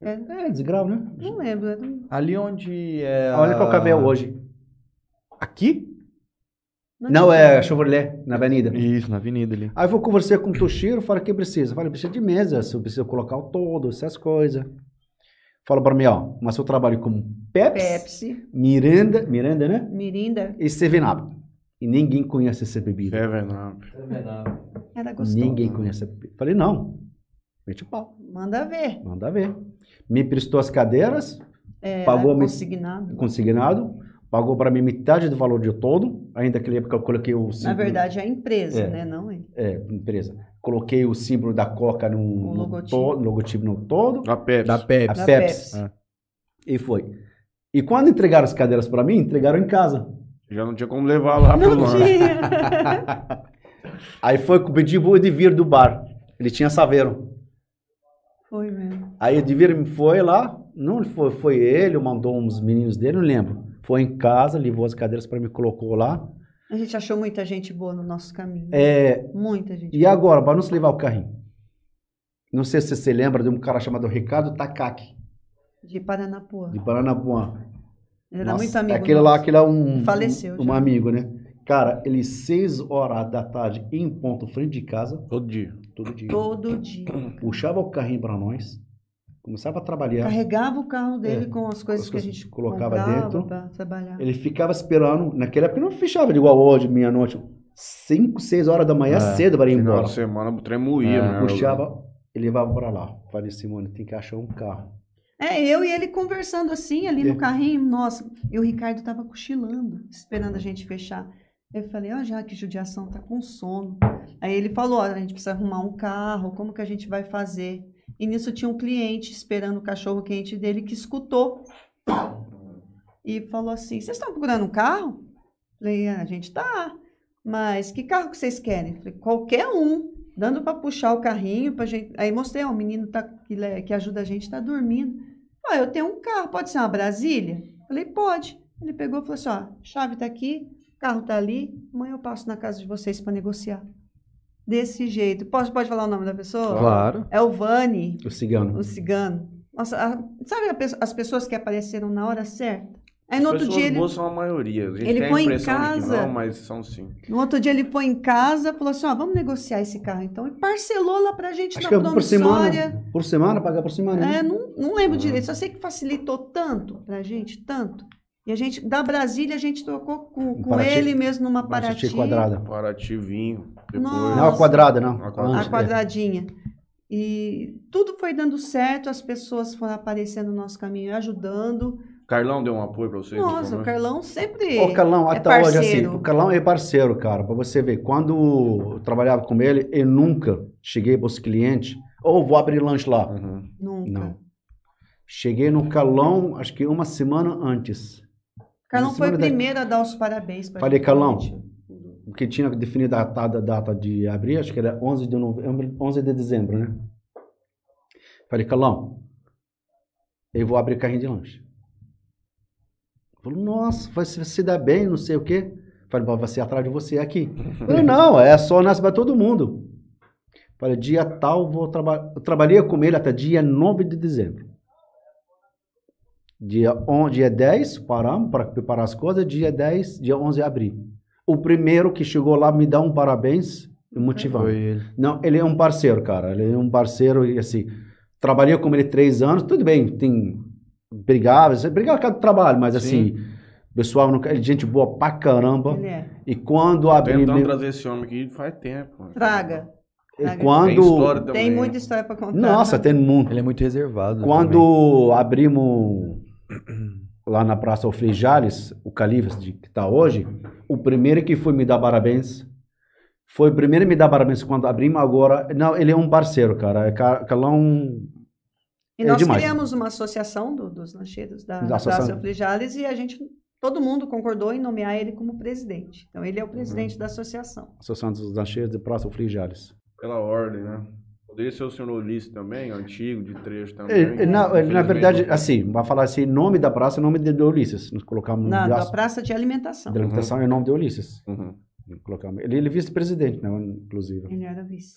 Speaker 3: É,
Speaker 4: É, desgrau, né?
Speaker 3: não lembro. era um-
Speaker 2: Ali onde é...
Speaker 4: Olha qual cabelo hoje.
Speaker 2: Aqui?
Speaker 4: Não, é Chevrolet, na avenida.
Speaker 2: Isso, na avenida ali.
Speaker 4: Aí vou conversar com o Toshiro, fala o que precisa. Fala, precisa de mesa, se eu preciso colocar o todo, essas coisas. Fala pra mim, ó, mas eu trabalho como Pepsi,
Speaker 3: Pepsi,
Speaker 4: Miranda, Miranda, né?
Speaker 3: Mirinda.
Speaker 4: E Seven Up. E ninguém conhece essa bebida.
Speaker 1: Seven Up.
Speaker 2: É
Speaker 3: Era gostoso.
Speaker 4: Ninguém conhece a bebida. Falei, não. Mete o pau,
Speaker 3: Manda ver.
Speaker 4: manda ver. Me prestou as cadeiras,
Speaker 3: É,
Speaker 4: Pagou a
Speaker 3: era
Speaker 4: me-
Speaker 3: consignado.
Speaker 4: consignado, pagou pra mim metade do valor de todo. Ainda naquela época eu coloquei o
Speaker 3: Na
Speaker 4: símbolo-
Speaker 3: verdade, é a empresa,
Speaker 4: É.
Speaker 3: né? Não ele.
Speaker 4: É, empresa. Coloquei o símbolo da Coca no,
Speaker 3: O
Speaker 4: no,
Speaker 3: Um logotipo.
Speaker 4: to, logotipo no todo.
Speaker 1: A Pepsi.
Speaker 2: É Da
Speaker 4: A
Speaker 2: Pepsi.
Speaker 3: Da
Speaker 4: Pepsi.
Speaker 3: Pepsi.
Speaker 2: Ah.
Speaker 4: E foi. E quando entregaram as cadeiras pra mim, entregaram em casa.
Speaker 1: Já não tinha como levar
Speaker 4: Ah,
Speaker 1: lá pro
Speaker 3: Não
Speaker 1: lanche.
Speaker 3: tinha.
Speaker 4: Aí foi que eu pedi pro Edivir do bar. Ele tinha saveiro.
Speaker 3: Foi mesmo.
Speaker 4: Aí Edivir foi lá, não foi, foi ele, mandou uns meninos dele, não lembro. Foi em casa, levou as cadeiras pra mim, colocou lá.
Speaker 3: A gente achou muita gente boa no nosso caminho.
Speaker 4: É,
Speaker 3: Muita gente
Speaker 4: e agora, para nos levar o carrinho? Não sei se você lembra de um cara chamado Ricardo Takaki,
Speaker 3: de Paranapuã.
Speaker 4: de Paranapuã.
Speaker 3: Ele era
Speaker 4: Nossa,
Speaker 3: muito amigo.
Speaker 4: Aquele lá,
Speaker 3: nosso.
Speaker 4: aquele é um,
Speaker 3: Faleceu
Speaker 4: um,
Speaker 3: já.
Speaker 4: amigo, né? Cara, ele seis horas da tarde em ponto frente de casa,
Speaker 1: Todo dia.
Speaker 4: todo dia.
Speaker 3: Todo dia.
Speaker 4: puxava o carrinho para nós, começava a trabalhar.
Speaker 3: Carregava o carro dele
Speaker 4: É,
Speaker 3: com as coisas
Speaker 4: as
Speaker 3: que a
Speaker 4: coisas
Speaker 3: gente
Speaker 4: colocava dentro.
Speaker 3: para trabalhar.
Speaker 4: Ele ficava esperando, naquela época não fechava de igual hoje, meia-noite, 5, 6 horas da manhã
Speaker 2: É,
Speaker 4: cedo para ir
Speaker 1: Final
Speaker 4: embora. É,
Speaker 1: de semana o trem moía, né?
Speaker 4: Puxava e levava para lá. Falei, Simone, tem que achar um carro.
Speaker 3: É, eu e ele conversando assim ali
Speaker 4: É.
Speaker 3: no carrinho, nossa. E o Ricardo tava cochilando, esperando a gente fechar. Eu falei, ó, já que judiação tá com sono. Aí ele falou, ó, a gente precisa arrumar um carro, como que a gente vai fazer? E nisso tinha um cliente esperando o cachorro quente dele que escutou. E falou assim: vocês estão procurando um carro? Falei, "Ah, a gente tá. Mas que carro que vocês querem? Falei, qualquer um. Dando para puxar o carrinho pra gente. Aí mostrei, ó, o menino tá, que, le- que ajuda a gente tá dormindo. Ó, eu tenho um carro, pode ser uma Brasília? Falei, pode. Ele pegou e falou assim: ó, chave tá aqui, carro tá ali, amanhã eu passo na casa de vocês para negociar. Desse jeito. Posso, pode falar o nome da pessoa?
Speaker 2: Claro.
Speaker 3: É o Vani,
Speaker 4: O cigano.
Speaker 3: o um cigano. Nossa, a- sabe a pe- as pessoas que apareceram na hora certa? Aí
Speaker 1: As
Speaker 3: no outro
Speaker 1: pessoas
Speaker 3: dia ele
Speaker 1: boas são a maioria. A gente
Speaker 3: ele
Speaker 1: tem a
Speaker 3: põe em
Speaker 1: impressão de que
Speaker 3: casa-
Speaker 1: não, mas são sim.
Speaker 3: No outro dia ele foi em casa, falou assim, ó, vamos negociar esse carro então. E parcelou lá pra gente
Speaker 4: Acho que
Speaker 3: na
Speaker 4: é por
Speaker 3: promissória.
Speaker 4: semana. Por semana, pagar por semana. né?
Speaker 3: É, não, não lembro direito, só sei que facilitou tanto pra gente, tanto. E a gente, da Brasília, a gente trocou com,
Speaker 4: Um
Speaker 3: com
Speaker 4: Paraty-
Speaker 3: ele mesmo numa
Speaker 4: Pra assistir
Speaker 3: Paraty,
Speaker 4: quadrada.
Speaker 1: Paraty vinho. Depois.
Speaker 4: Não, a
Speaker 3: Nossa.
Speaker 4: quadrada, não.
Speaker 1: A quadrada.
Speaker 3: a
Speaker 4: Antes, é.
Speaker 3: quadradinha. E tudo foi dando certo, as pessoas foram aparecendo no nosso caminho, ajudando.
Speaker 1: Carlão deu um apoio pra vocês?
Speaker 3: Nossa, o Carlão sempre.
Speaker 4: é? Ô, Carlão,
Speaker 3: é
Speaker 4: até hoje, assim,
Speaker 3: parceiro.
Speaker 4: o Carlão é parceiro, cara. Pra você ver, quando eu trabalhava com ele, eu nunca cheguei pros clientes, ou vou abrir lanche lá.
Speaker 1: Uhum.
Speaker 3: Nunca.
Speaker 4: Não. Cheguei no Carlão, acho que uma semana antes.
Speaker 3: Carlão
Speaker 4: Em
Speaker 3: foi
Speaker 4: cima
Speaker 3: o
Speaker 4: da-
Speaker 3: primeiro a dar os parabéns pra
Speaker 4: é Falei,
Speaker 3: gente.
Speaker 4: Carlão, porque tinha definido a data, a data de abrir, acho que era 11 de novembro, 11 de dezembro, né? Falei, Carlão, eu vou abrir carrinho de lanche. Falou, nossa, vai se, vai se dar bem, não sei o quê. Falei, mas vai ser atrás de você aqui. Falei, não, é só nasce para todo mundo. Falei, dia tal, vou trabalhar. Eu trabalhei com ele até dia 9 de dezembro. Dia, on, dia 10, paramos para preparar as coisas. Dia 10, dia 11, abri. O primeiro que chegou lá me dá um parabéns e motivando.
Speaker 2: Foi ele.
Speaker 4: Não, ele é um parceiro, cara. Ele é um parceiro e assim. Trabalhei com ele três anos, tudo bem, tem. Brigava, você brigava por causa do trabalho, mas assim, o pessoal, não, ele é gente boa pra caramba.
Speaker 3: Ele é.
Speaker 4: E quando abri.
Speaker 1: Tentando
Speaker 4: me-
Speaker 1: trazer esse homem aqui faz tempo. mano.
Speaker 3: Traga.
Speaker 4: E
Speaker 3: Traga.
Speaker 1: Tem história
Speaker 4: quando.
Speaker 1: também.
Speaker 3: Tem muita história pra contar. né?
Speaker 4: Nossa, tem muito.
Speaker 2: Ele é muito reservado.
Speaker 4: Quando abrimos lá na Praça Ofli Jales, o Califas de- que está hoje, o primeiro que foi me dar parabéns foi o primeiro a me dar parabéns quando abrimos agora. Não, ele é um parceiro, cara. É Car- Carlão
Speaker 3: E
Speaker 4: é
Speaker 3: nós
Speaker 4: demais.
Speaker 3: criamos uma associação do- dos lancheiros da
Speaker 4: Da
Speaker 3: da
Speaker 4: associação.
Speaker 3: Associação Frijales e a gente, todo mundo concordou em nomear ele como presidente. Então ele é o
Speaker 4: Uhum.
Speaker 3: presidente da associação.
Speaker 4: Associação dos Lancheiros de Praça Ofli Jales.
Speaker 1: Pela ordem, né? Poderia ser o senhor Ulisses também, antigo, de trecho também.
Speaker 4: É, é, na, é, na
Speaker 1: Infelizmente,
Speaker 4: verdade,
Speaker 1: não-
Speaker 4: assim, vai falar assim, nome da praça é nome de, de Ulisses. Nós colocamos
Speaker 3: Na,
Speaker 4: nome
Speaker 3: da
Speaker 4: da,
Speaker 3: praça de alimentação.
Speaker 4: da alimentação é nome de Ulisses.
Speaker 1: Uhum.
Speaker 4: Colocamos. Ele, ele é vice-presidente, né, inclusive.
Speaker 3: Ele era vice.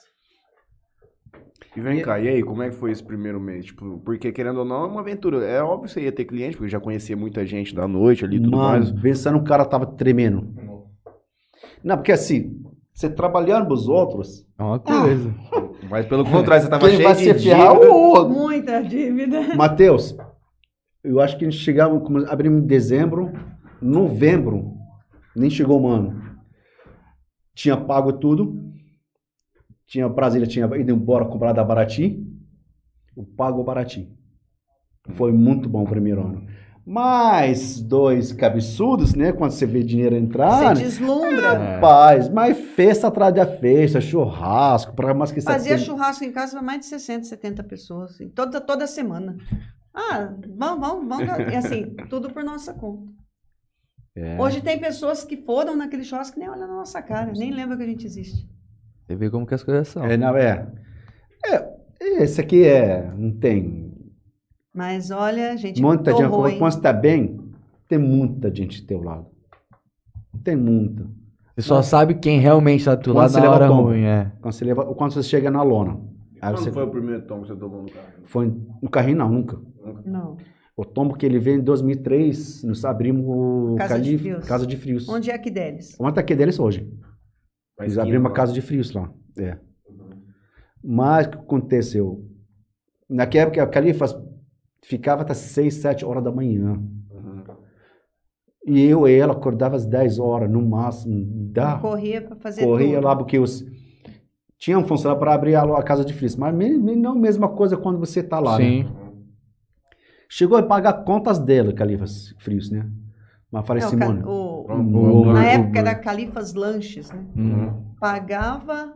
Speaker 1: E vem cá, e aí, como é que foi esse primeiro mês? Tipo, porque querendo ou não, é uma aventura. É óbvio que você ia ter cliente, porque já conhecia muita gente da noite ali e tudo
Speaker 4: Mano,
Speaker 1: mais.
Speaker 4: pensando o cara tava tremendo. Não, porque assim, você trabalhando pros outros,
Speaker 2: É uma coisa.
Speaker 1: Mas pelo contrário, você tava
Speaker 4: quem
Speaker 1: cheio
Speaker 4: vai
Speaker 1: de
Speaker 4: se
Speaker 1: dívida.
Speaker 4: ferrar é o outro.
Speaker 3: Muita dívida.
Speaker 4: Matheus, eu acho que a gente chegava, como abrimos em dezembro, novembro, nem chegou um ano. Tinha pago tudo. Tinha Brasília, tinha ido embora comprar da Barati. Eu pago Barati. Foi muito bom o primeiro ano. Mais dois cabeçudos, né? Quando você vê dinheiro entrar. né?
Speaker 3: Se deslumbra.
Speaker 4: Rapaz, mas festa atrás da festa, churrasco, pra mais que
Speaker 3: Fazia
Speaker 4: setenta-
Speaker 3: churrasco em casa para mais de 60, 70 pessoas, assim, toda, toda semana. Ah, vamos, vamos, vamos. E assim, tudo por nossa conta.
Speaker 4: Ah.
Speaker 2: É.
Speaker 3: Hoje tem pessoas que foram naquele churrasco que nem olham na nossa cara, nem lembram que a gente existe.
Speaker 2: Você vê como que as coisas são.
Speaker 4: É, não, é. É, esse aqui é, não tem.
Speaker 3: Mas olha, a gente
Speaker 4: Muita gente,
Speaker 3: torrou,
Speaker 4: quando
Speaker 3: hein?
Speaker 4: quando você tá bem, tem muita gente do teu lado. Tem muita.
Speaker 2: Você só sabe quem realmente tá do teu
Speaker 4: Quando
Speaker 2: lado
Speaker 4: você
Speaker 2: na
Speaker 4: leva um
Speaker 2: hora
Speaker 4: tombo.
Speaker 2: ruim, é.
Speaker 4: Quando você, leva, quando você chega na lona. Aí
Speaker 1: Quando
Speaker 4: você,
Speaker 1: foi o primeiro tom que você tomou no carro?
Speaker 4: foi no carrinho, não, nunca.
Speaker 3: Não.
Speaker 4: O tombo que ele veio em 2003, nós abrimos o
Speaker 3: Casa de
Speaker 4: Calif-
Speaker 3: Frios.
Speaker 4: Casa de Frios. Onde?
Speaker 3: Onde é que deles?
Speaker 4: tá aqui deles hoje.
Speaker 1: Na
Speaker 4: Eles
Speaker 1: esquina, né?
Speaker 4: abriram uma
Speaker 1: lá.
Speaker 4: casa de frios lá. É. Mas o que aconteceu? Naquela época, a Califas ficava até 6, 7 horas da manhã.
Speaker 1: Uhum.
Speaker 4: E eu e ela acordava às 10 horas, no máximo. Da,
Speaker 3: Corria para fazer
Speaker 4: Ah. corria
Speaker 3: tudo.
Speaker 4: lá, porque os, tinha um funcionário para abrir a, lo- a casa de frios. Mas me- me- não é a mesma coisa quando você está lá. né?
Speaker 2: Sim.
Speaker 4: Chegou a pagar contas dela, Califas Frios, né? Mas falei,
Speaker 3: É, o ca-
Speaker 4: Simone,
Speaker 3: o-
Speaker 4: Vamos
Speaker 3: na
Speaker 4: lá.
Speaker 3: época era Califas Lanches, né?
Speaker 2: Um Uhum.
Speaker 3: pagava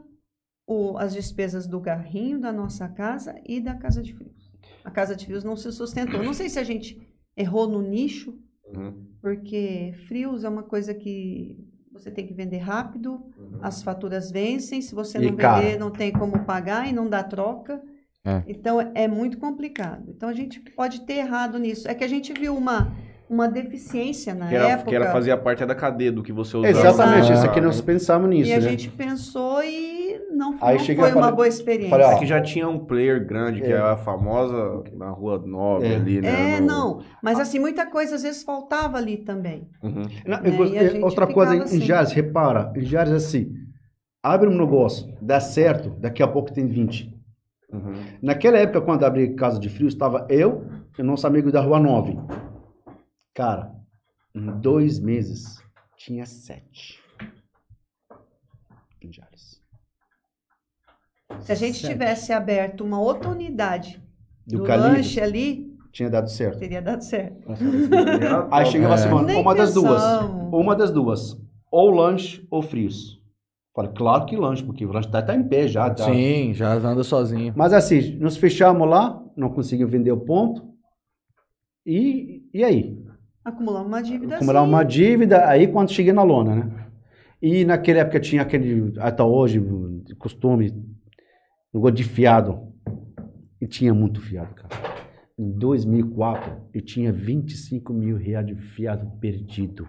Speaker 3: o- as despesas do carrinho da nossa casa e da casa de frios. A casa de frios não se sustentou. Não sei se a gente errou no nicho,
Speaker 1: Uhum.
Speaker 3: porque frios é uma coisa que você tem que vender rápido, as faturas vencem, se você
Speaker 4: E
Speaker 3: não
Speaker 4: caro.
Speaker 3: vender, não tem como pagar e não dá troca.
Speaker 2: É.
Speaker 3: Então é muito complicado. Então a gente pode ter errado nisso. É que a gente viu uma, uma deficiência na
Speaker 1: Que era,
Speaker 3: época.
Speaker 1: que era fazer a parte da cadeia do que você usava.
Speaker 4: Exatamente,
Speaker 1: Ah.
Speaker 4: isso aqui nós pensamos nisso,
Speaker 3: e a
Speaker 4: né?
Speaker 3: gente pensou e não, não
Speaker 4: Aí
Speaker 3: foi
Speaker 4: cheguei e
Speaker 3: uma
Speaker 4: falei-
Speaker 3: boa experiência.
Speaker 4: falei, ó,
Speaker 1: É que já tinha um player grande, que
Speaker 4: É.
Speaker 1: é a famosa na Rua 9
Speaker 4: É.
Speaker 1: ali, né?
Speaker 3: É,
Speaker 1: no-
Speaker 3: não. Mas assim, muita coisa às vezes faltava ali também.
Speaker 1: Uhum.
Speaker 4: Não, eu
Speaker 3: Né? E
Speaker 4: gost- é
Speaker 3: a gente
Speaker 4: outra coisa, em
Speaker 3: ficava assim.
Speaker 4: Jales, repara, em Jales assim, abre um negócio, dá certo, daqui a pouco tem 20.
Speaker 1: Uhum.
Speaker 4: Naquela época, quando abri Casa de Frio, estava eu e o nosso amigo da Rua 9. Cara, em dois meses, tinha sete. Em Jales.
Speaker 3: Se a gente
Speaker 4: Sete.
Speaker 3: tivesse aberto uma outra unidade
Speaker 4: Do
Speaker 3: do,
Speaker 4: Calibre.
Speaker 3: lanche ali,
Speaker 4: tinha dado certo.
Speaker 3: Teria dado certo.
Speaker 4: Aí
Speaker 1: É.
Speaker 4: chegava
Speaker 1: né?
Speaker 4: assim, mano,
Speaker 3: Nem
Speaker 4: uma das duas.
Speaker 3: pensamos.
Speaker 4: Uma das duas. Ou lanche ou frios. Falei, claro que lanche, porque o lanche tá, tá em pé já. Tá.
Speaker 2: Sim, já anda sozinho.
Speaker 4: Mas assim, nos fechamos lá, não conseguimos vender o ponto. E, e aí?
Speaker 3: Acumular uma dívida
Speaker 4: acumular
Speaker 3: assim.
Speaker 4: uma dívida, aí quando cheguei na lona, né? E naquela época tinha aquele, até hoje, costume, negócio de fiado. E tinha muito fiado, cara. Em 2004, eu tinha 25 mil reais de fiado perdido.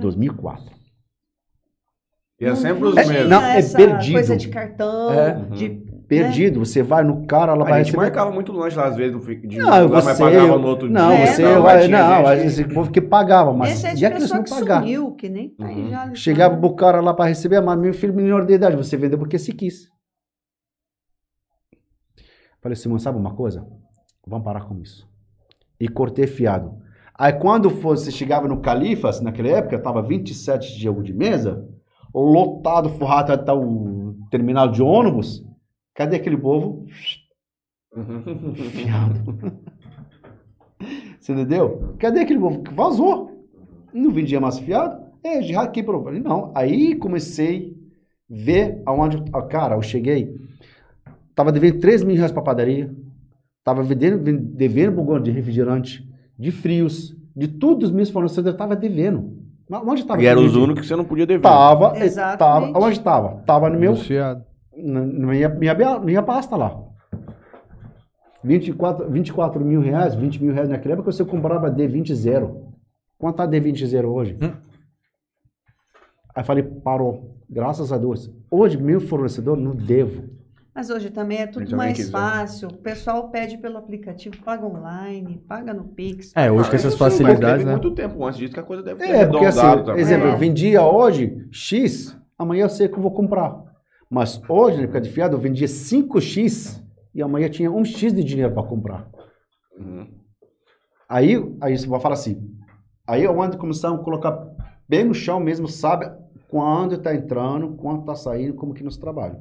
Speaker 4: 2004.
Speaker 1: E é sempre os
Speaker 3: não
Speaker 1: mesmos.
Speaker 4: não,
Speaker 3: tinha
Speaker 4: é
Speaker 3: essa
Speaker 4: perdido. Uhum.
Speaker 3: Coisa de cartão,
Speaker 2: É.
Speaker 3: de...
Speaker 4: Perdido,
Speaker 3: É.
Speaker 4: você vai no cara, ela
Speaker 1: A
Speaker 4: vai
Speaker 1: gente marcava muito lanche lá, às vezes, não fica- de
Speaker 4: Não, eu
Speaker 1: lá, mas
Speaker 4: você-
Speaker 1: pagava no outro
Speaker 4: Não,
Speaker 1: dia.
Speaker 3: É.
Speaker 4: você
Speaker 1: e tal,
Speaker 4: vai.
Speaker 1: mas tinha
Speaker 4: não,
Speaker 1: gente que-
Speaker 4: esse povo que pagava, mas
Speaker 3: Esse é de
Speaker 4: já que eles
Speaker 3: pessoa
Speaker 4: não
Speaker 3: que
Speaker 4: pagaram.
Speaker 3: sumiu, que nem tá aí
Speaker 1: Uhum.
Speaker 3: já.
Speaker 4: Chegava pro cara lá para receber, mas meu filho menor de idade, você vendeu porque se quis. Falei, Simão, sabe uma coisa? Vamos parar com isso. E cortei fiado. Aí quando fosse, chegava no Califas, naquela época, tava 27 de jogo de mesa, lotado, forrado até o terminal de ônibus. Cadê aquele povo? Fiado. Você entendeu? Cadê aquele povo? que Vazou. Não vendia mais fiado. É, já aqui pro. Falei, Não. Aí comecei a ver aonde. ah, Cara, eu cheguei. Tava devendo 3 mil reais pra padaria. Tava vendendo, ven- devendo bugão de refrigerante, de frios, de todos os meus fornecedores. eu Tava devendo. Mas onde tava?
Speaker 1: E era
Speaker 4: aquele
Speaker 1: os
Speaker 4: dinheiro?
Speaker 1: únicos que você não podia dever.
Speaker 4: Tava,
Speaker 3: Exatamente.
Speaker 4: tava. Onde tava? Tava Tá no meu
Speaker 2: Fiado.
Speaker 4: na, na minha, minha, ba- minha pasta lá. 24, 24 mil reais, 20 mil reais naquela época, você comprava D20 zero. Quanto tá D20 zero hoje?
Speaker 2: Hum.
Speaker 4: Aí falei, parou. Graças a Deus. Hoje, meu fornecedor, não devo.
Speaker 3: Mas hoje também é tudo
Speaker 1: Então, quem
Speaker 3: mais
Speaker 1: quiser.
Speaker 3: fácil. O pessoal pede pelo aplicativo, paga online, paga no Pix.
Speaker 2: É, hoje
Speaker 4: Ah,
Speaker 2: tem
Speaker 1: Mas
Speaker 2: essas
Speaker 1: isso, mas
Speaker 2: facilidades,
Speaker 1: teve
Speaker 2: né?
Speaker 1: muito tempo antes disso que a coisa deve ter
Speaker 4: É, porque assim,
Speaker 1: arredondado também. né?
Speaker 4: exemplo,
Speaker 3: É.
Speaker 4: eu vendia hoje X, amanhã eu sei que eu vou comprar. Mas hoje, na época de fiado, eu vendia 5X e amanhã tinha 1X de dinheiro para comprar.
Speaker 1: Uhum.
Speaker 4: Aí, aí você vai falar assim. Aí eu ando começando a colocar bem no chão mesmo, sabe quando tá entrando, quando tá saindo, como que nos trabalho.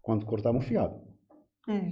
Speaker 4: Quando cortamos fiado.
Speaker 3: É.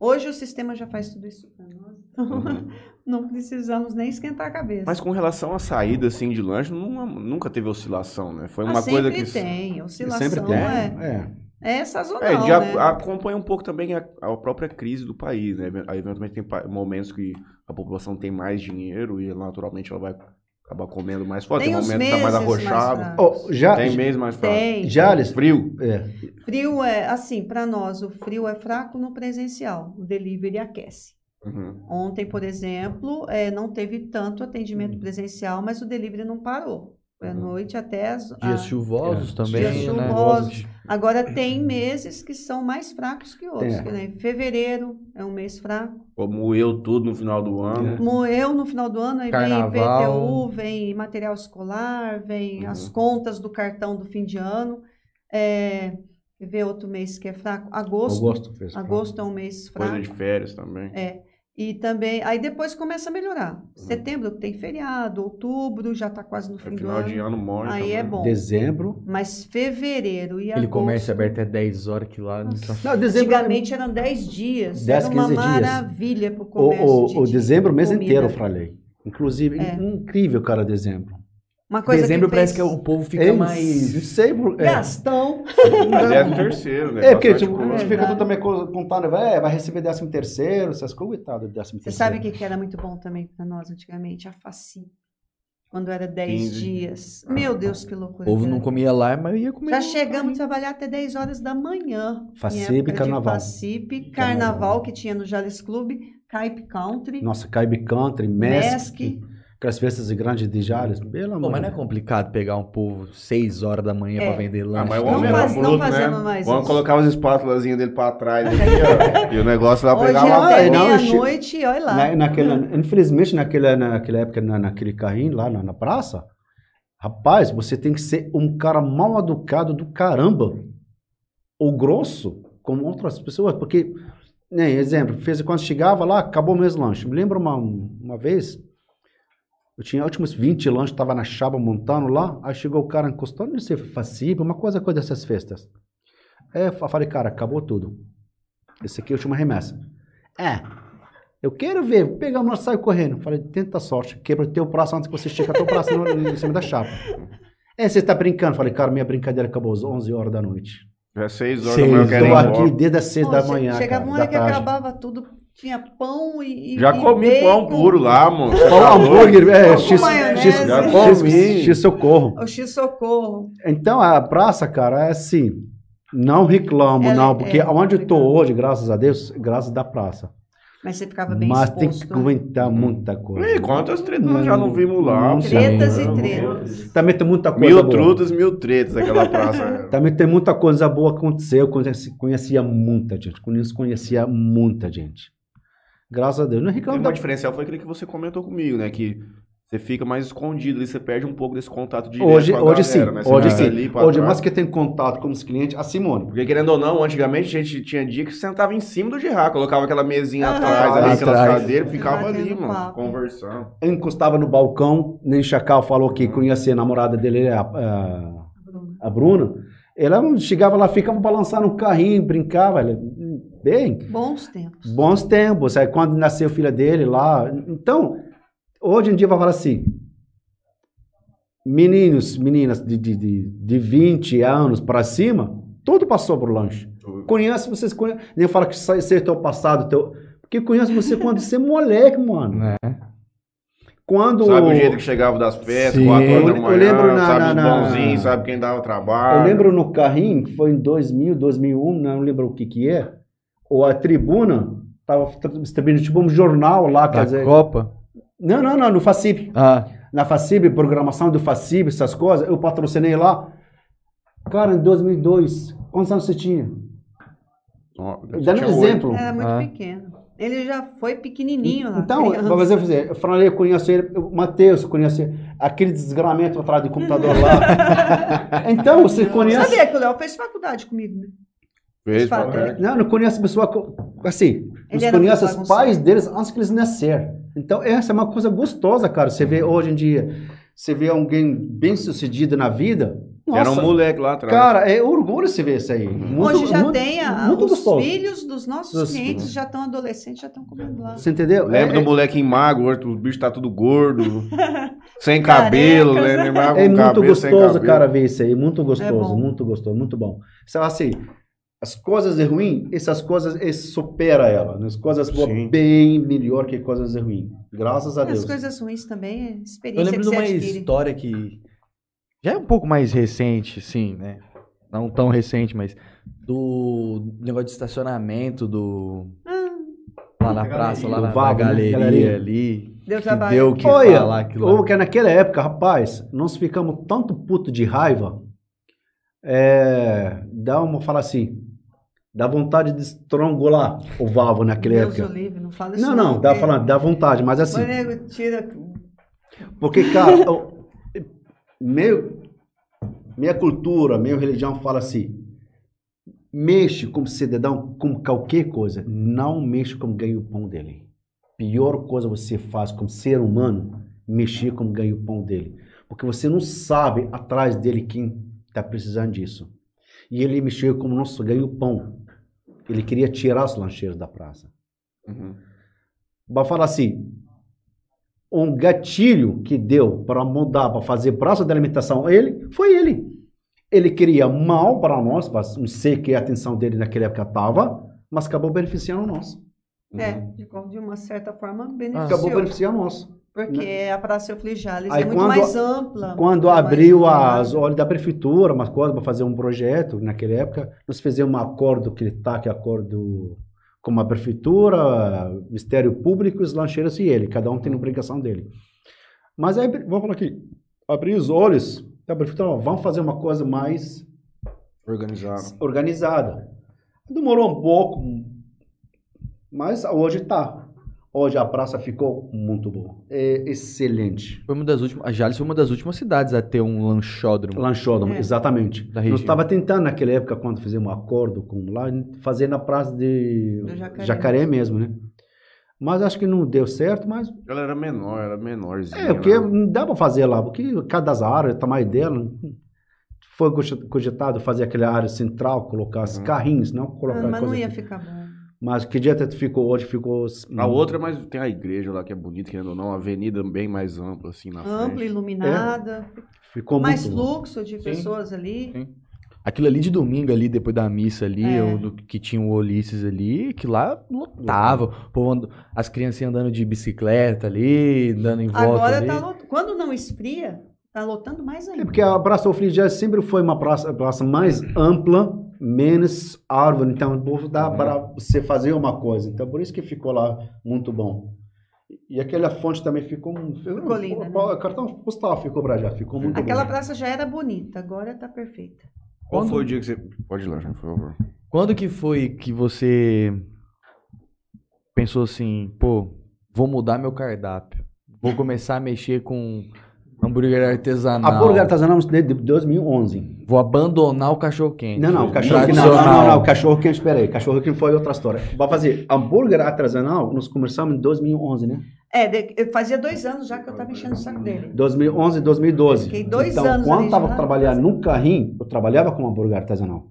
Speaker 3: Hoje o sistema já faz tudo isso para nós. Então, não precisamos nem esquentar a cabeça.
Speaker 1: uhum. Mas com relação à saída, assim, de lanche, nu- nunca teve oscilação, né? Foi
Speaker 3: Ah,
Speaker 1: uma coisa que...
Speaker 3: sempre tem. Oscilação
Speaker 4: Sempre tem.
Speaker 3: é,
Speaker 4: É.
Speaker 3: é sazonal,
Speaker 1: É, de a-
Speaker 3: né?
Speaker 1: acompanha um pouco também a, a própria crise do país, né? Aí, eventualmente, tem pa- momentos que a população tem mais dinheiro e, naturalmente, ela vai acabar comendo mais forte.
Speaker 3: Tem
Speaker 1: Tem
Speaker 3: uns
Speaker 1: momentos que tá mais
Speaker 3: meses mais
Speaker 1: arrochado.
Speaker 3: fracos.
Speaker 4: Ó, já,
Speaker 1: tem mês mais fraco.
Speaker 3: Tem.
Speaker 4: já eles...
Speaker 1: Frio.
Speaker 4: É.
Speaker 3: Frio é, assim, para nós, o frio é fraco no presencial. O delivery aquece.
Speaker 1: Uhum.
Speaker 3: Ontem, por exemplo, eh, não teve tanto atendimento presencial, mas o delivery não parou. Foi à
Speaker 1: Uhum.
Speaker 3: noite até as. a-
Speaker 4: Ah.
Speaker 2: Dias chuvosos também,
Speaker 3: Dias
Speaker 2: né?
Speaker 3: chuvosos. Agora tem meses que são mais fracos que outros.
Speaker 4: É.
Speaker 3: que nem Fevereiro é um mês fraco.
Speaker 1: Como eu tudo no final do ano.
Speaker 3: Morreu no final do ano, aí
Speaker 2: Carnaval.
Speaker 3: vem IPTU, vem material escolar, vem
Speaker 1: Uhum.
Speaker 3: as contas do cartão do fim de ano. É, quer ver outro mês que é fraco. Agosto.
Speaker 4: Agosto fez.
Speaker 3: Agosto é um mês fraco.
Speaker 1: Coisa de férias também.
Speaker 3: E também, aí depois começa a melhorar. Setembro tem feriado, outubro já tá quase no
Speaker 1: Uhum. É
Speaker 3: fim do
Speaker 1: final
Speaker 3: ano.
Speaker 1: de ano morre.
Speaker 3: aí
Speaker 1: também.
Speaker 3: é bom.
Speaker 4: Dezembro.
Speaker 3: Mas fevereiro e
Speaker 2: Ele
Speaker 3: agosto.
Speaker 2: começa aberto até 10 horas que lá. então.
Speaker 4: Não, dezembro.
Speaker 3: Antigamente eram 10 dias.
Speaker 4: 10,
Speaker 3: era uma
Speaker 4: 15 dias.
Speaker 3: maravilha pro
Speaker 4: O,
Speaker 3: comércio.
Speaker 4: o,
Speaker 3: de-
Speaker 4: o
Speaker 3: de
Speaker 4: dezembro, o mês
Speaker 3: comida.
Speaker 4: inteiro, eu falei. Inclusive,
Speaker 3: É.
Speaker 4: incrível, cara, dezembro.
Speaker 3: Uma coisa
Speaker 2: Dezembro
Speaker 3: que
Speaker 2: parece
Speaker 3: fez...
Speaker 2: que o povo fica
Speaker 4: Ei,
Speaker 2: mais.
Speaker 4: Não sei por... é.
Speaker 3: Gastão.
Speaker 1: Mas é terceiro, né?
Speaker 4: É, porque
Speaker 1: Bastante
Speaker 4: tipo,
Speaker 1: coisa.
Speaker 4: você fica tudo também co- contando, vai, "É, vai receber 13 terceiro, essas coisas e tal, 13 terceiro.
Speaker 3: Você sabe o que que era muito bom também para nós antigamente? A faci. Quando era 10
Speaker 1: 15.
Speaker 3: dias.
Speaker 4: Ah,
Speaker 3: Meu
Speaker 4: tá.
Speaker 3: Deus, que
Speaker 2: O
Speaker 3: loucura.
Speaker 2: povo
Speaker 3: que
Speaker 2: não
Speaker 3: era.
Speaker 2: comia lá, mas ia comer.
Speaker 3: Já
Speaker 2: lá.
Speaker 3: chegamos a trabalhar até 10 horas da manhã. em
Speaker 4: Facipe,
Speaker 3: época de
Speaker 4: carnaval.
Speaker 3: Facipe,
Speaker 4: Carnaval.
Speaker 3: carnaval que tinha no Jales Clube, Caip Country,
Speaker 4: Nossa, Caibe Country, Mask,
Speaker 3: Mesc.
Speaker 4: aquelas festas grandes de Jales, pelo
Speaker 2: Pô,
Speaker 4: amor.
Speaker 2: mas não é complicado pegar um povo 6 horas da manhã
Speaker 3: É.
Speaker 2: pra vender
Speaker 1: Ah,
Speaker 2: lanche.
Speaker 1: mas o
Speaker 3: Não
Speaker 1: homem
Speaker 3: faz-
Speaker 1: era
Speaker 3: não
Speaker 1: bruto,
Speaker 3: fazemos
Speaker 1: né?
Speaker 3: mais
Speaker 1: Vamos
Speaker 3: isso.
Speaker 1: colocar as espátulazinhas dele pra trás aqui, ó. e o negócio lá
Speaker 3: Hoje
Speaker 1: pegar lá.
Speaker 4: lá,
Speaker 3: até
Speaker 4: não, eu che-
Speaker 3: meia-noite, olha lá.
Speaker 4: Na, naquela, infelizmente, naquela, naquela época, na, naquele carrinho lá na, na praça, rapaz, você tem que ser um cara mal educado do caramba. Ou grosso, como outras pessoas. Porque, né, exemplo, fez quando chegava lá, acabou meus lanches. Me lembro uma, uma vez, eu tinha últimos 20 lanches, estava na chaba montando lá, aí chegou o cara encostando, não sei, facível, uma coisa, coisa dessas festas. Aí eu fa- falei, cara, acabou tudo. Esse aqui é a última remessa. É, Eu quero ver, vou pegar a mulher, saio correndo. Falei, tenta a sorte, quebra teu braço antes que você chegue teu braço no- em cima da chapa. É, você tá brincando? Falei, cara, minha brincadeira acabou às 11 horas da noite.
Speaker 1: Já é 6 horas
Speaker 2: Seis
Speaker 1: da manhã, eu
Speaker 4: Eu
Speaker 1: quero ir
Speaker 4: tô aqui
Speaker 1: embora.
Speaker 4: desde as 6
Speaker 3: Pô,
Speaker 4: da
Speaker 3: che-
Speaker 4: manhã,
Speaker 3: Chegava
Speaker 4: cara,
Speaker 3: uma
Speaker 4: da
Speaker 3: hora que
Speaker 4: tarde.
Speaker 3: acabava tudo, tinha pão e. e-
Speaker 1: Já
Speaker 3: e
Speaker 1: comi pão
Speaker 3: bacon.
Speaker 1: puro lá, mano. Você
Speaker 4: Pão,
Speaker 1: tá louco?
Speaker 4: hambúrguer, é,
Speaker 3: Com
Speaker 4: x,
Speaker 3: maionese.
Speaker 4: x,
Speaker 1: Já
Speaker 4: x,
Speaker 1: comi.
Speaker 4: x socorro.
Speaker 3: O X-Socorro.
Speaker 4: Então, a praça, cara, é assim, não reclamo,
Speaker 3: Ela-
Speaker 4: não, porque
Speaker 3: é,
Speaker 4: onde eu tô
Speaker 3: obrigado.
Speaker 4: hoje, graças a Deus, graças da praça.
Speaker 3: Mas você ficava bem
Speaker 4: Mas tem que
Speaker 3: exposto. né?
Speaker 4: aguentar muita coisa.
Speaker 1: Ih, quantas tretas nós já não vimos lá?
Speaker 4: Não
Speaker 1: pô?
Speaker 4: sei.
Speaker 3: Tretas e
Speaker 1: Não,
Speaker 3: tretas.
Speaker 4: Também tem muita coisa
Speaker 1: Mil
Speaker 4: boa.
Speaker 1: trutas, mil tretas aquela praça.
Speaker 4: Também tem muita coisa boa que aconteceu. Eu conheci- conhecia muita gente. Conheço, conhecia muita gente. Graças a Deus. Não
Speaker 1: Tem
Speaker 4: reclamo
Speaker 1: uma
Speaker 4: da...
Speaker 1: diferencial foi aquele que você comentou comigo, né? Que você fica mais escondido ali, você perde um pouco desse contato direto
Speaker 4: Hoje,
Speaker 1: com a galera,
Speaker 4: hoje sim.
Speaker 1: né? Você
Speaker 4: Hoje
Speaker 1: fica
Speaker 4: sim.
Speaker 1: ali pra
Speaker 4: Hoje,
Speaker 1: trás.
Speaker 4: mais que eu tenho contato com os clientes, a Simone.
Speaker 1: Porque querendo ou não, antigamente a gente tinha dia que sentava em cima do girá, colocava aquela mesinha
Speaker 3: Aham.
Speaker 1: atrás, ali, aquelas
Speaker 4: Atrás.
Speaker 1: cadeiras, ficava
Speaker 3: Batendo
Speaker 1: ali, mano,
Speaker 3: papo.
Speaker 1: conversando.
Speaker 4: Eu encostava no balcão. Nem Chacal falou que conhecia a namorada dele, é a, a, a Bruna. Ela chegava lá, ficava balançando o carrinho, brincava. Ela, "Hum, bem,
Speaker 3: Bons tempos.
Speaker 4: bons tempos. Aí quando nasceu a filha dele lá. Então, hoje em dia vai falar assim. Meninos, meninas de, de, de, de 20 anos para cima, tudo passou por lanche. Conhece, vocês conhecem. Nem fala que sai- sei teu passado, teu. Porque conhece você quando você é moleque, mano.
Speaker 2: Né?
Speaker 4: Quando.
Speaker 1: Sabe o jeito que chegava das festas,
Speaker 2: Sim.
Speaker 1: 4 horas
Speaker 4: Eu-
Speaker 1: da
Speaker 4: eu
Speaker 1: manhã,
Speaker 4: lembro na-
Speaker 1: sabe
Speaker 4: na-
Speaker 1: os
Speaker 4: na-
Speaker 1: bonzinhos, sabe quem dava trabalho.
Speaker 4: Eu lembro no carrinho, que foi em 2000, 2001, não lembro o que que é, ou a tribuna, tava distribuindo tipo um jornal lá, quer
Speaker 2: Da
Speaker 4: dizer.
Speaker 2: Copa?
Speaker 4: Não, não, não, no Facip.
Speaker 2: Ah,
Speaker 4: na FACIB, programação do FACIB, essas coisas, eu patrocinei lá. Cara, em 2002, quantos anos você tinha?
Speaker 1: Ó, você
Speaker 4: Dando um
Speaker 1: tinha
Speaker 4: exemplo.
Speaker 3: Era muito
Speaker 2: Ah.
Speaker 3: pequeno. Ele já foi pequenininho É, lá.
Speaker 4: Então,
Speaker 3: criança.
Speaker 4: pra você fazer, eu falei, eu conheço ele, o Matheus, eu conheço ele, aquele desgramento atrás do computador lá. então, você conhece.
Speaker 3: Sabia que o Léo fez faculdade comigo, né?
Speaker 1: oito, fez,
Speaker 3: Fato,
Speaker 1: falou,
Speaker 3: é.
Speaker 4: Não, não conhece a pessoa. que- Assim,
Speaker 3: Ele
Speaker 4: não
Speaker 3: era
Speaker 4: conhece
Speaker 3: muito bagunceiro.
Speaker 4: os pais deles antes que eles nascerem. Então, essa é uma coisa gostosa, cara. Você vê hoje em dia, você vê alguém bem sucedido na vida.
Speaker 1: Era um
Speaker 4: nossa,
Speaker 1: moleque lá atrás.
Speaker 4: Cara, é orgulho você ver isso aí. Muito-
Speaker 3: Hoje já
Speaker 4: muito-
Speaker 3: tem a-
Speaker 4: muito
Speaker 3: os
Speaker 4: gostoso.
Speaker 3: filhos dos nossos
Speaker 4: Dos
Speaker 3: clientes
Speaker 4: filhos.
Speaker 3: já estão adolescentes, já estão comendo lá.
Speaker 4: Você entendeu?
Speaker 1: Lembra
Speaker 4: é,
Speaker 1: do moleque magro, hoje o bicho tá tudo gordo, sem cabelo, né? Lembrava
Speaker 4: é, é
Speaker 1: com
Speaker 4: muito
Speaker 1: cabelo, sem
Speaker 4: gostoso,
Speaker 1: cabelo.
Speaker 4: cara, ver isso aí. Muito
Speaker 3: É
Speaker 4: gostoso,
Speaker 3: bom.
Speaker 4: muito gostoso, muito bom. Sabe assim, as coisas de ruim, essas coisas eh, supera ela. né? As coisas boas,
Speaker 1: Sim.
Speaker 4: bem melhor que coisas de ruim. Graças a Deus.
Speaker 3: As coisas ruins também é experiência
Speaker 2: eu lembro
Speaker 3: que
Speaker 2: de
Speaker 3: você
Speaker 2: uma
Speaker 3: adquire.
Speaker 2: história que já é um pouco mais recente, sim, né? Não tão recente, mas do negócio de estacionamento do lá na
Speaker 5: Da
Speaker 2: praça, lá
Speaker 4: galeria.
Speaker 2: na,
Speaker 4: Do
Speaker 2: na
Speaker 4: Vavo, né?
Speaker 2: galeria,
Speaker 4: Galeria.
Speaker 2: ali,
Speaker 3: Deu
Speaker 2: que
Speaker 3: trabalho.
Speaker 2: deu o que
Speaker 4: Olha,
Speaker 2: falar aquilo lá.
Speaker 4: Ou que é naquela época, rapaz, nós ficamos tanto puto de raiva, é, dá uma, fala assim, dá vontade de estrangular o Vavo naquela
Speaker 3: Deus o
Speaker 4: época.
Speaker 3: livre, não fala isso.
Speaker 4: Não, não, dá,
Speaker 3: porque-
Speaker 4: fala, dá vontade, mas assim,
Speaker 3: Ô, nego, tira.
Speaker 4: Porque, cara, eu- meu, minha cultura, minha religião fala assim: mexe como cidadão com qualquer coisa, não mexe como ganha o pão dele. Pior coisa você faz como ser humano, mexer como ganha o pão dele. Porque você não sabe atrás dele quem está precisando disso. E ele mexeu como nosso ganha o pão. Ele queria tirar os lancheiros da praça.
Speaker 1: Uhum.
Speaker 4: Vai falar assim: um gatilho que deu para mudar, para fazer praça de alimentação, ele foi ele. Ele queria mal para nós, mas não sei que a atenção dele naquela época estava, mas acabou beneficiando nós.
Speaker 3: É, de, de uma certa forma,
Speaker 4: Uhum. Acabou
Speaker 3: beneficiou.
Speaker 4: beneficiando nós.
Speaker 3: porque é a Praça Eufligiales
Speaker 4: Aí
Speaker 3: é muito
Speaker 4: quando-
Speaker 3: mais ampla.
Speaker 4: Quando
Speaker 3: muito é mais
Speaker 4: abriu
Speaker 3: formada.
Speaker 4: as olhos da prefeitura, umas coisas para fazer um projeto naquela época, nós fizemos um acordo que ele tá, que é acordo com a prefeitura, Ministério Público, os lancheiros e ele, cada um tem a obrigação dele. Mas aí, vamos falar aqui, abrir os olhos da prefeitura, ó, vamos fazer uma coisa mais
Speaker 1: Organizado.
Speaker 4: organizada. Demorou um pouco, mas hoje tá. Hoje a praça ficou muito boa, é excelente.
Speaker 2: Foi uma das últimas, a Jales foi uma das últimas cidades a ter um lanchódromo.
Speaker 4: Lanchódromo,
Speaker 3: É.
Speaker 4: exatamente.
Speaker 2: Da
Speaker 4: Nós
Speaker 2: região.
Speaker 4: estava tentando naquela época, quando fizemos um acordo com lá, fazer na praça de
Speaker 3: Do Jacaré.
Speaker 4: Jacaré. mesmo, né? Mas acho que não deu certo, mas
Speaker 1: Ela era menor, era menorzinha.
Speaker 4: é, porque
Speaker 1: né?
Speaker 4: não dá para fazer lá, porque cada área, o tamanho dela, foi cogitado fazer aquela área central, colocar os
Speaker 1: Uhum.
Speaker 4: carrinhos, não colocar
Speaker 3: Ah, mas não
Speaker 4: coisa
Speaker 3: ia
Speaker 4: aqui.
Speaker 3: ficar bom.
Speaker 4: Mas que dieta tu ficou hoje? Ficou.
Speaker 1: A outra, mas tem a igreja lá que é bonita, querendo ou não, uma avenida bem mais ampla, assim, na
Speaker 3: Ampla,
Speaker 1: frente.
Speaker 3: iluminada,
Speaker 4: É, Ficou
Speaker 3: mais
Speaker 4: muito.
Speaker 3: fluxo de pessoas ali.
Speaker 6: Sim.
Speaker 2: Aquilo ali de domingo, ali, depois da missa ali,
Speaker 3: É.
Speaker 2: ou do- que tinha o Ulisses ali, que lá lotava. O povo and- as criancinhas andando de bicicleta ali, dando em volta
Speaker 3: Agora
Speaker 2: ali.
Speaker 3: tá lot... quando não esfria, tá lotando mais
Speaker 4: É
Speaker 3: ainda.
Speaker 4: porque a Praça Ofligés sempre foi uma praça, praça mais ampla, menos árvore. Então, o povo dá para você fazer uma coisa. Então, por isso que ficou lá muito bom. E aquela fonte também ficou... um-
Speaker 3: Ficou linda, né?
Speaker 4: o Cartão postal ficou para já. Ficou muito
Speaker 3: Aquela
Speaker 4: bom. né?
Speaker 3: praça já era bonita, agora tá perfeita.
Speaker 1: Qual foi o dia que você. Pode ir lá, gente, por favor.
Speaker 2: Quando que foi que você pensou assim, pô, vou mudar meu cardápio, vou começar a mexer com hambúrguer artesanal,
Speaker 4: A Burger Artesanal é um desde 2011.
Speaker 2: vou abandonar o cachorro quente.
Speaker 4: Não, não, o cachorro quente. Não, não, não,
Speaker 2: Tradicional.
Speaker 4: não, o cachorro quente, peraí. Cachorro quente foi outra história. Para fazer hambúrguer artesanal, nós começamos em 2011, né?
Speaker 3: É, de- eu fazia dois anos já que eu tava enchendo o saco dele.
Speaker 4: 2011, 2012.
Speaker 3: Fiquei dois
Speaker 4: então,
Speaker 3: anos
Speaker 4: quando
Speaker 3: ali
Speaker 4: estava
Speaker 3: já.
Speaker 4: trabalhando no carrinho, eu trabalhava com hambúrguer artesanal.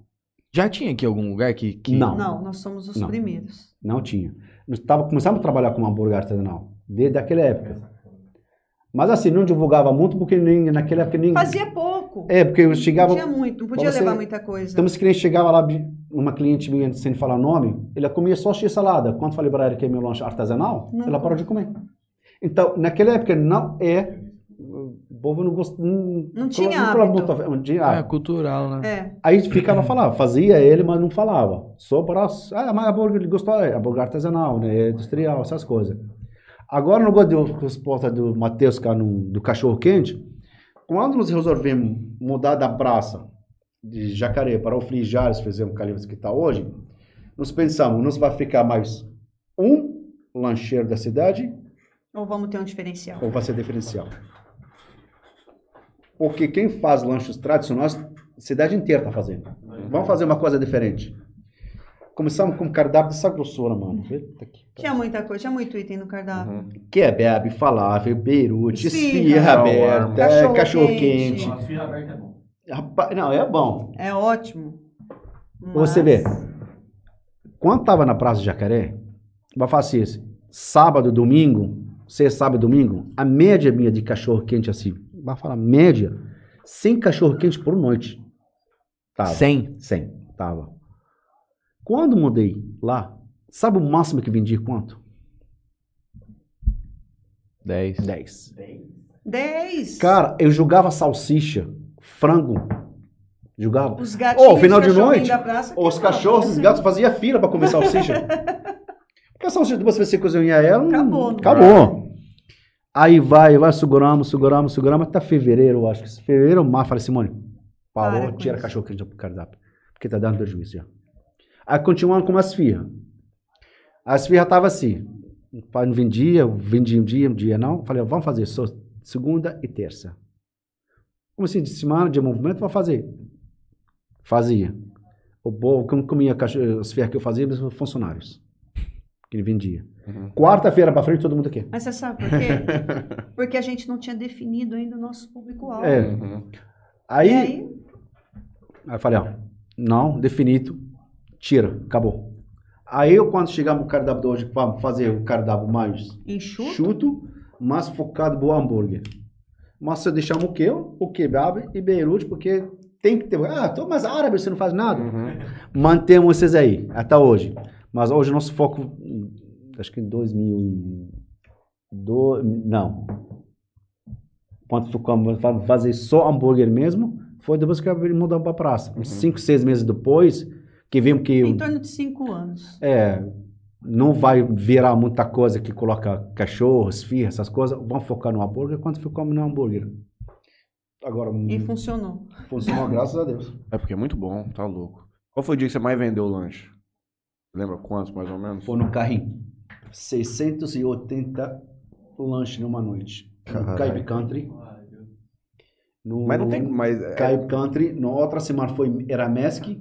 Speaker 2: Já tinha aqui algum lugar que, que
Speaker 4: Não.
Speaker 3: Não, nós somos os
Speaker 4: Não.
Speaker 3: primeiros.
Speaker 4: Não tinha. Nós tava, começamos a trabalhar com hambúrguer artesanal, desde aquela época. Mas assim, não divulgava muito, porque nem, naquela época nem...
Speaker 3: Fazia pouco.
Speaker 4: É, porque eu chegava...
Speaker 3: Tinha muito, não podia
Speaker 4: você-
Speaker 3: levar muita coisa.
Speaker 4: Então, esse cliente chegava lá, uma cliente minha, sem falar nome, ela comia só x-salada. Quando falei para ela que é meu lanche artesanal,
Speaker 3: Não.
Speaker 4: ela parou de comer. Então, naquela época, não é... O povo não gostava... Não,
Speaker 3: Não tinha
Speaker 4: falava
Speaker 3: hábito.
Speaker 4: muito, não tinha
Speaker 2: é
Speaker 4: hábito.
Speaker 2: cultural, né?
Speaker 3: É,
Speaker 4: Aí ficava a falar, fazia ele, mas não falava. Só para. Ah, mas hambúrguer gostou, é hambúrguer artesanal, né? é Industrial, essas coisas. Agora, no gosto de resposta do Matheus, cá no- do cachorro quente, quando nós resolvemos mudar da praça de Jacaré para o Frijares, fizemos o Calibres que está hoje, nós pensamos, nós vai ficar mais um lancheiro da cidade
Speaker 3: ou vamos ter um diferencial.
Speaker 4: ou vai ser diferencial? Porque quem faz lanches tradicionais, a cidade inteira tá fazendo. Vamos fazer uma coisa diferente. Começamos com cardápio dessa grossura, mano. Eita que é
Speaker 3: Tinha muita coisa, tinha muito item no cardápio.
Speaker 4: Kebab, falafel, é beirute, é
Speaker 3: Esfirra.
Speaker 4: esfirra aberta,
Speaker 3: Cachorro
Speaker 4: cachorro-quente.
Speaker 5: Nossa, fio aberto é bom.
Speaker 4: Rapaz, não, é bom.
Speaker 3: É ótimo.
Speaker 4: Você vê, quando tava na Praça de Jacaré, vai fazer isso. Sábado, domingo, sexta, sábado, domingo, a média minha de cachorro-quente assim, vai falar média, 100 cachorro-quente por noite. Tava.
Speaker 2: 100.
Speaker 4: 100, tava. Quando mudei lá, sabe o máximo que vendi quanto?
Speaker 2: 10.
Speaker 4: 10.
Speaker 3: 10.
Speaker 4: Cara, eu jogava salsicha, frango, jogava.
Speaker 3: Os gatinhos,
Speaker 4: Ô, final
Speaker 3: os
Speaker 4: de
Speaker 3: cachorrinhos
Speaker 4: noite,
Speaker 3: da praça, é
Speaker 4: Os
Speaker 3: quebrava.
Speaker 4: cachorros, os gatos faziam fila para comer salsicha. Porque a salsicha, depois que você cozinhar ela, hum,
Speaker 3: Acabou, né?
Speaker 4: Acabou. Aí vai, vai, seguramos, seguramos, seguramos, até fevereiro, eu acho que fevereiro, março, falei, Simone,
Speaker 3: Para
Speaker 4: parou,
Speaker 3: com
Speaker 4: tira
Speaker 3: isso.
Speaker 4: cachorro quente do cardápio, porque tá dando prejuízo já. Aí continuando com as firras. As firras tava assim, pai não vendia, eu vendi um dia, um dia não, falei, ó, vamos fazer só segunda e terça. Como assim, de semana, de movimento, vou fazer. Fazia. O povo, como comia cachorro, as firras que eu fazia, eles eram funcionários, que ele vendia. Quarta-feira pra frente, todo mundo quer.
Speaker 3: Mas você sabe por quê? Porque a gente não tinha definido ainda o nosso público-alvo.
Speaker 4: É.
Speaker 1: Uhum.
Speaker 4: Aí,
Speaker 3: E aí,
Speaker 4: aí eu falei, ó, não, definido, tira, acabou. Aí eu, quando chegamos no cardápio de hoje, vamos fazer o cardápio mais
Speaker 3: enxuto.
Speaker 4: chuto, mais focado no hambúrguer. Mas se deixamos o quê? O kebab e beirute, porque tem que ter. Ah, tô mais árabe, você não faz nada.
Speaker 1: Uhum.
Speaker 4: Mantemos esses aí, até hoje. Mas hoje nosso foco, hum, acho que em 2002, não. Quando ficamos fa- fazer só hambúrguer mesmo, foi depois que mudamos para praça. Uns Cinco, seis meses depois, que vimos que...
Speaker 3: Em torno de cinco anos.
Speaker 4: É, não vai virar muita coisa que coloca cachorro, esfirra, essas coisas. Vamos focar no hambúrguer quando ficamos no hambúrguer. Agora,
Speaker 3: E
Speaker 4: hum,
Speaker 3: funcionou.
Speaker 4: funcionou, graças a Deus.
Speaker 1: É porque é muito bom, tá louco. Qual foi o dia que você mais vendeu lanche? Lembra quantos, mais ou menos?
Speaker 4: Foi no carrinho. 680 lanche numa noite. No
Speaker 1: Caralho.
Speaker 4: Cape Country.
Speaker 5: Ai, Deus.
Speaker 4: No
Speaker 1: Mas não tem. Mas é,
Speaker 4: Cape Country. Na outra semana foi, era Mesk.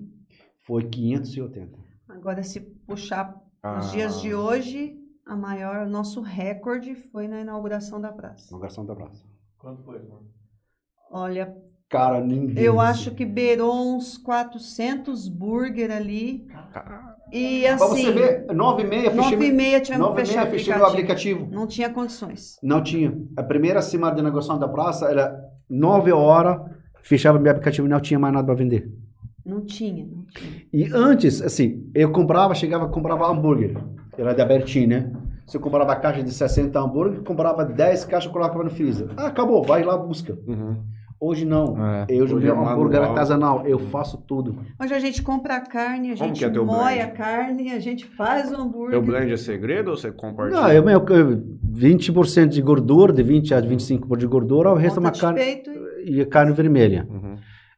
Speaker 4: Foi 580.
Speaker 3: Agora, se puxar
Speaker 1: ah,
Speaker 3: os dias de hoje, a maior, o nosso recorde foi na inauguração da praça.
Speaker 4: Inauguração da praça.
Speaker 5: Quanto foi, mano?
Speaker 3: Olha,
Speaker 4: Cara, ninguém.
Speaker 3: eu acho que beirou uns 400 burger ali. E
Speaker 4: Pra
Speaker 3: assim,
Speaker 4: você ver, 9 e meia, fechei,
Speaker 3: nove e meia tivemos que
Speaker 4: nove e
Speaker 3: fechar
Speaker 4: meia,
Speaker 3: o
Speaker 4: fechei meu
Speaker 3: aplicativo.
Speaker 4: aplicativo.
Speaker 3: Não tinha condições.
Speaker 4: Não tinha. A primeira semana de negociação da praça era 9 horas, fechava meu aplicativo e não tinha mais nada para vender.
Speaker 3: Não tinha, não tinha.
Speaker 4: E antes, assim, eu comprava, chegava, comprava hambúrguer. Era da Bertin, né? Se eu comprava a caixa de 60 hambúrguer, comprava 10 caixas e colocava no freezer. Ah, acabou, vai lá, busca.
Speaker 1: ah, uhum.
Speaker 4: Hoje não.
Speaker 2: É.
Speaker 4: Eu já
Speaker 1: Hoje
Speaker 4: vi
Speaker 1: é
Speaker 4: um hambúrguer
Speaker 1: manual.
Speaker 4: artesanal. Eu faço tudo.
Speaker 3: Hoje a gente compra a carne, a
Speaker 1: Como
Speaker 3: gente
Speaker 1: que é teu
Speaker 3: moe
Speaker 1: brand?
Speaker 3: a carne, a gente faz o hambúrguer.
Speaker 1: Teu blend é segredo ou você compartilha?
Speaker 4: Não, Ah, eu, eu, eu- 20% de gordura, de 20 a 25% de gordura, o resto é
Speaker 3: Ponta
Speaker 4: uma
Speaker 3: de
Speaker 4: carne
Speaker 3: peito e-
Speaker 4: e carne vermelha.
Speaker 1: Uhum.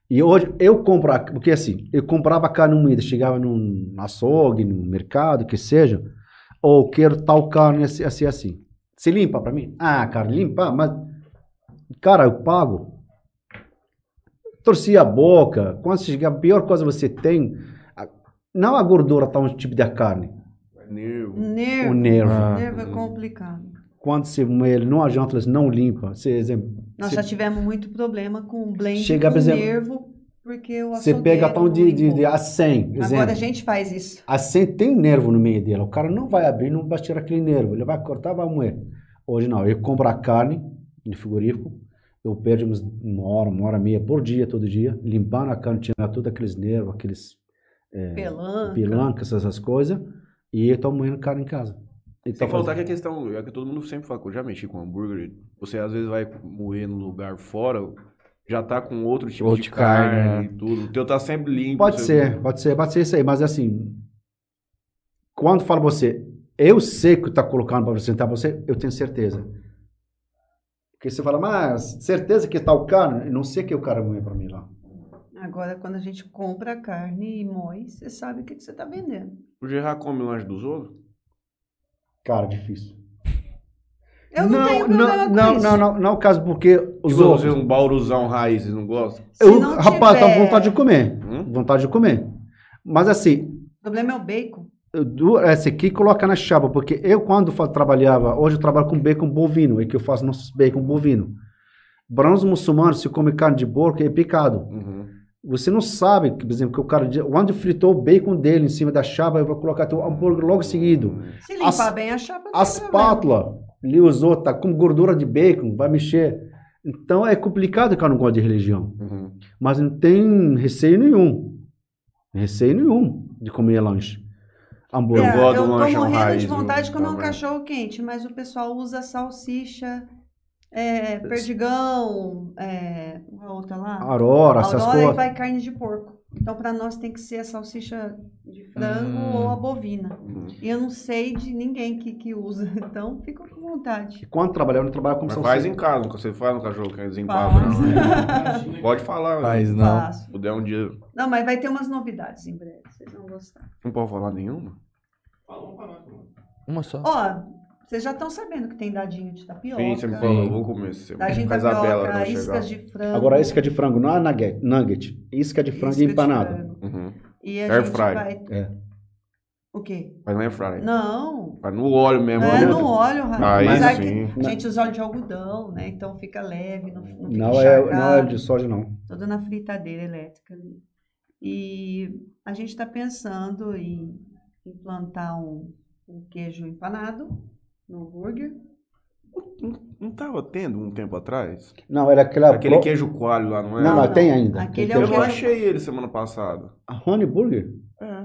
Speaker 4: E hoje eu compro, a- porque assim, eu comprava carne moída, chegava num açougue, no mercado, que seja, ou quero tal carne assim, assim, assim. Se limpa pra mim? Ah, carne limpa, mas. Cara, eu pago. Torcia a boca. Quando você chegar, a pior coisa você tem. a- não a gordura, tá um tipo da carne,
Speaker 1: Nervo.
Speaker 4: o
Speaker 3: Nervo.
Speaker 4: nervo.
Speaker 2: Ah.
Speaker 3: Nervo é complicado.
Speaker 4: Quando você ele não adianta, eles não limpa. Você, exemplo,
Speaker 3: Nós
Speaker 4: você-
Speaker 3: já tivemos muito problema com o blend
Speaker 4: Chega,
Speaker 3: com
Speaker 4: por exemplo,
Speaker 3: nervo, porque o
Speaker 4: você
Speaker 3: um açougueiro
Speaker 4: pega tão
Speaker 3: não
Speaker 4: de, de, de
Speaker 3: limpou.
Speaker 4: a 100, exemplo.
Speaker 3: Agora a gente faz isso.
Speaker 4: Assim tem nervo no meio dela. O cara não vai abrir, não vai tirar aquele nervo. Ele vai cortar, vai moer. Hoje não. Eu compro a carne no frigorífico. Eu perco uns uma hora, uma hora e meia por dia, todo dia. Limpando a carne, tirando todos aqueles nervos, aqueles É,
Speaker 3: Pelanca.
Speaker 4: pelancas, essas coisas. E eu tô moendo carne em casa. E
Speaker 1: Sem
Speaker 4: tô
Speaker 1: faltar que a questão, é que todo mundo sempre fala, que eu já mexi com hambúrguer, você às vezes vai moer no lugar fora, já tá com outro tipo
Speaker 2: Outro
Speaker 1: de
Speaker 2: de carne,
Speaker 1: carne, e tudo. O teu tá sempre limpo.
Speaker 4: Pode
Speaker 1: você-
Speaker 4: ser, pode ser, pode ser isso aí, mas assim, quando fala você, eu sei que tá colocando para apresentar pra você, eu tenho certeza. Porque você fala, mas certeza que tá o cara, eu não sei que o cara moe para mim lá.
Speaker 3: Agora, quando a gente compra a carne e moe, você sabe o que, que você está vendendo.
Speaker 1: O Gerard come lanche dos outros?
Speaker 4: Cara, difícil.
Speaker 3: Eu não, tenho problema
Speaker 4: não,
Speaker 3: com
Speaker 4: não,
Speaker 3: isso.
Speaker 4: não, não, não, caso porque os
Speaker 1: Tipo, você
Speaker 4: outros.
Speaker 1: um bauruzão raiz e não gosta?
Speaker 3: Se
Speaker 4: Eu,
Speaker 3: não
Speaker 4: rapaz, tá
Speaker 3: tiver-
Speaker 4: vontade de comer,
Speaker 1: Hum?
Speaker 4: vontade de comer. Mas assim,
Speaker 3: O problema é o bacon.
Speaker 4: eu- du- essa aqui coloca na chapa, porque eu quando fa- trabalhava, hoje eu trabalho com bacon bovino, é que eu faço nossos bacon bovino. Para nós muçulmanos, se come carne de porco, é pecado.
Speaker 1: Uhum.
Speaker 4: Você não sabe, que, por exemplo, que o cara, de- onde fritou o bacon dele em cima da chapa, eu vou colocar teu hambúrguer logo seguido.
Speaker 3: Se limpar
Speaker 4: As-
Speaker 3: bem a chapa, não
Speaker 4: A
Speaker 3: tem problema.
Speaker 4: espátula, ele usou, tá com gordura de bacon, vai mexer. Então é complicado que eu não gosto de religião.
Speaker 1: Uhum.
Speaker 4: Mas não tem receio nenhum. Receio nenhum de comer lanche. Hambúrguer.
Speaker 3: É,
Speaker 1: gosto do
Speaker 3: eu tô
Speaker 1: lanchão
Speaker 3: morrendo
Speaker 1: raiz,
Speaker 3: de vontade de
Speaker 1: viu?
Speaker 3: comer um
Speaker 1: Também.
Speaker 3: cachorro quente, mas o pessoal usa salsicha, é, perdigão, é, qual a outra lá?
Speaker 4: Aurora, essas
Speaker 3: Aurora e
Speaker 4: coisas.
Speaker 3: vai carne de porco. Então, para nós tem que ser a salsicha de frango
Speaker 2: Hum.
Speaker 3: ou a bovina.
Speaker 1: Uhum.
Speaker 3: E eu não sei de ninguém que, que usa, então fica com vontade.
Speaker 4: E quando trabalhava, eu trabalhava como
Speaker 1: Mas faz
Speaker 4: salsicha.
Speaker 1: em casa, não você faz no cachorro que é
Speaker 3: Faz.
Speaker 1: desempadrão. Pode falar, né?
Speaker 2: Mas não.
Speaker 3: Faço.
Speaker 1: Se puder um dia.
Speaker 3: Não, mas vai ter umas novidades em breve, vocês vão gostar.
Speaker 1: Não pode falar nenhuma?
Speaker 5: Falou pra nós, mano.
Speaker 2: Uma só.
Speaker 3: Ó, vocês já estão sabendo que Tá. tem dadinho de tapioca.
Speaker 1: Sim, você me
Speaker 2: Sim.
Speaker 1: falou, eu vou comer esse semana.
Speaker 3: Dadinho de
Speaker 1: Mas a Bela
Speaker 3: tapioca,
Speaker 1: vai chegar.
Speaker 3: iscas de frango.
Speaker 4: Agora isca de frango, não é nugget. nugget. Isca de frango
Speaker 3: isca de
Speaker 4: empanada.
Speaker 3: frango.
Speaker 1: Uhum.
Speaker 3: E a
Speaker 1: Air
Speaker 3: gente
Speaker 1: fry.
Speaker 3: vai...
Speaker 4: É.
Speaker 3: O quê?
Speaker 1: Mas não é fry.
Speaker 3: Não.
Speaker 1: Mas no óleo mesmo.
Speaker 3: É
Speaker 1: né?
Speaker 3: no óleo,
Speaker 1: Aí
Speaker 3: rapaz. Apesar que
Speaker 1: sim.
Speaker 3: a gente usa óleo de algodão, né? Então fica leve, não, não fica
Speaker 4: Não é, não é
Speaker 3: encharcado.
Speaker 4: de soja, não.
Speaker 3: Toda na fritadeira elétrica ali. E a gente está pensando em implantar um, um queijo empanado no hambúrguer.
Speaker 1: Não tava tendo um tempo atrás?
Speaker 4: Não, era aquela.
Speaker 1: Aquele
Speaker 4: pro-
Speaker 1: queijo coalho lá, não é?
Speaker 4: É, Não, não, Ah, tem um ainda.
Speaker 3: Aquele é
Speaker 1: Eu
Speaker 3: o
Speaker 1: não
Speaker 3: queijo.
Speaker 1: achei ele semana passada.
Speaker 4: A honey burger.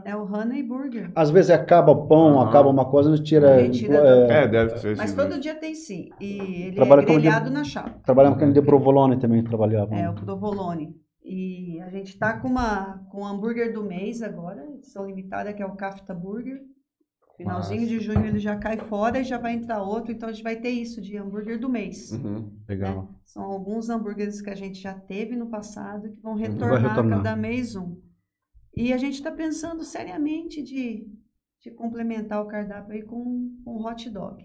Speaker 3: É o honey burger.
Speaker 4: Às vezes acaba o pão,
Speaker 1: Aham.
Speaker 4: acaba uma coisa, a gente tira.
Speaker 3: Aí tira
Speaker 4: é,
Speaker 1: É, deve ser
Speaker 3: Mas
Speaker 1: esse.
Speaker 3: todo dia tem sim. E ele
Speaker 4: Trabalha
Speaker 3: é
Speaker 4: como de-
Speaker 3: grelhado na chapa.
Speaker 4: Trabalhava com aquele de provolone também, trabalhava.
Speaker 3: É, o provolone. E a gente tá com uma com o hambúrguer do mês agora, edição limitada, que é o Kafta Burger. Finalzinho de junho ele já cai fora e já vai entrar outro, então a gente vai ter isso de hambúrguer do mês.
Speaker 1: Uhum.
Speaker 2: Legal.
Speaker 3: São alguns hambúrgueres que a gente já teve no passado que vão
Speaker 4: Vai
Speaker 3: retornar,
Speaker 4: retornar.
Speaker 3: cada mês um. E a gente está pensando seriamente de, de complementar o cardápio aí com, com hot dog.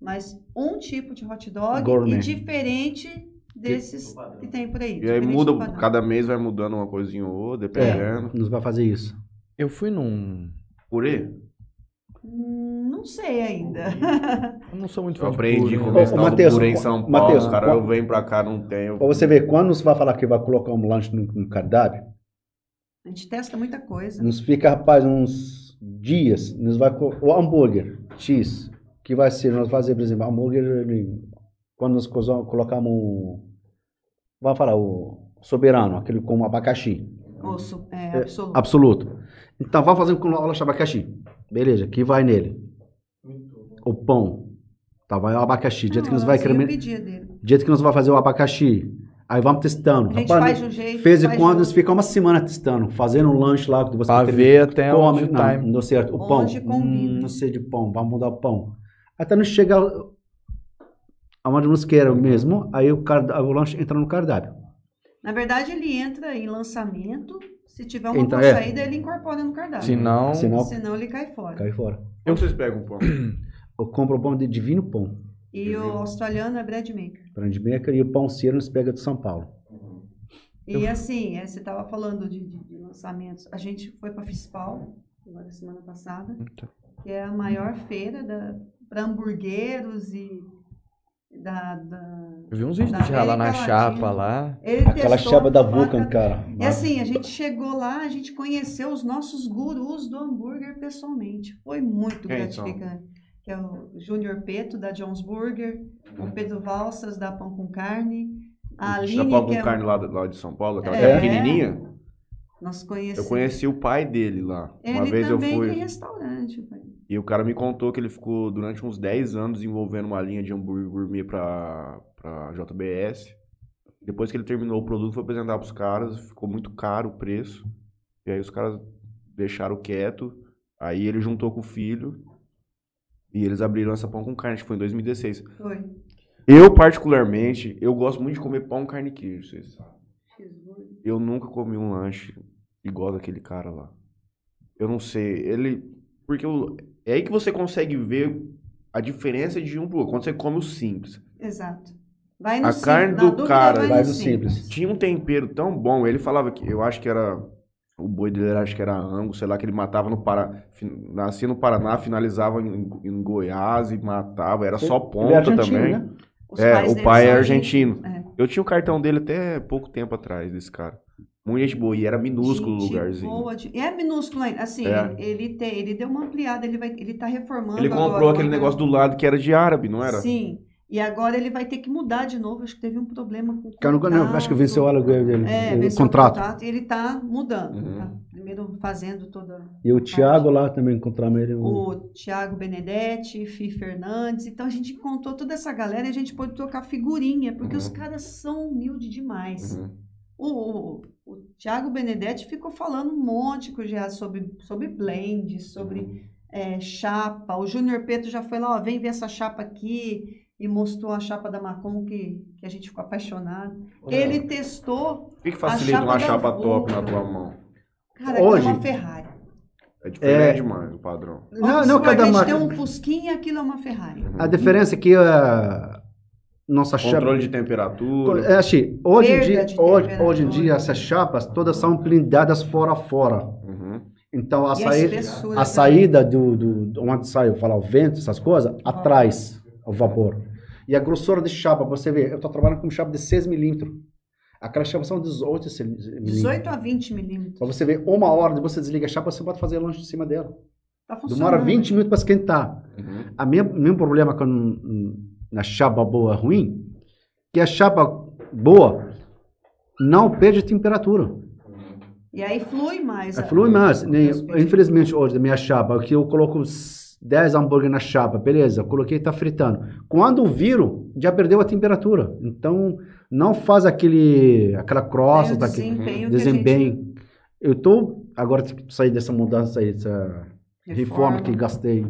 Speaker 3: Mas um tipo de hot dog
Speaker 4: Gourmet.
Speaker 3: e diferente desses que, tem por aí.
Speaker 1: E aí
Speaker 3: diferente do
Speaker 1: muda,
Speaker 3: padrão.
Speaker 1: cada mês vai mudando uma coisinha ou outra, dependendo.
Speaker 4: Nos vai fazer isso.
Speaker 2: Eu fui num.
Speaker 1: Purê?
Speaker 3: Hum, não sei ainda.
Speaker 2: Eu não sou muito
Speaker 1: Eu
Speaker 2: fã de
Speaker 1: aprendi
Speaker 2: purê,
Speaker 1: a
Speaker 2: né?
Speaker 1: comer esse
Speaker 4: Tipo
Speaker 1: tal
Speaker 4: Ô,
Speaker 1: do
Speaker 4: Matheus,
Speaker 1: purê em São Paulo.
Speaker 4: Matheus,
Speaker 1: os caras,
Speaker 4: qual-
Speaker 1: eu venho pra cá, não tenho.
Speaker 4: Pra você ver, quando você vai falar que vai colocar um lanche no, no cardápio, Hum.
Speaker 3: A gente testa muita coisa.
Speaker 4: nos fica, rapaz, uns dias, nós vai co- o hambúrguer X, que vai ser, nós fazer, por exemplo, hambúrguer, ele- quando nós cozo- colocamos, o- vamos falar, o soberano, aquele com abacaxi,
Speaker 3: Osso, é, absoluto.
Speaker 4: absoluto. Então, vai fazendo com aula de abacaxi. Beleza, que vai nele. O pão, tá, vai o abacaxi, do jeito que nós vai
Speaker 3: Assim eu
Speaker 4: incremen-
Speaker 3: pedia dele.
Speaker 4: do jeito que nós vai fazer o abacaxi. Aí vamos testando.
Speaker 3: A gente
Speaker 4: Rapaz,
Speaker 3: faz de um jeito.
Speaker 4: Fez e
Speaker 3: faz de
Speaker 4: quando
Speaker 3: outro.
Speaker 4: eles ficam uma semana testando, fazendo um lanche lá que você
Speaker 2: Pra
Speaker 4: teve-
Speaker 2: ver até
Speaker 4: come,
Speaker 2: onde o
Speaker 4: não,
Speaker 2: time.
Speaker 4: É tá. não deu certo. O pão,
Speaker 3: Onde combina.
Speaker 4: hum, não sei de pão, vamos mudar o pão. Até não chegar aonde nós queira mesmo, aí o, carda- o lanche entra no cardápio.
Speaker 3: Na verdade, ele entra em lançamento. Se tiver uma
Speaker 4: Então,
Speaker 3: boa
Speaker 4: é.
Speaker 3: saída, ele incorpora no cardápio.
Speaker 2: Se não.
Speaker 4: Se não,
Speaker 3: Senão ele cai fora.
Speaker 4: cai fora.
Speaker 1: Onde vocês pegam o pão?
Speaker 4: Eu compro o pão de Divino Pão,
Speaker 3: E o australiano é bread maker.
Speaker 4: Brand Maker, e o pão Ciro nos pega de São Paulo.
Speaker 3: E assim, é, você estava falando de, de- de lançamentos. A gente foi para Fispal, agora é semana passada, que é a maior feira para hamburgueiros e da. da...
Speaker 2: Eu vi uns vídeos
Speaker 3: Da
Speaker 2: do Tchá lá na
Speaker 3: América
Speaker 2: chapa
Speaker 3: Latina.
Speaker 2: lá.
Speaker 3: Ele
Speaker 4: Aquela
Speaker 3: testou
Speaker 4: chapa da
Speaker 3: a faca-
Speaker 4: Vulcan, cara.
Speaker 3: E assim, a gente chegou lá, a gente conheceu os nossos gurus do hambúrguer pessoalmente. Foi muito
Speaker 1: Quem são?
Speaker 3: gratificante. Que é o Júnior Peto, da Jones Burger, o
Speaker 1: Uhum.
Speaker 3: Pedro Valsas, da Pão com Carne, a Aline,
Speaker 1: Chapão
Speaker 3: que
Speaker 1: com
Speaker 3: é...
Speaker 1: um carne lá, lá de São Paulo, aquela
Speaker 3: É.
Speaker 1: pequenininha.
Speaker 3: Nós conhecemos.
Speaker 1: Eu conheci o pai dele lá.
Speaker 3: Ele
Speaker 1: Uma vez eu
Speaker 3: também
Speaker 1: fui.
Speaker 3: tem restaurante. pai.
Speaker 1: E o cara me contou que ele ficou durante uns 10 anos desenvolvendo uma linha de hambúrguer gourmet pra, pra JBS. Depois que ele terminou o produto, foi apresentar pros caras, ficou muito caro o preço. E aí os caras deixaram quieto. Aí ele juntou com o filho. E eles abriram essa pão com carne, acho que foi em 2016.
Speaker 3: Foi.
Speaker 1: Eu, particularmente, eu gosto muito de comer pão, carne e queijo, vocês sabem.
Speaker 3: Cheeseburger.
Speaker 1: Eu nunca comi um lanche igual daquele cara lá. Eu não sei, ele. Porque o- é aí que você consegue ver a diferença de um pro outro. Quando você come o simples.
Speaker 3: Exato. Vai no
Speaker 1: A
Speaker 3: sim-
Speaker 1: carne
Speaker 3: na
Speaker 1: do
Speaker 3: dúvida,
Speaker 1: cara-
Speaker 3: vai,
Speaker 4: Vai
Speaker 3: no
Speaker 4: no
Speaker 3: simples.
Speaker 1: Tinha um tempero tão bom. Ele falava que. Eu acho que era. O boi dele era- acho que era ango, sei lá, que ele matava no Paraná. Nascia no Paraná, finalizava em, em Goiás e matava. Era só
Speaker 4: Ele é
Speaker 1: ponta
Speaker 4: argentino,
Speaker 1: também.
Speaker 4: né?
Speaker 3: Os
Speaker 1: É,
Speaker 3: pais
Speaker 1: o
Speaker 3: dele
Speaker 1: pai é
Speaker 3: são
Speaker 1: argentino.
Speaker 3: É.
Speaker 1: Eu tinha o cartão dele até pouco tempo atrás, desse cara. Muito gente boa. E era minúsculo o
Speaker 3: Gente
Speaker 1: lugarzinho.
Speaker 3: boa de- É minúsculo ainda. Assim,
Speaker 1: É.
Speaker 3: ele, tem, ele deu uma ampliada, ele, vai, ele tá reformando.
Speaker 1: Ele comprou
Speaker 3: agora,
Speaker 1: aquele
Speaker 3: né?
Speaker 1: negócio do lado que era de árabe, não era?
Speaker 3: Sim. E agora ele vai ter que mudar de novo. Acho que teve um problema com o
Speaker 4: Cara, eu nunca- não, acho que venceu o aluguel dele,
Speaker 3: É,
Speaker 4: o
Speaker 3: venceu
Speaker 4: contrato.
Speaker 3: o contrato. e Ele tá mudando.
Speaker 1: Uhum.
Speaker 3: tá? Primeiro fazendo toda.
Speaker 4: E o Thiago lá também encontramos ele. o-
Speaker 3: O Thiago Benedetti, Fi Fernandes. Então a gente encontrou toda essa galera e a gente pôde trocar figurinha, porque os caras são humildes demais.
Speaker 1: Uhum.
Speaker 3: O, o, o Thiago Benedetti ficou falando um monte com o Gerardo sobre, sobre blend, sobre eh, chapa. O Júnior Preto já foi lá, ó, vem ver essa chapa aqui e mostrou a chapa da Macon que, que a gente ficou apaixonado. Ele testou,
Speaker 1: O que, que facilita
Speaker 3: A chapa
Speaker 1: uma
Speaker 3: da
Speaker 1: chapa
Speaker 3: Vulcan.
Speaker 1: top na tua mão?
Speaker 3: cara, aquilo é
Speaker 4: Hoje?
Speaker 3: uma Ferrari.
Speaker 1: É diferente, mano, o padrão.
Speaker 4: Não,
Speaker 3: Vamos
Speaker 4: não,
Speaker 3: supor que
Speaker 4: cada
Speaker 3: a gente
Speaker 4: marca.
Speaker 3: tem um Fusquinha, aquilo é uma Ferrari.
Speaker 4: A diferença é que a nossa
Speaker 1: Controle
Speaker 4: chapa.
Speaker 1: de temperatura.
Speaker 4: É assim, hoje em
Speaker 3: Perda
Speaker 4: dia,
Speaker 3: de né?
Speaker 4: hoje,
Speaker 3: temperatura.
Speaker 4: hoje em dia essas chapas todas são blindadas fora a fora.
Speaker 1: Uhum.
Speaker 4: Então a,
Speaker 3: E a
Speaker 4: saí-
Speaker 3: espessura
Speaker 4: a
Speaker 3: também.
Speaker 4: saída do, do, do- onde sai, eu falo, o vento, essas coisas, atrás o vapor. E a grossura de chapa, você vê, eu estou trabalhando com chapa de 6 milímetros. Aquelas chapas são 18 milímetros.
Speaker 3: 18 a 20 milímetros.
Speaker 4: Pra você ver, uma hora de você desliga a chapa, você pode fazer lanche em cima dela.
Speaker 3: Tá funcionando.
Speaker 4: Demora 20 minutos para esquentar.
Speaker 1: Uhum.
Speaker 4: A minha, meu problema com na chapa boa ruim, que a chapa boa não perde temperatura.
Speaker 3: E aí flui mais. a-
Speaker 4: Flui mais. né? Infelizmente hoje, da minha chapa, que eu coloco uns 10 hambúrguer na chapa, beleza, coloquei tá fritando. Quando viro, já perdeu a temperatura. Então, não faz aquele, aquela
Speaker 3: Aí
Speaker 4: crosta,
Speaker 3: o
Speaker 4: daquele
Speaker 3: desempenho que a gente
Speaker 4: desempenho. Eu tô, agora tem que sair dessa mudança aí, dessa reforma que gastei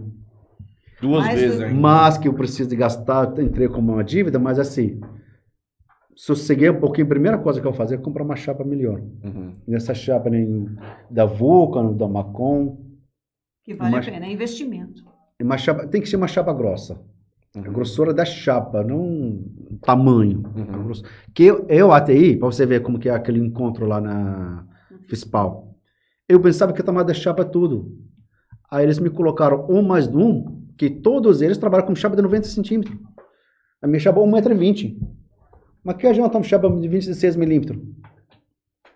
Speaker 1: Duas
Speaker 3: Mas
Speaker 1: vezes
Speaker 3: o-
Speaker 1: ainda.
Speaker 4: mas que eu preciso de gastar, entrei com uma dívida, mas assim, sosseguei um pouquinho, a primeira coisa que eu vou fazer é comprar uma chapa melhor.
Speaker 1: Uhum.
Speaker 4: Nessa chapa nem da Vulcan, da Macon,
Speaker 3: Que vale
Speaker 4: Mas-
Speaker 3: a pena, é investimento.
Speaker 4: é uma chapa, tem que ser uma chapa grossa. A
Speaker 1: Uhum.
Speaker 4: grossura da chapa, não o tamanho.
Speaker 1: Uhum.
Speaker 4: A grosso- Que eu, eu até aí, para você ver como que é aquele encontro lá na Fispal, eu pensava que o tamanho da chapa é tudo. Aí eles me colocaram um mais um, que todos eles trabalham com chapa de 90 centímetros. A minha chapa é 1,20m. Mas que adianta uma chapa de 26 milímetros? é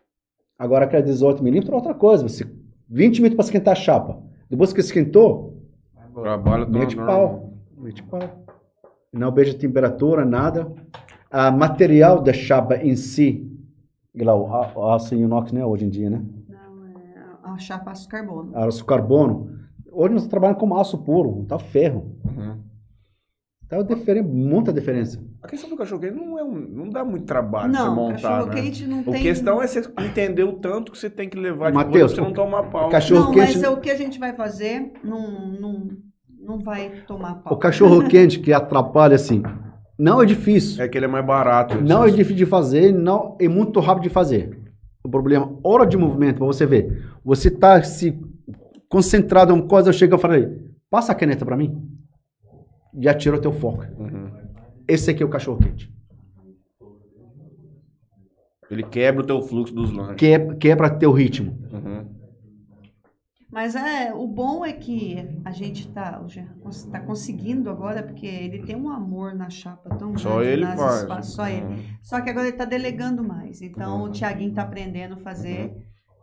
Speaker 4: Agora aquela 18 milímetros é outra coisa. Você 20 minutos para esquentar a chapa. Depois que esquentou,
Speaker 1: Trabalho tá
Speaker 4: mete pau. Mete pau. Não beija temperatura, nada. A material da chapa em si, Glau, a- aço em inox, né, hoje em dia, né?
Speaker 3: Não, é a chapa aço carbono.
Speaker 4: Aço carbono. Hoje nós trabalhamos com aço puro, tá ferro. Tá diferen- muita diferença.
Speaker 1: Uhum. A questão do cachorro quente não, é um, não dá muito trabalho
Speaker 4: é
Speaker 1: pra você
Speaker 3: não,
Speaker 1: montar,
Speaker 3: cachorro
Speaker 1: né?
Speaker 3: quente não
Speaker 1: O
Speaker 3: tem.
Speaker 1: questão é você entender o tanto que você tem que levar de coisa pra
Speaker 4: Mateus,
Speaker 1: você não tomar pau.
Speaker 4: Cachorro
Speaker 3: não,
Speaker 4: quente.
Speaker 3: mas é o que a gente vai fazer não, não, não vai tomar pau.
Speaker 4: O cachorro quente que atrapalha assim. Não é difícil.
Speaker 1: É que ele é mais barato.
Speaker 4: Não é
Speaker 1: assim.
Speaker 4: difícil de fazer, não é muito rápido de fazer. O problema, hora de movimento, para você ver. Você tá se concentrado em uma coisa, eu chego e falei, passa a caneta para mim. Já tirou teu foco.
Speaker 1: Uhum.
Speaker 4: Esse aqui é o cachorro quente.
Speaker 1: Ele quebra o teu fluxo dos lanches.
Speaker 4: Que é, que é para teu ritmo.
Speaker 1: Uhum.
Speaker 3: Mas é, o bom é que a gente tá, o Jean cons- tá conseguindo agora, porque ele tem um amor na chapa tão
Speaker 1: Só
Speaker 3: grande.
Speaker 1: ele
Speaker 3: nas
Speaker 1: faz.
Speaker 3: espa- Só ele.
Speaker 1: Uhum.
Speaker 3: Só que agora ele tá delegando mais. Então
Speaker 1: Uhum.
Speaker 3: o Thiaguinho tá aprendendo a fazer.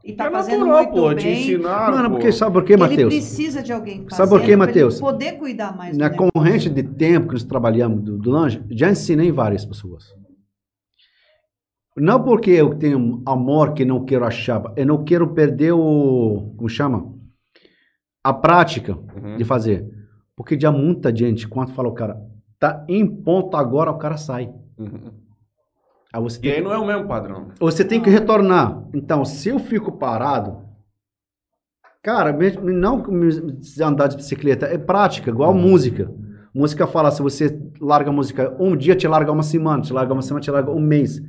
Speaker 3: E tá
Speaker 1: é
Speaker 3: fazendo
Speaker 1: natural,
Speaker 3: muito
Speaker 1: pô. Te
Speaker 3: bem.
Speaker 1: ensinaram,
Speaker 4: Mano,
Speaker 1: pô.
Speaker 4: porque sabe por quê,
Speaker 3: Ele
Speaker 4: Matheus?
Speaker 3: precisa de alguém fazer
Speaker 4: Sabe por quê,
Speaker 3: pra ele
Speaker 4: Matheus?
Speaker 3: poder cuidar mais
Speaker 4: Na
Speaker 3: do negócio.
Speaker 4: corrente de tempo que nós trabalhamos do, do lanche, já ensinei várias pessoas. Não porque eu tenho amor que não quero a chapa, eu não quero perder o. Como chama? A prática
Speaker 1: Uhum.
Speaker 4: de fazer. Porque já muita gente, quando fala o cara, tá em ponto agora, o cara sai.
Speaker 1: Uhum.
Speaker 4: Aí você
Speaker 1: E
Speaker 4: tem,
Speaker 1: aí não é o mesmo padrão.
Speaker 4: você tem que retornar. Então, se eu fico parado. Cara, mesmo- não que me- andar de bicicleta, é prática, igual música. Música fala, se você larga a música um dia, te larga uma semana, te larga uma semana, te larga um mês.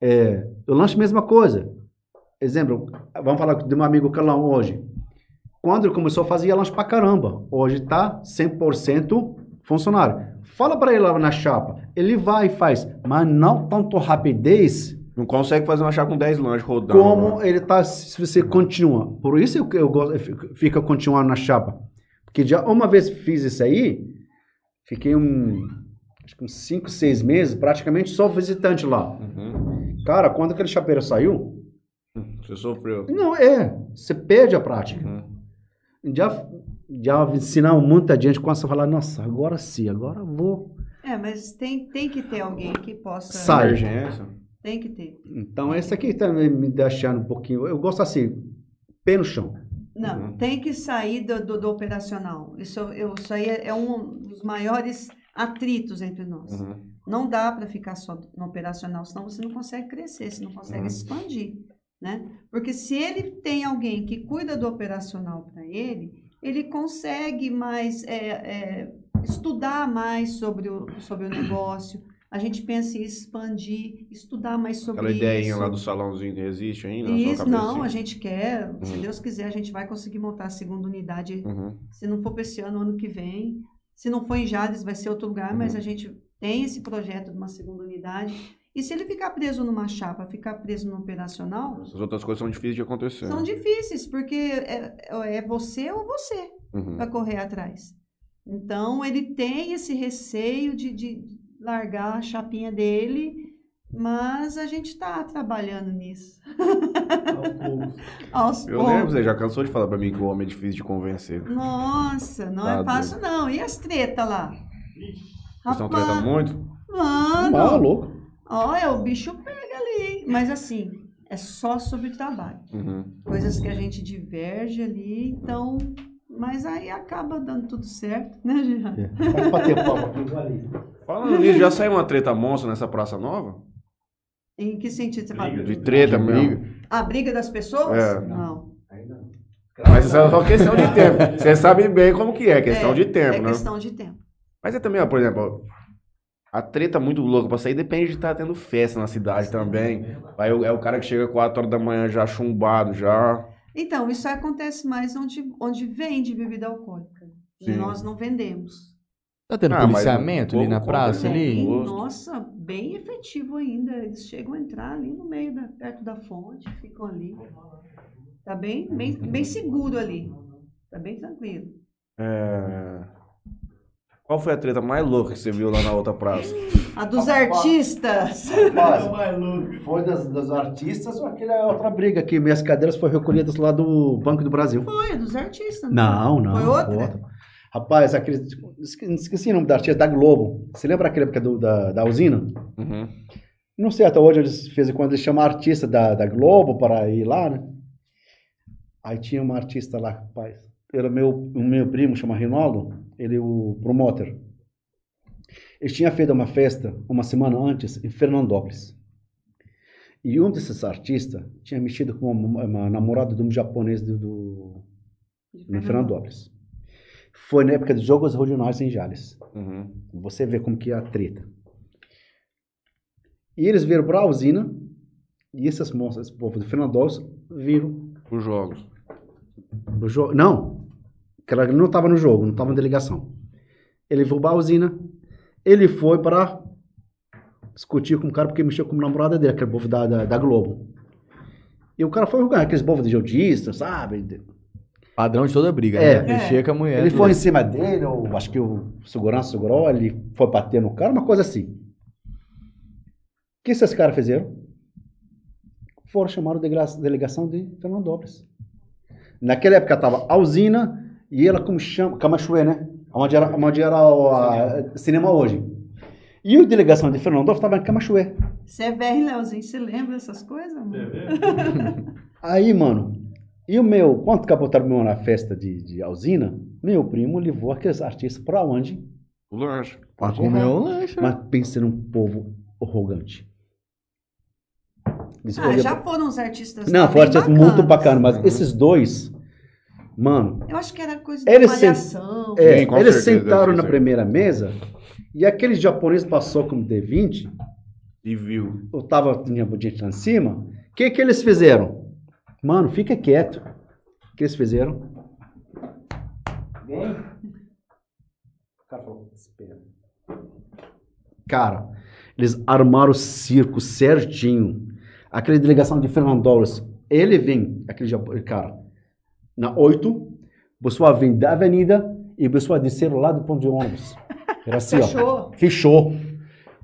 Speaker 4: É, o lanche é a mesma coisa. Exemplo, vamos falar de meu amigo Carlão hoje. Quando ele começou, fazia lanche pra caramba. Hoje tá 100% funcionário. Fala pra ele lá na chapa. Ele vai e faz, mas não tanto rapidez
Speaker 1: Não consegue fazer uma chá com 10 lanches rodando.
Speaker 4: como ele tá, se você continua. Por isso eu, eu gosto, eu fico- fica continuando na chapa. Porque já uma vez fiz isso aí, fiquei um, acho que uns 5, 6 meses, praticamente só visitante lá.
Speaker 1: Uhum.
Speaker 4: Cara, quando aquele chapeiro saiu,
Speaker 1: Você sofreu.
Speaker 4: não é, você perde a prática.
Speaker 1: Uhum.
Speaker 4: Já, já ensinamos muita gente, quando você fala, nossa, agora sim, agora eu vou.
Speaker 3: É, mas tem, tem que ter alguém que possa.
Speaker 4: Sai.
Speaker 1: Emergência.
Speaker 3: Tem que ter.
Speaker 4: Então esse aqui também me deixando um pouquinho, eu gosto assim, pé no chão.
Speaker 3: Não,
Speaker 1: Uhum.
Speaker 3: tem que sair do, do- do operacional. Isso, eu- isso aí é, é um dos maiores atritos entre nós.
Speaker 1: Uhum.
Speaker 3: Não dá para ficar só no operacional, senão você não consegue crescer, você não consegue
Speaker 1: Uhum.
Speaker 3: expandir, né? Porque se ele tem alguém que cuida do operacional para ele, ele consegue mais é, é, estudar mais sobre o, sobre o negócio. A gente pensa em expandir, estudar mais sobre
Speaker 1: Aquela ideinha
Speaker 3: isso.
Speaker 1: lá do salãozinho existe ainda? um na sua
Speaker 3: Isso, não,
Speaker 1: cabecinha?
Speaker 3: a gente quer, se
Speaker 1: Uhum.
Speaker 3: Deus quiser, a gente vai conseguir montar a segunda unidade,
Speaker 1: Uhum.
Speaker 3: se não for para esse ano, ano que vem. Se não for em Jales, vai ser outro lugar,
Speaker 1: Uhum.
Speaker 3: mas a gente tem esse projeto de uma segunda unidade. E se ele ficar preso numa chapa, ficar preso no operacional,
Speaker 1: Essas outras coisas são difíceis de acontecer.
Speaker 3: são difíceis, porque é, é você ou você
Speaker 1: Uhum.
Speaker 3: para correr atrás. Então ele tem esse receio de, de largar a chapinha dele, mas a gente está trabalhando nisso. Aos
Speaker 1: Eu lembro, você já cansou de falar pra mim que o homem é difícil de convencer. Vocês
Speaker 3: Nossa, não
Speaker 1: Tá
Speaker 3: é fácil não. E as treta lá?
Speaker 1: estão tratando é muito?
Speaker 4: Ah,
Speaker 3: mano,
Speaker 4: louco.
Speaker 3: olha, o bicho pega ali. hein? Mas assim, é só sobre trabalho.
Speaker 1: Uhum.
Speaker 3: Coisas que a gente diverge ali, então... Mas aí acaba dando tudo certo, né, Gerardo?
Speaker 4: Vai bater palma aqui, valeu.
Speaker 1: Falando nisso, já saiu uma treta monstra nessa Praça Nova?
Speaker 3: Em que sentido você fala?
Speaker 1: De treta, mesmo.
Speaker 3: A briga das pessoas?
Speaker 1: É.
Speaker 3: Não.
Speaker 5: Ainda não.
Speaker 1: Mas isso é só questão de tempo. Você sabe bem como que é, questão
Speaker 3: É,
Speaker 1: de tempo,
Speaker 3: é
Speaker 1: né?
Speaker 3: questão de tempo.
Speaker 1: Mas é também, ó, por exemplo, a treta é muito louca pra sair depende de estar tendo festa na cidade também. Aí o- é o cara que chega 4 horas da manhã já chumbado, já.
Speaker 3: Então, isso acontece mais onde, onde vende bebida alcoólica. E
Speaker 1: Sim.
Speaker 3: Nós não vendemos.
Speaker 2: Tá tendo
Speaker 1: Ah, mas
Speaker 2: policiamento ali
Speaker 1: o
Speaker 2: na
Speaker 1: povo
Speaker 2: praça
Speaker 1: compra.
Speaker 2: ali?
Speaker 3: Bem,
Speaker 1: gosto.
Speaker 3: nossa, bem efetivo ainda. Eles chegam a entrar ali no meio, da, perto da fonte, ficam ali. Tá bem, bem, bem seguro ali. Tá bem tranquilo.
Speaker 1: É... Qual foi a treta mais louca que você viu lá na outra praça?
Speaker 3: A dos artistas.
Speaker 4: Mas
Speaker 5: mais louco.
Speaker 4: foi das, das artistas ou aquela outra briga que minhas cadeiras foram recolhidas lá do Banco do Brasil?
Speaker 3: Foi, a é dos artistas. né?
Speaker 4: Não, não.
Speaker 3: Foi outra?
Speaker 4: Rapaz, aquele. esque- Esqueci o nome da artista, da Globo. Você lembra aquela época do- da, da usina?
Speaker 1: Uhum.
Speaker 4: Não sei, até hoje eles fez quando eles chamam a artista da, da Globo para ir lá, né? Aí tinha uma artista lá, rapaz. Era meu, o meu primo, chama Rinaldo, ele é o promotor. Ele tinha feito uma festa uma semana antes em Fernandópolis. E um desses artistas tinha mexido com uma, uma namorada de um japonês do, do, em Fernandópolis. Foi na época dos Jogos Regionais em Jales.
Speaker 1: Uhum.
Speaker 4: Você vê como que é a treta. E eles vieram para a usina e essas moças, esse povo de Fernandópolis, viram
Speaker 1: Os jogos.
Speaker 4: no jogo. Não, que ela não estava no jogo, não estava na delegação. Ele foi para a usina, ele foi para discutir com o cara porque mexeu com a namorada dele, aquele povo da, da, da Globo. E o cara foi jogar aqueles povos de judista, sabe?
Speaker 2: Padrão de toda briga,
Speaker 4: É.
Speaker 2: né? Mexer com a mulher.
Speaker 4: Ele
Speaker 2: tudo.
Speaker 4: foi em cima dele, ou acho que o segurança segurou, ele foi bater no cara, uma coisa assim. O que esses caras fizeram? Foram chamar a degra- delegação de Fernandópolis. Naquela época estava a usina e ela como chama, Camachuê, né? Onde era, onde era o a- cinema hoje. E a delegação de Fernandópolis estava em Camachuê.
Speaker 3: Você é velho, Leozinho, você lembra essas coisas? amor?
Speaker 5: Você vê?
Speaker 4: Aí, mano, e o meu, quando capotaram meu na festa de, de Alzina, meu primo levou aqueles artistas para onde?
Speaker 1: O lanche.
Speaker 2: Pra comer um lanche. né?
Speaker 4: Mas pensa num povo arrogante. Eles
Speaker 3: Ah,
Speaker 4: olham
Speaker 3: já tá
Speaker 4: pra-
Speaker 3: foram os artistas.
Speaker 4: Não,
Speaker 3: também
Speaker 4: foi artista muito
Speaker 3: bacanas.
Speaker 4: bacana, mas
Speaker 1: Uhum.
Speaker 4: esses dois, mano,
Speaker 3: Eu acho que era coisa de
Speaker 4: Eles se-
Speaker 3: malhação.
Speaker 4: é,
Speaker 1: Sim, com
Speaker 4: eles
Speaker 1: certeza,
Speaker 4: sentaram
Speaker 1: sim,
Speaker 4: na
Speaker 1: sim.
Speaker 4: primeira mesa e aquele japonês passou como D20,
Speaker 1: E viu.
Speaker 4: eu tava, tinha gente lá em cima, o que que eles fizeram? Mano, fica quieto. O que eles fizeram? O cara falou, espera. Cara, eles armaram o circo certinho. Aquela delegação de Fernandópolis, ele vem, aquele japo- cara, na 8, pessoal vem da avenida e pessoal desceram lá do ponto de ônibus. Era assim, ó.
Speaker 3: Fechou.
Speaker 4: Fechou.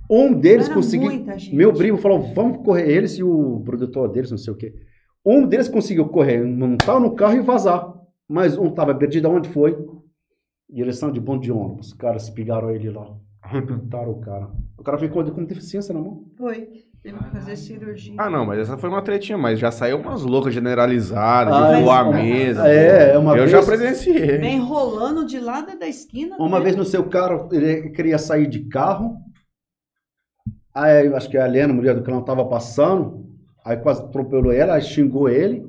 Speaker 4: Um deles
Speaker 3: Era
Speaker 4: conseguiu.
Speaker 3: muita gente.
Speaker 4: Meu primo falou: vamos correr eles e o produtor deles, não sei o quê. Um deles conseguiu correr, montar no carro e vazar. Mas um tava perdido aonde foi. Direção de ponto de ônibus. Os caras pegaram ele lá. Arrebentaram o cara. O cara ficou de- com deficiência na mão.
Speaker 3: Foi. Teve que fazer cirurgia.
Speaker 1: Ah, não, mas essa foi uma tretinha, mas já saiu umas loucas generalizadas,
Speaker 4: Ah,
Speaker 1: de voar
Speaker 4: é.
Speaker 1: a mesa.
Speaker 4: É, é uma
Speaker 1: Eu
Speaker 4: vez-
Speaker 1: já presenciei.
Speaker 3: Vem rolando Né, de lado da esquina.
Speaker 4: Uma
Speaker 3: né?
Speaker 4: vez no seu carro, ele queria sair de carro. Aí eu acho que a Helena, mulher do canal, estava passando. Aí quase atropelou ela, aí xingou ele.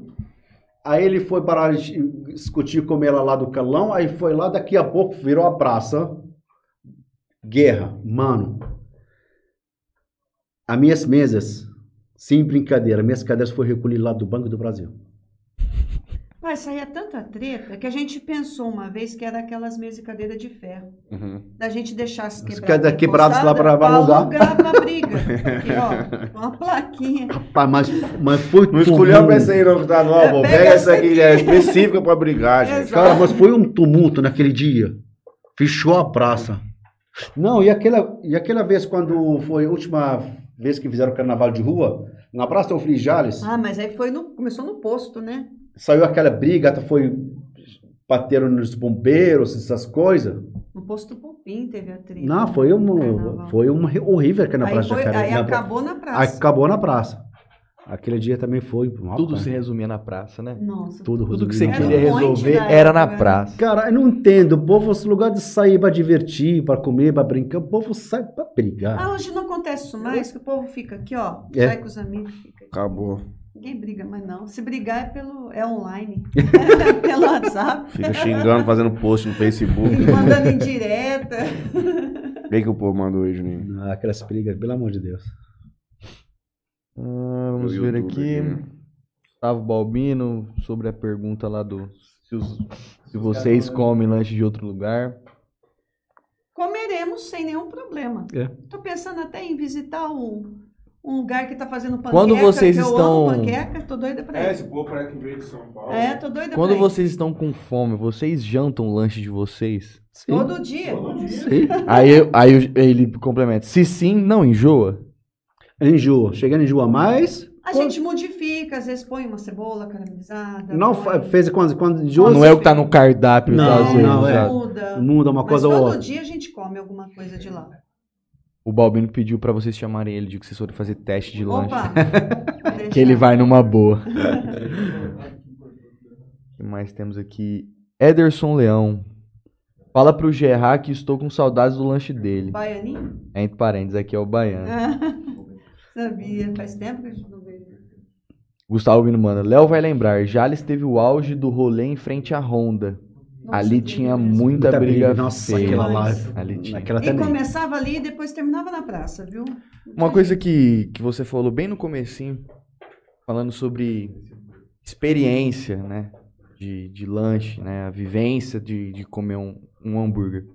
Speaker 4: Aí ele foi para discutir com ela lá do calão. Aí foi lá, daqui a pouco virou a praça. Guerra, mano. As minhas mesas, sem brincadeira, minhas cadeiras foram recolhidas lá do Banco do Brasil.
Speaker 3: Pai, saía tanta treta que a gente pensou uma vez que era aquelas mesas e cadeira de ferro.
Speaker 1: Uhum.
Speaker 3: Da gente deixar as
Speaker 4: cadeiras
Speaker 3: quebradas,
Speaker 4: quebradas lá pra- pra alugar.
Speaker 3: alugar pra briga. Aqui, ó, uma plaquinha.
Speaker 4: Rapaz, mas, mas foi
Speaker 1: Não escolheu
Speaker 4: tumulto.
Speaker 1: pra esse aí, não, que tá nova. pô.
Speaker 3: Pega
Speaker 1: Pega
Speaker 3: essa
Speaker 1: essa aqui, é específica pra brigar, gente.
Speaker 4: Cara, mas foi um tumulto naquele dia. Fechou a praça. Não, e aquela, e aquela vez quando foi a última vez que fizeram o carnaval de rua, na Praça Teofili Jales,
Speaker 3: Ah, mas aí foi no, começou no posto, né?
Speaker 4: saiu aquela briga, até foi bateram nos bombeiros, essas coisas.
Speaker 3: No posto Pompim teve a treta.
Speaker 4: Não, foi uma
Speaker 3: Carnaval.
Speaker 4: foi uma re- horrível aqui na
Speaker 3: um, aí
Speaker 4: Praça
Speaker 3: foi-
Speaker 4: Jacaré.
Speaker 3: aí
Speaker 4: na-
Speaker 3: acabou na praça.
Speaker 4: acabou na praça. Aquele dia também foi uma
Speaker 2: Tudo
Speaker 4: praça.
Speaker 2: se resumia na praça, né?
Speaker 3: Nossa.
Speaker 4: tudo, né?
Speaker 2: Tudo que
Speaker 4: resumido
Speaker 2: você
Speaker 4: na
Speaker 2: queria
Speaker 3: Era um
Speaker 4: praça.
Speaker 3: monte
Speaker 2: resolver
Speaker 3: na
Speaker 2: era na
Speaker 3: época.
Speaker 2: praça.
Speaker 4: Cara, eu não entendo. O povo, esse lugar de sair pra divertir, pra comer, pra brincar, o povo sai pra brigar.
Speaker 3: Ah, hoje não acontece isso mais, que o povo fica aqui, ó.
Speaker 4: É.
Speaker 3: Sai com os amigos, fica aqui.
Speaker 1: Acabou.
Speaker 3: Ninguém briga mais, não. Se brigar é pelo. é online. pelo WhatsApp.
Speaker 1: Fica xingando, fazendo post no Facebook.
Speaker 3: E mandando indireta.
Speaker 1: O que, que o povo mandou aí, Juninho?
Speaker 4: Ah, aquelas brigas, pelo amor de Deus.
Speaker 2: Ah, vamos
Speaker 1: Do
Speaker 2: ver
Speaker 1: YouTube
Speaker 2: aqui.
Speaker 1: aqui,
Speaker 2: Gustavo Balbino, sobre a pergunta lá do. Se, os- se vocês comem lanche de outro lugar.
Speaker 3: Comeremos sem nenhum problema.
Speaker 4: É.
Speaker 3: Tô pensando até em visitar um, um lugar que tá fazendo panqueca.
Speaker 2: Quando vocês
Speaker 3: que eu
Speaker 2: estão-
Speaker 3: Amo panqueca, tô doida pra
Speaker 5: É,
Speaker 3: ir.
Speaker 5: esse povo parece que veio de São Paulo.
Speaker 3: É, tô doida
Speaker 2: Quando
Speaker 3: pra ir.
Speaker 2: vocês estão com fome, vocês jantam o lanche de vocês?
Speaker 3: Todo dia?
Speaker 5: Todo dia.
Speaker 4: Sim.
Speaker 2: Aí, eu- aí eu- ele complementa. Se sim, não enjoa.
Speaker 4: Enjoa. Chegando enjoa mais.
Speaker 3: A gente modifica, às vezes põe uma cebola caramelizada.
Speaker 4: Não
Speaker 3: põe-
Speaker 4: fa- fez quando, quando enjoa.
Speaker 2: Não é o que tá no cardápio.
Speaker 4: Não,
Speaker 2: tá, às vezes,
Speaker 4: não, é.
Speaker 2: exato.
Speaker 3: Muda.
Speaker 4: Muda uma
Speaker 3: Mas
Speaker 4: coisa ou
Speaker 3: todo
Speaker 4: outra.
Speaker 3: dia a gente come alguma coisa de lá.
Speaker 2: O Balbino pediu pra vocês chamarem ele de que vocês forem fazer teste de lanche.
Speaker 3: Opa! Deixa-
Speaker 2: Que ele vai numa boa. O que mais temos aqui? Ederson Leão. Fala pro Gerard que estou com saudades do lanche dele.
Speaker 3: Baianinho?
Speaker 2: É, Entre parênteses, aqui é o baiano.
Speaker 3: Sabia, faz tempo que a gente não vê.
Speaker 2: Gustavo Bino manda. Léo vai lembrar. Jales teve o auge do rolê em frente à Honda.
Speaker 3: Nossa,
Speaker 2: ali
Speaker 3: que
Speaker 2: tinha
Speaker 3: beleza.
Speaker 2: muita, briga.
Speaker 4: Nossa,
Speaker 2: feia.
Speaker 4: aquela lá.
Speaker 2: Ali tinha.
Speaker 4: Aquela
Speaker 3: E
Speaker 4: também.
Speaker 3: começava ali e depois terminava na praça, viu? É.
Speaker 2: Uma coisa que, que você falou bem no comecinho, falando sobre experiência, né? De, de lanche, né? A vivência de, de comer um, um hambúrguer.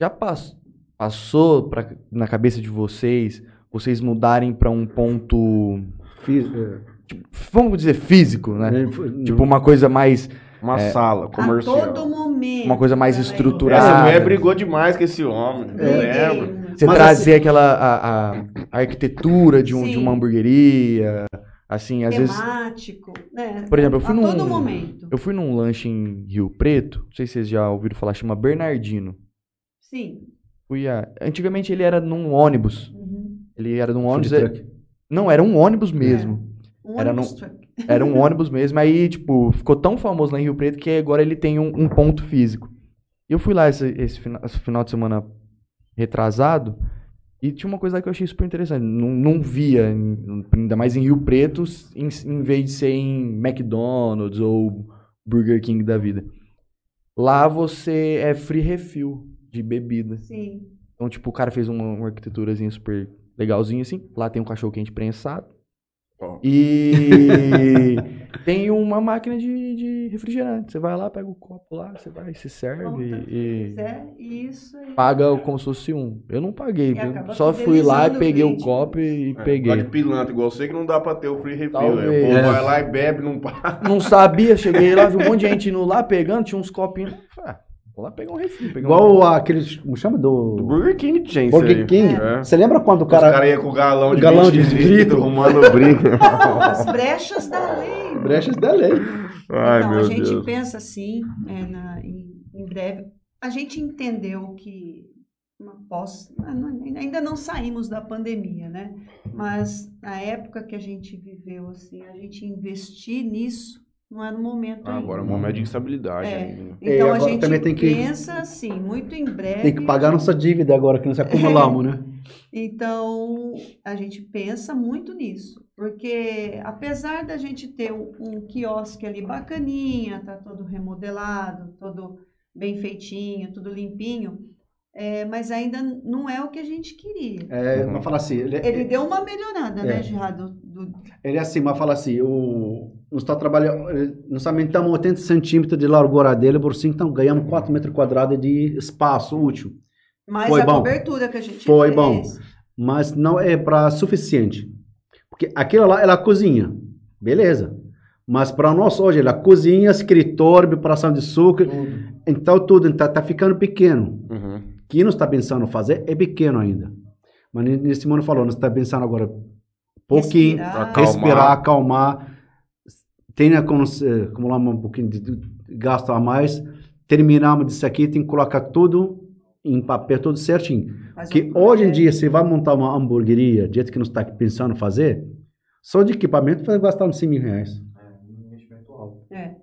Speaker 2: Já pas- passou pra, na cabeça de vocês, vocês mudarem pra um ponto,
Speaker 4: Fiz, é,
Speaker 2: vamos dizer, físico, né?
Speaker 4: é,
Speaker 3: Hum.
Speaker 4: foi-
Speaker 2: Tipo, uma coisa mais,
Speaker 1: Uma sala
Speaker 3: A
Speaker 1: comercial.
Speaker 3: Ah, todo momento. né,
Speaker 2: uma coisa mais
Speaker 3: galera.
Speaker 1: Essa
Speaker 2: estruturada.
Speaker 1: mulher brigou demais com esse homem. Eu
Speaker 3: Briguei.
Speaker 1: lembro.
Speaker 2: Você
Speaker 4: Mas
Speaker 2: trazer aquela a, a- a arquitetura de, um, de
Speaker 3: assim Sim.
Speaker 2: uma hamburgueria, assim, às vezes...
Speaker 3: Temático, né?
Speaker 2: Por exemplo, eu
Speaker 3: A
Speaker 2: fui num...
Speaker 3: todo momento.
Speaker 2: Eu fui num lanche em Rio Preto, não sei se vocês já ouviram falar, chama Bernardino.
Speaker 3: Sim.
Speaker 2: Fui a... Antigamente ele era num ônibus.
Speaker 3: Uhum.
Speaker 2: Ele era num
Speaker 4: Food
Speaker 2: ônibus. é,
Speaker 4: truck.
Speaker 2: Não, era um ônibus mesmo.
Speaker 3: Um
Speaker 2: Era
Speaker 3: ônibus truck.
Speaker 2: Era um ônibus mesmo. Aí, tipo, ficou tão famoso lá em Rio Preto que agora ele tem um, um ponto físico. E eu fui lá esse, esse fina- esse final de semana retrasado e tinha uma coisa lá que eu achei super interessante. Não, não via, em- ainda mais em Rio Preto, em, em vez de ser em McDonald's ou Burger King da vida. Lá você é free refill de bebida.
Speaker 3: Sim.
Speaker 2: Então, tipo, o cara fez uma, uma arquiteturazinha super legalzinha, assim. Lá tem um cachorro quente prensado.
Speaker 1: Ó.
Speaker 2: E tem uma máquina de, de refrigerante. Você vai lá, pega o copo lá, você vai, se serve
Speaker 3: Pronto.
Speaker 2: e
Speaker 3: É isso aí.
Speaker 2: paga como se fosse um. Eu não paguei,
Speaker 3: E
Speaker 2: eu
Speaker 3: acaba
Speaker 2: só fui lá e
Speaker 3: fidelizando o
Speaker 2: peguei o
Speaker 3: cliente.
Speaker 2: copo e
Speaker 1: É, gosta
Speaker 2: peguei.
Speaker 1: de pilantra, igual você que não dá pra ter o free refill.
Speaker 2: Talvez.
Speaker 1: né? O povo
Speaker 2: É.
Speaker 1: vai lá e bebe, não para.
Speaker 2: Não sabia, cheguei lá, vi um monte de gente indo lá pegando, tinha uns copinhos. Eu falei, Ah, vou lá pegar um refri. pegar um-
Speaker 4: Igual aqueles. Como chama? Do.
Speaker 1: O Burger King tinha isso
Speaker 4: Burger
Speaker 1: aí.
Speaker 4: King.
Speaker 1: É.
Speaker 4: Você lembra quando o
Speaker 1: Os caras
Speaker 4: cara.
Speaker 1: cara iam com o galão de
Speaker 4: galão
Speaker 1: 20
Speaker 4: de
Speaker 1: litros
Speaker 4: litro.
Speaker 1: arrumando briga.
Speaker 3: As brechas da lei. né?
Speaker 4: Brechas da lei.
Speaker 1: Ai,
Speaker 3: então,
Speaker 1: meu
Speaker 3: a gente
Speaker 1: Deus.
Speaker 3: pensa assim, é, na- em, em breve. A gente entendeu que uma pós, ah, não- ainda não saímos da pandemia, né? Mas na época que a gente viveu, assim, a gente investir nisso não era o momento
Speaker 1: Ah,
Speaker 3: ainda.
Speaker 1: agora o momento de instabilidade.
Speaker 3: É.
Speaker 1: ainda.
Speaker 4: E
Speaker 3: Então a
Speaker 4: agora
Speaker 3: gente
Speaker 4: também tem que-
Speaker 3: pensa assim, muito em breve.
Speaker 4: Tem que pagar nossa dívida agora, que nós acumulamos, né?
Speaker 3: Então, a gente pensa muito nisso, porque apesar da gente ter um, um quiosque ali bacaninha, tá todo remodelado, todo bem feitinho, tudo limpinho, é, mas ainda não é o que a gente queria.
Speaker 4: É, mas fala assim, ele,
Speaker 3: Ele deu uma melhorada, né,
Speaker 4: É.
Speaker 3: Gerardo? Do- do-
Speaker 4: ele é assim, mas fala assim, o, nós tá trabalhando, ele- nós aumentamos 80 centímetros de largura dele por 5, então ganhamos 4 metros quadrados de espaço útil.
Speaker 3: mais
Speaker 4: Foi
Speaker 3: a
Speaker 4: bom.
Speaker 3: cobertura que a gente
Speaker 4: Foi
Speaker 3: fez.
Speaker 4: bom. mas não é para suficiente. Porque aquilo lá, ela cozinha, beleza. Mas para nós hoje, ela cozinha, escritório, preparação de suco,
Speaker 3: um
Speaker 4: então tudo está tá ficando pequeno.
Speaker 1: Uhum.
Speaker 4: O que nós está pensando fazer é pequeno ainda. Mas ne- nesse mundo falou, nós está pensando agora pouquinho,
Speaker 3: Respirar.
Speaker 1: Acalmar.
Speaker 4: respirar, acalmar, tenha como, eh, como lá um pouquinho de de gasto a mais, terminamos disso aqui, tem que colocar tudo em papel, tudo certinho.
Speaker 3: Faz
Speaker 4: Que
Speaker 3: um-
Speaker 4: hoje em
Speaker 3: é,
Speaker 4: dia, você vai montar uma hamburgueria, do jeito que nós está pensando fazer, só de equipamento vai gastar uns 100 mil reais.
Speaker 3: é.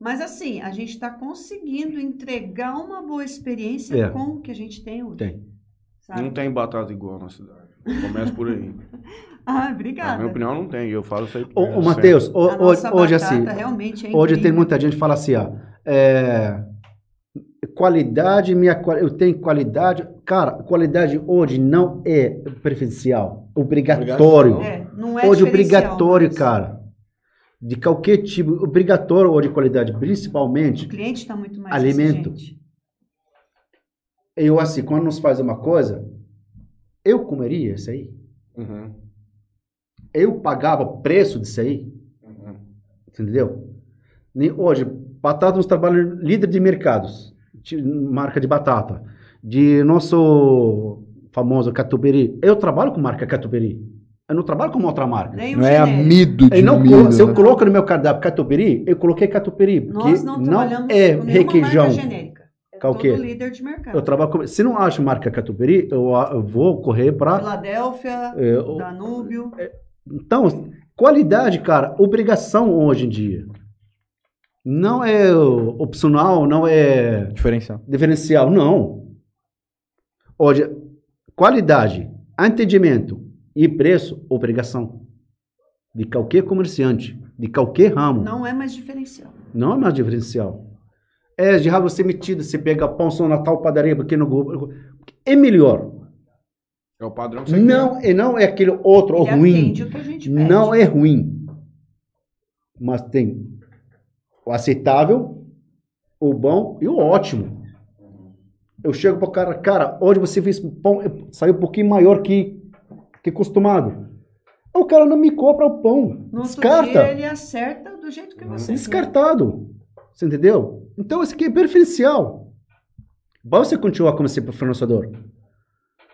Speaker 3: Mas assim, a gente está conseguindo entregar uma boa experiência
Speaker 4: É.
Speaker 3: com o que a gente tem hoje.
Speaker 4: Tem.
Speaker 3: sabe?
Speaker 1: Não tem batata igual na cidade. Começa por aí.
Speaker 3: Ah,
Speaker 1: Na
Speaker 3: obrigada.
Speaker 1: minha opinião, não tem. Eu falo isso aí.
Speaker 4: Ô,
Speaker 1: sempre.
Speaker 4: ô Matheus, ô,
Speaker 3: A
Speaker 4: ô,
Speaker 3: nossa
Speaker 4: hoje
Speaker 3: batata
Speaker 4: assim,
Speaker 3: realmente é
Speaker 4: hoje tem
Speaker 3: incrível.
Speaker 4: muita gente que fala assim, ó, é, qualidade, minha, quali- eu tenho qualidade. Cara, qualidade hoje não é preferencial, obrigatório.
Speaker 1: Obrigação.
Speaker 3: É, não é
Speaker 4: hoje
Speaker 3: diferencial,
Speaker 4: obrigatório,
Speaker 3: mas
Speaker 4: cara. De qualquer tipo, obrigatório hoje qualidade, principalmente
Speaker 3: O cliente está muito mais
Speaker 4: Alimento.
Speaker 3: exigente.
Speaker 4: Eu, assim, quando nos faz uma coisa, eu comeria isso aí.
Speaker 1: Uhum.
Speaker 4: Eu pagava preço disso aí.
Speaker 1: Uhum.
Speaker 4: Entendeu? Nem hoje, batata nos trabalhos líder de mercados. de marca de batata, de nosso famoso catupiry. Eu trabalho com marca catupiry. Eu não trabalho com outra marca.
Speaker 3: Nem o
Speaker 2: Não é
Speaker 3: genérico.
Speaker 2: amido de
Speaker 4: Eu não
Speaker 2: milho,
Speaker 4: colo- se eu
Speaker 2: né?
Speaker 4: coloco no meu cardápio catupiry, eu coloquei catupiry, porque
Speaker 3: Nós não,
Speaker 4: não,
Speaker 3: trabalhamos
Speaker 4: é
Speaker 3: com nenhuma
Speaker 4: requeijão.
Speaker 3: marca genérica. É
Speaker 4: Qual
Speaker 3: todo
Speaker 4: que é?
Speaker 3: líder de mercado.
Speaker 4: Eu trabalho com- se não acho marca catupiry, eu, a- eu vou correr eh, para
Speaker 3: Filadélfia, Danúbio.
Speaker 4: Então, qualidade, cara, obrigação hoje em dia. Não é o- opcional, não é
Speaker 2: Diferencial.
Speaker 4: diferencial, não. Hoje, qualidade, atendimento e preço, obrigação. De qualquer comerciante, de qualquer ramo.
Speaker 3: Não é mais diferencial.
Speaker 4: Não é mais diferencial. É de rabo ser metido, você pega pão só na tal padaria, porque no Google. É melhor.
Speaker 1: É o padrão que você quer.
Speaker 4: Não, e não é aquele outro
Speaker 3: Ele
Speaker 4: ruim.
Speaker 3: atende o que a gente pede.
Speaker 4: Não é ruim. Mas tem o aceitável, o bom e o ótimo. Eu chego para o cara, cara, hoje você fez pão, saiu um pouquinho maior que, que costumado. O cara não me compra o pão.
Speaker 3: No outro
Speaker 4: descarta.
Speaker 3: dia ele acerta do jeito que você
Speaker 4: Descartado. Você entendeu? Então esse aqui é preferencial. Bom você continuar como sempre fornecedor.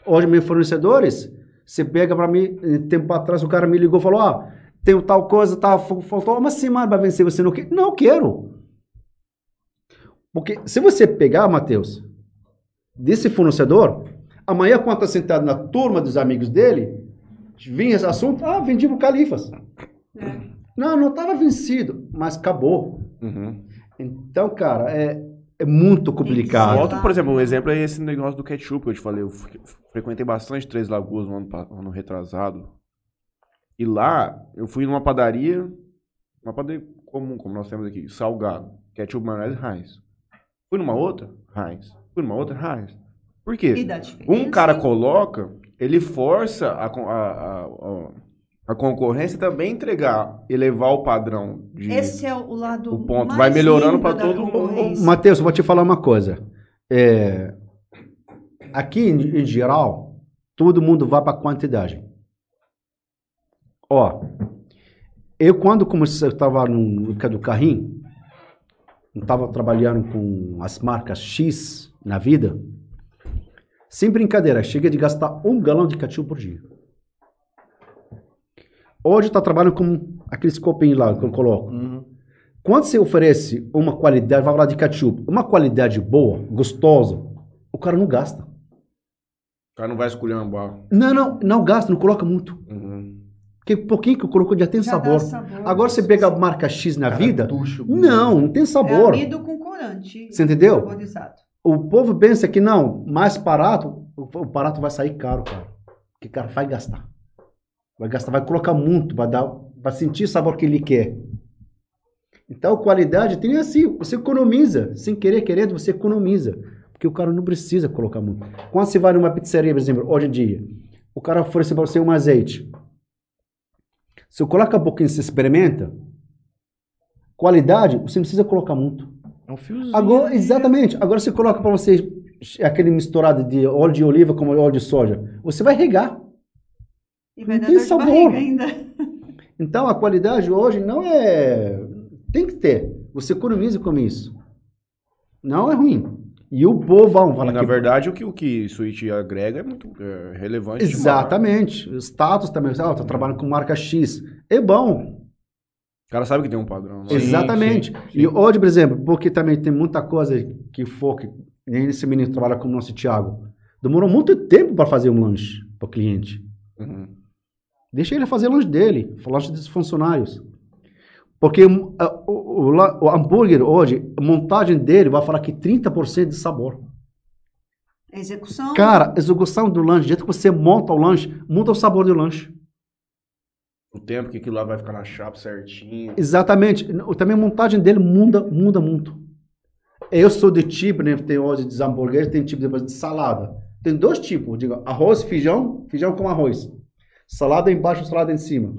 Speaker 4: Hoje, meus fornecedores, você pega para mim, eh, tempo atrás o cara me ligou e falou, ah, tem tal coisa, tá, fa- faltou uma semana para vencer, você não quer? Não, eu quero. Porque se você pegar, Matheus, desse fornecedor, amanhã quando tá sentado na turma dos amigos dele, vinha esse assunto, ah, vendi pro Califas.
Speaker 3: É.
Speaker 4: Não, não estava vencido, mas acabou.
Speaker 1: Uhum.
Speaker 4: Então, cara, é, é muito complicado.
Speaker 3: Ah.
Speaker 1: Volta, por exemplo, um exemplo é esse negócio do ketchup que eu te falei. Eu fre- frequentei bastante Três Lagoas no ano, pa- um ano retrasado. E lá, eu fui numa padaria, uma padaria comum, como nós temos aqui, salgado. Ketchup, maionese, Heinz. Fui numa outra, Heinz. Fui numa outra, Heinz. Por quê?
Speaker 3: pede. E dá diferença.
Speaker 1: Um cara coloca, ele força a, con- a, a, a- a concorrência também entregar, elevar o padrão de.
Speaker 3: Esse é o lado
Speaker 1: O ponto.
Speaker 3: mais
Speaker 1: Vai melhorando
Speaker 3: lindo
Speaker 1: pra
Speaker 3: da
Speaker 1: todo mundo.
Speaker 3: concorrência.
Speaker 4: Matheus, vou te falar uma coisa. É, aqui, em, em geral, todo mundo vai para quantidade. Ó, eu quando comecei, eu estava no mercado do carrinho, estava trabalhando com as marcas X na vida, sem brincadeira, cheguei de gastar um galão de ketchup por dia. Hoje está trabalhando com aqueles copinhos lá que eu coloco. Quando você oferece uma qualidade, vai falar de ketchup, uma qualidade boa, gostosa, o cara não gasta.
Speaker 1: O cara não vai esculhambar.
Speaker 4: Não, não, não gasta, não coloca muito.
Speaker 1: Uhum.
Speaker 4: Porque pouquinho que eu coloco já tem
Speaker 3: Já dá
Speaker 4: sabor. Agora você pega a marca X na vida, não, não tem
Speaker 3: É
Speaker 4: sabor.
Speaker 3: amido com corante.
Speaker 4: Você entendeu?
Speaker 3: Saborizado.
Speaker 4: O povo pensa que não, mais barato, o- o barato vai sair caro, cara. Porque o cara vai gastar. Vai gastar, vai colocar muito, vai dar, vai sentir o sabor que ele quer. Então, qualidade tem assim, você economiza, sem querer, querendo, você economiza. Porque o cara não precisa colocar muito. Quando você vai numa pizzaria, por exemplo, hoje em dia, o cara oferece para você um azeite. Se eu coloca um pouquinho, você experimenta, qualidade, você não precisa colocar muito.
Speaker 2: É um fiozinho.
Speaker 4: Agora, exatamente. Agora você coloca para você aquele misturado de óleo de oliva com óleo de soja. Você vai regar.
Speaker 3: E vai dar
Speaker 4: tem
Speaker 3: dor de
Speaker 4: sabor.
Speaker 3: barriga ainda.
Speaker 4: Então a qualidade hoje não é. Tem que ter. Você economiza com isso. Não é ruim. E o povo vamos falar
Speaker 1: Na
Speaker 4: que.
Speaker 1: verdade, o que o que Switch agrega é muito é, relevante. demais.
Speaker 4: Exatamente. O status também. Ah, tô trabalhando com marca X. É bom.
Speaker 1: O cara sabe que tem um padrão. né?
Speaker 4: Exatamente. E hoje, por exemplo, porque também tem muita coisa que for que nem esse menino que trabalha com o nosso Thiago. Demorou muito tempo para fazer um lanche para o cliente.
Speaker 1: Uhum.
Speaker 4: Deixa ele fazer lanche dele, lanche dos funcionários. Porque hum, a- o, o la- o hambúrguer hoje, a montagem dele vai falar que 30% de sabor.
Speaker 3: Execução.
Speaker 4: Cara, a execução do lanche, do jeito que você monta o lanche, muda o sabor do lanche.
Speaker 1: O tempo que aquilo lá vai ficar na chapa certinho.
Speaker 4: Exatamente. N- Também a montagem dele muda, muda muito. Eu sou de tipo, né? Tem hoje de hambúrguer, tem tipo de de salada. Tem dois tipos, digo, arroz, feijão, feijão com arroz. Salada embaixo, salada em cima.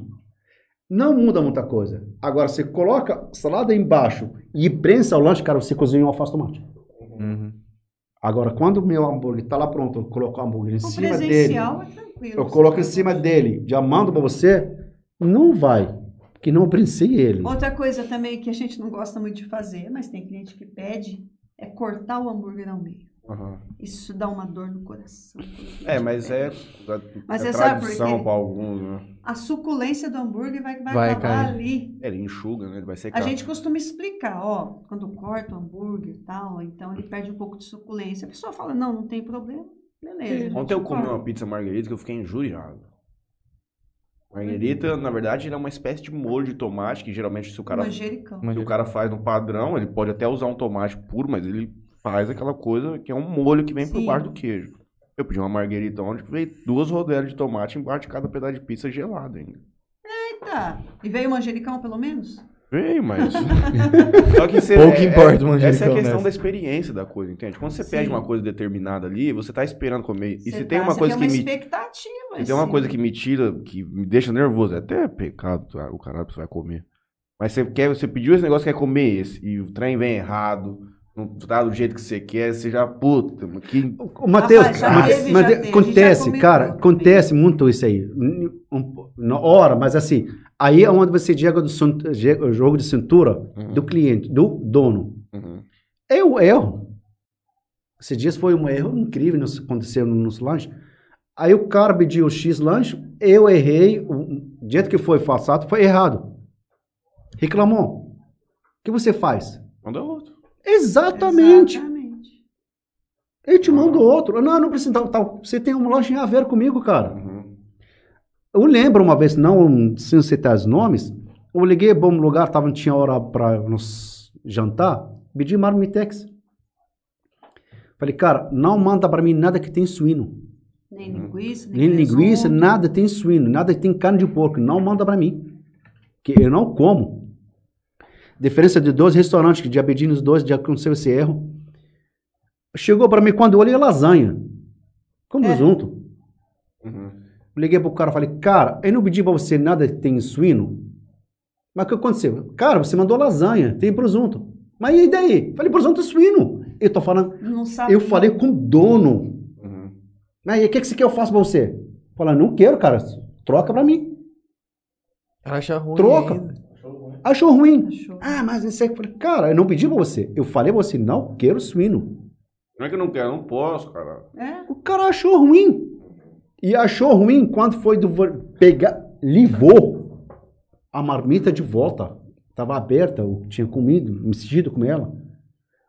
Speaker 4: Não muda muita coisa. Agora, você coloca salada embaixo e prensa o lanche, cara, você cozinha um alface tomate.
Speaker 2: Uhum.
Speaker 4: Agora, quando o meu hambúrguer tá lá pronto, eu coloco o hambúrguer em
Speaker 3: O
Speaker 4: cima dele.
Speaker 3: Um presencial é tranquilo.
Speaker 4: Eu coloco em cima dele, já mando pra você. Não vai, porque não prensei ele.
Speaker 3: Outra coisa também que a gente não gosta muito de fazer, mas tem cliente que pede, é cortar o hambúrguer ao meio.
Speaker 1: Aham.
Speaker 3: Isso dá uma dor no coração.
Speaker 1: Uhum. É, mas é,
Speaker 3: Mas
Speaker 1: é
Speaker 3: você sabe por
Speaker 1: tradição
Speaker 3: quê?
Speaker 1: pra alguns, né?
Speaker 3: A suculência do hambúrguer vai, vai,
Speaker 2: Vai
Speaker 3: acabar
Speaker 2: cair.
Speaker 3: ali.
Speaker 1: É, Ele enxuga, né? Ele vai
Speaker 3: A
Speaker 1: secar.
Speaker 3: gente costuma explicar, ó, quando corta o hambúrguer e tal, então ele perde um pouco de suculência. A pessoa fala, não, não tem problema, beleza.
Speaker 1: Ontem eu comi
Speaker 3: corta.
Speaker 1: uma pizza margarita que eu fiquei injuriado.
Speaker 3: Uhum.
Speaker 1: Margarita, na verdade, ele é uma espécie de molho de tomate que geralmente se o um, cara, se
Speaker 3: manjericão.
Speaker 2: Mas
Speaker 1: o cara faz no padrão, ele pode até usar um tomate puro, mas ele faz aquela coisa que é um molho que vem por
Speaker 3: Sim.
Speaker 1: baixo do queijo. Eu pedi uma margarita onde veio duas rodelas de tomate embaixo de cada pedaço de pizza gelado ainda.
Speaker 3: Eita, e veio o manjericão pelo menos?
Speaker 1: Veio, mas. Só que você,
Speaker 2: Pouco importa
Speaker 1: Essa é
Speaker 2: o
Speaker 1: a
Speaker 2: manjericão
Speaker 1: questão
Speaker 2: nessa.
Speaker 1: da experiência da coisa, entende? Quando você pede
Speaker 3: Sim.
Speaker 1: uma coisa determinada ali, você tá esperando comer. E
Speaker 3: Você
Speaker 1: se tem
Speaker 3: tá-
Speaker 1: uma
Speaker 3: você
Speaker 1: coisa
Speaker 3: tem
Speaker 1: que
Speaker 3: uma
Speaker 1: me
Speaker 3: expectativa.
Speaker 1: E tem Então, é uma
Speaker 3: assim.
Speaker 1: coisa que me tira, que me deixa nervoso. É até pecado tá? o caralho que você vai comer. Mas você, quer, você pediu esse negócio, quer comer esse. E o trem vem errado, não tá do jeito que você quer, você já, puta, mas que.
Speaker 4: O Matheus,
Speaker 3: Rapaz, já
Speaker 4: Mate-
Speaker 3: teve, já
Speaker 4: Mate-
Speaker 3: teve, a gente já
Speaker 4: acontece,
Speaker 3: comentou
Speaker 4: cara,
Speaker 3: também.
Speaker 4: acontece muito isso aí. N- um- na hora, mas assim, aí é onde você chega do cin- je- jogo de cintura do cliente, do dono.
Speaker 1: Uhum.
Speaker 4: É um erro. Esses dias foi um erro incrível nos- aconteceu no nosso lanche. Aí o cara pediu X lanche, eu errei, o- o jeito que foi passado foi errado. Reclamou. O que você faz?
Speaker 1: Manda é outro.
Speaker 4: Exatamente.
Speaker 3: Exatamente.
Speaker 4: Eu te mando outro. Não, não precisa. Tal, tal. Você tem um lanche a ver comigo, cara.
Speaker 1: Uhum.
Speaker 4: Eu lembro uma vez, não sem citar os nomes, eu liguei para um lugar, tava, não tinha hora para nos jantar, pedi marmitex. Falei, cara, não manda para mim nada que tem suíno.
Speaker 3: Nem
Speaker 1: Uhum.
Speaker 3: linguiça, nem,
Speaker 4: Nem linguiça,
Speaker 3: presunto.
Speaker 4: nada tem suíno, nada tem carne de porco. Não manda para mim. Que eu não como. Diferença de dois restaurantes que já pedi nos dois, já aconteceu esse erro. Chegou para mim quando eu olhei lasanha. Com
Speaker 3: É.
Speaker 4: presunto.
Speaker 1: Uhum.
Speaker 4: Liguei pro cara e falei, cara, eu não pedi pra você nada que tem suíno. Mas o que aconteceu? Cara, você mandou lasanha, tem presunto. Mas e daí? Falei, presunto é suíno. Eu tô falando,
Speaker 3: Não sabe.
Speaker 4: eu falei com o dono.
Speaker 1: Uhum.
Speaker 4: Mas e o que, que você quer que eu faço pra você? Fala, não quero, cara. Troca pra mim.
Speaker 2: Ela acha ruim.
Speaker 4: Troca.
Speaker 2: ainda.
Speaker 4: Achou ruim.
Speaker 3: Achou.
Speaker 4: Ah, mas não sei. o que. Falei, cara, eu não pedi pra você. Eu falei pra você, não quero suíno.
Speaker 1: Não é que eu não quero, eu não posso, cara.
Speaker 3: É?
Speaker 4: O cara achou ruim. E achou ruim quando foi do vo- pegar, livou a marmita de volta. Tava aberta, eu tinha comido, me sentido com ela.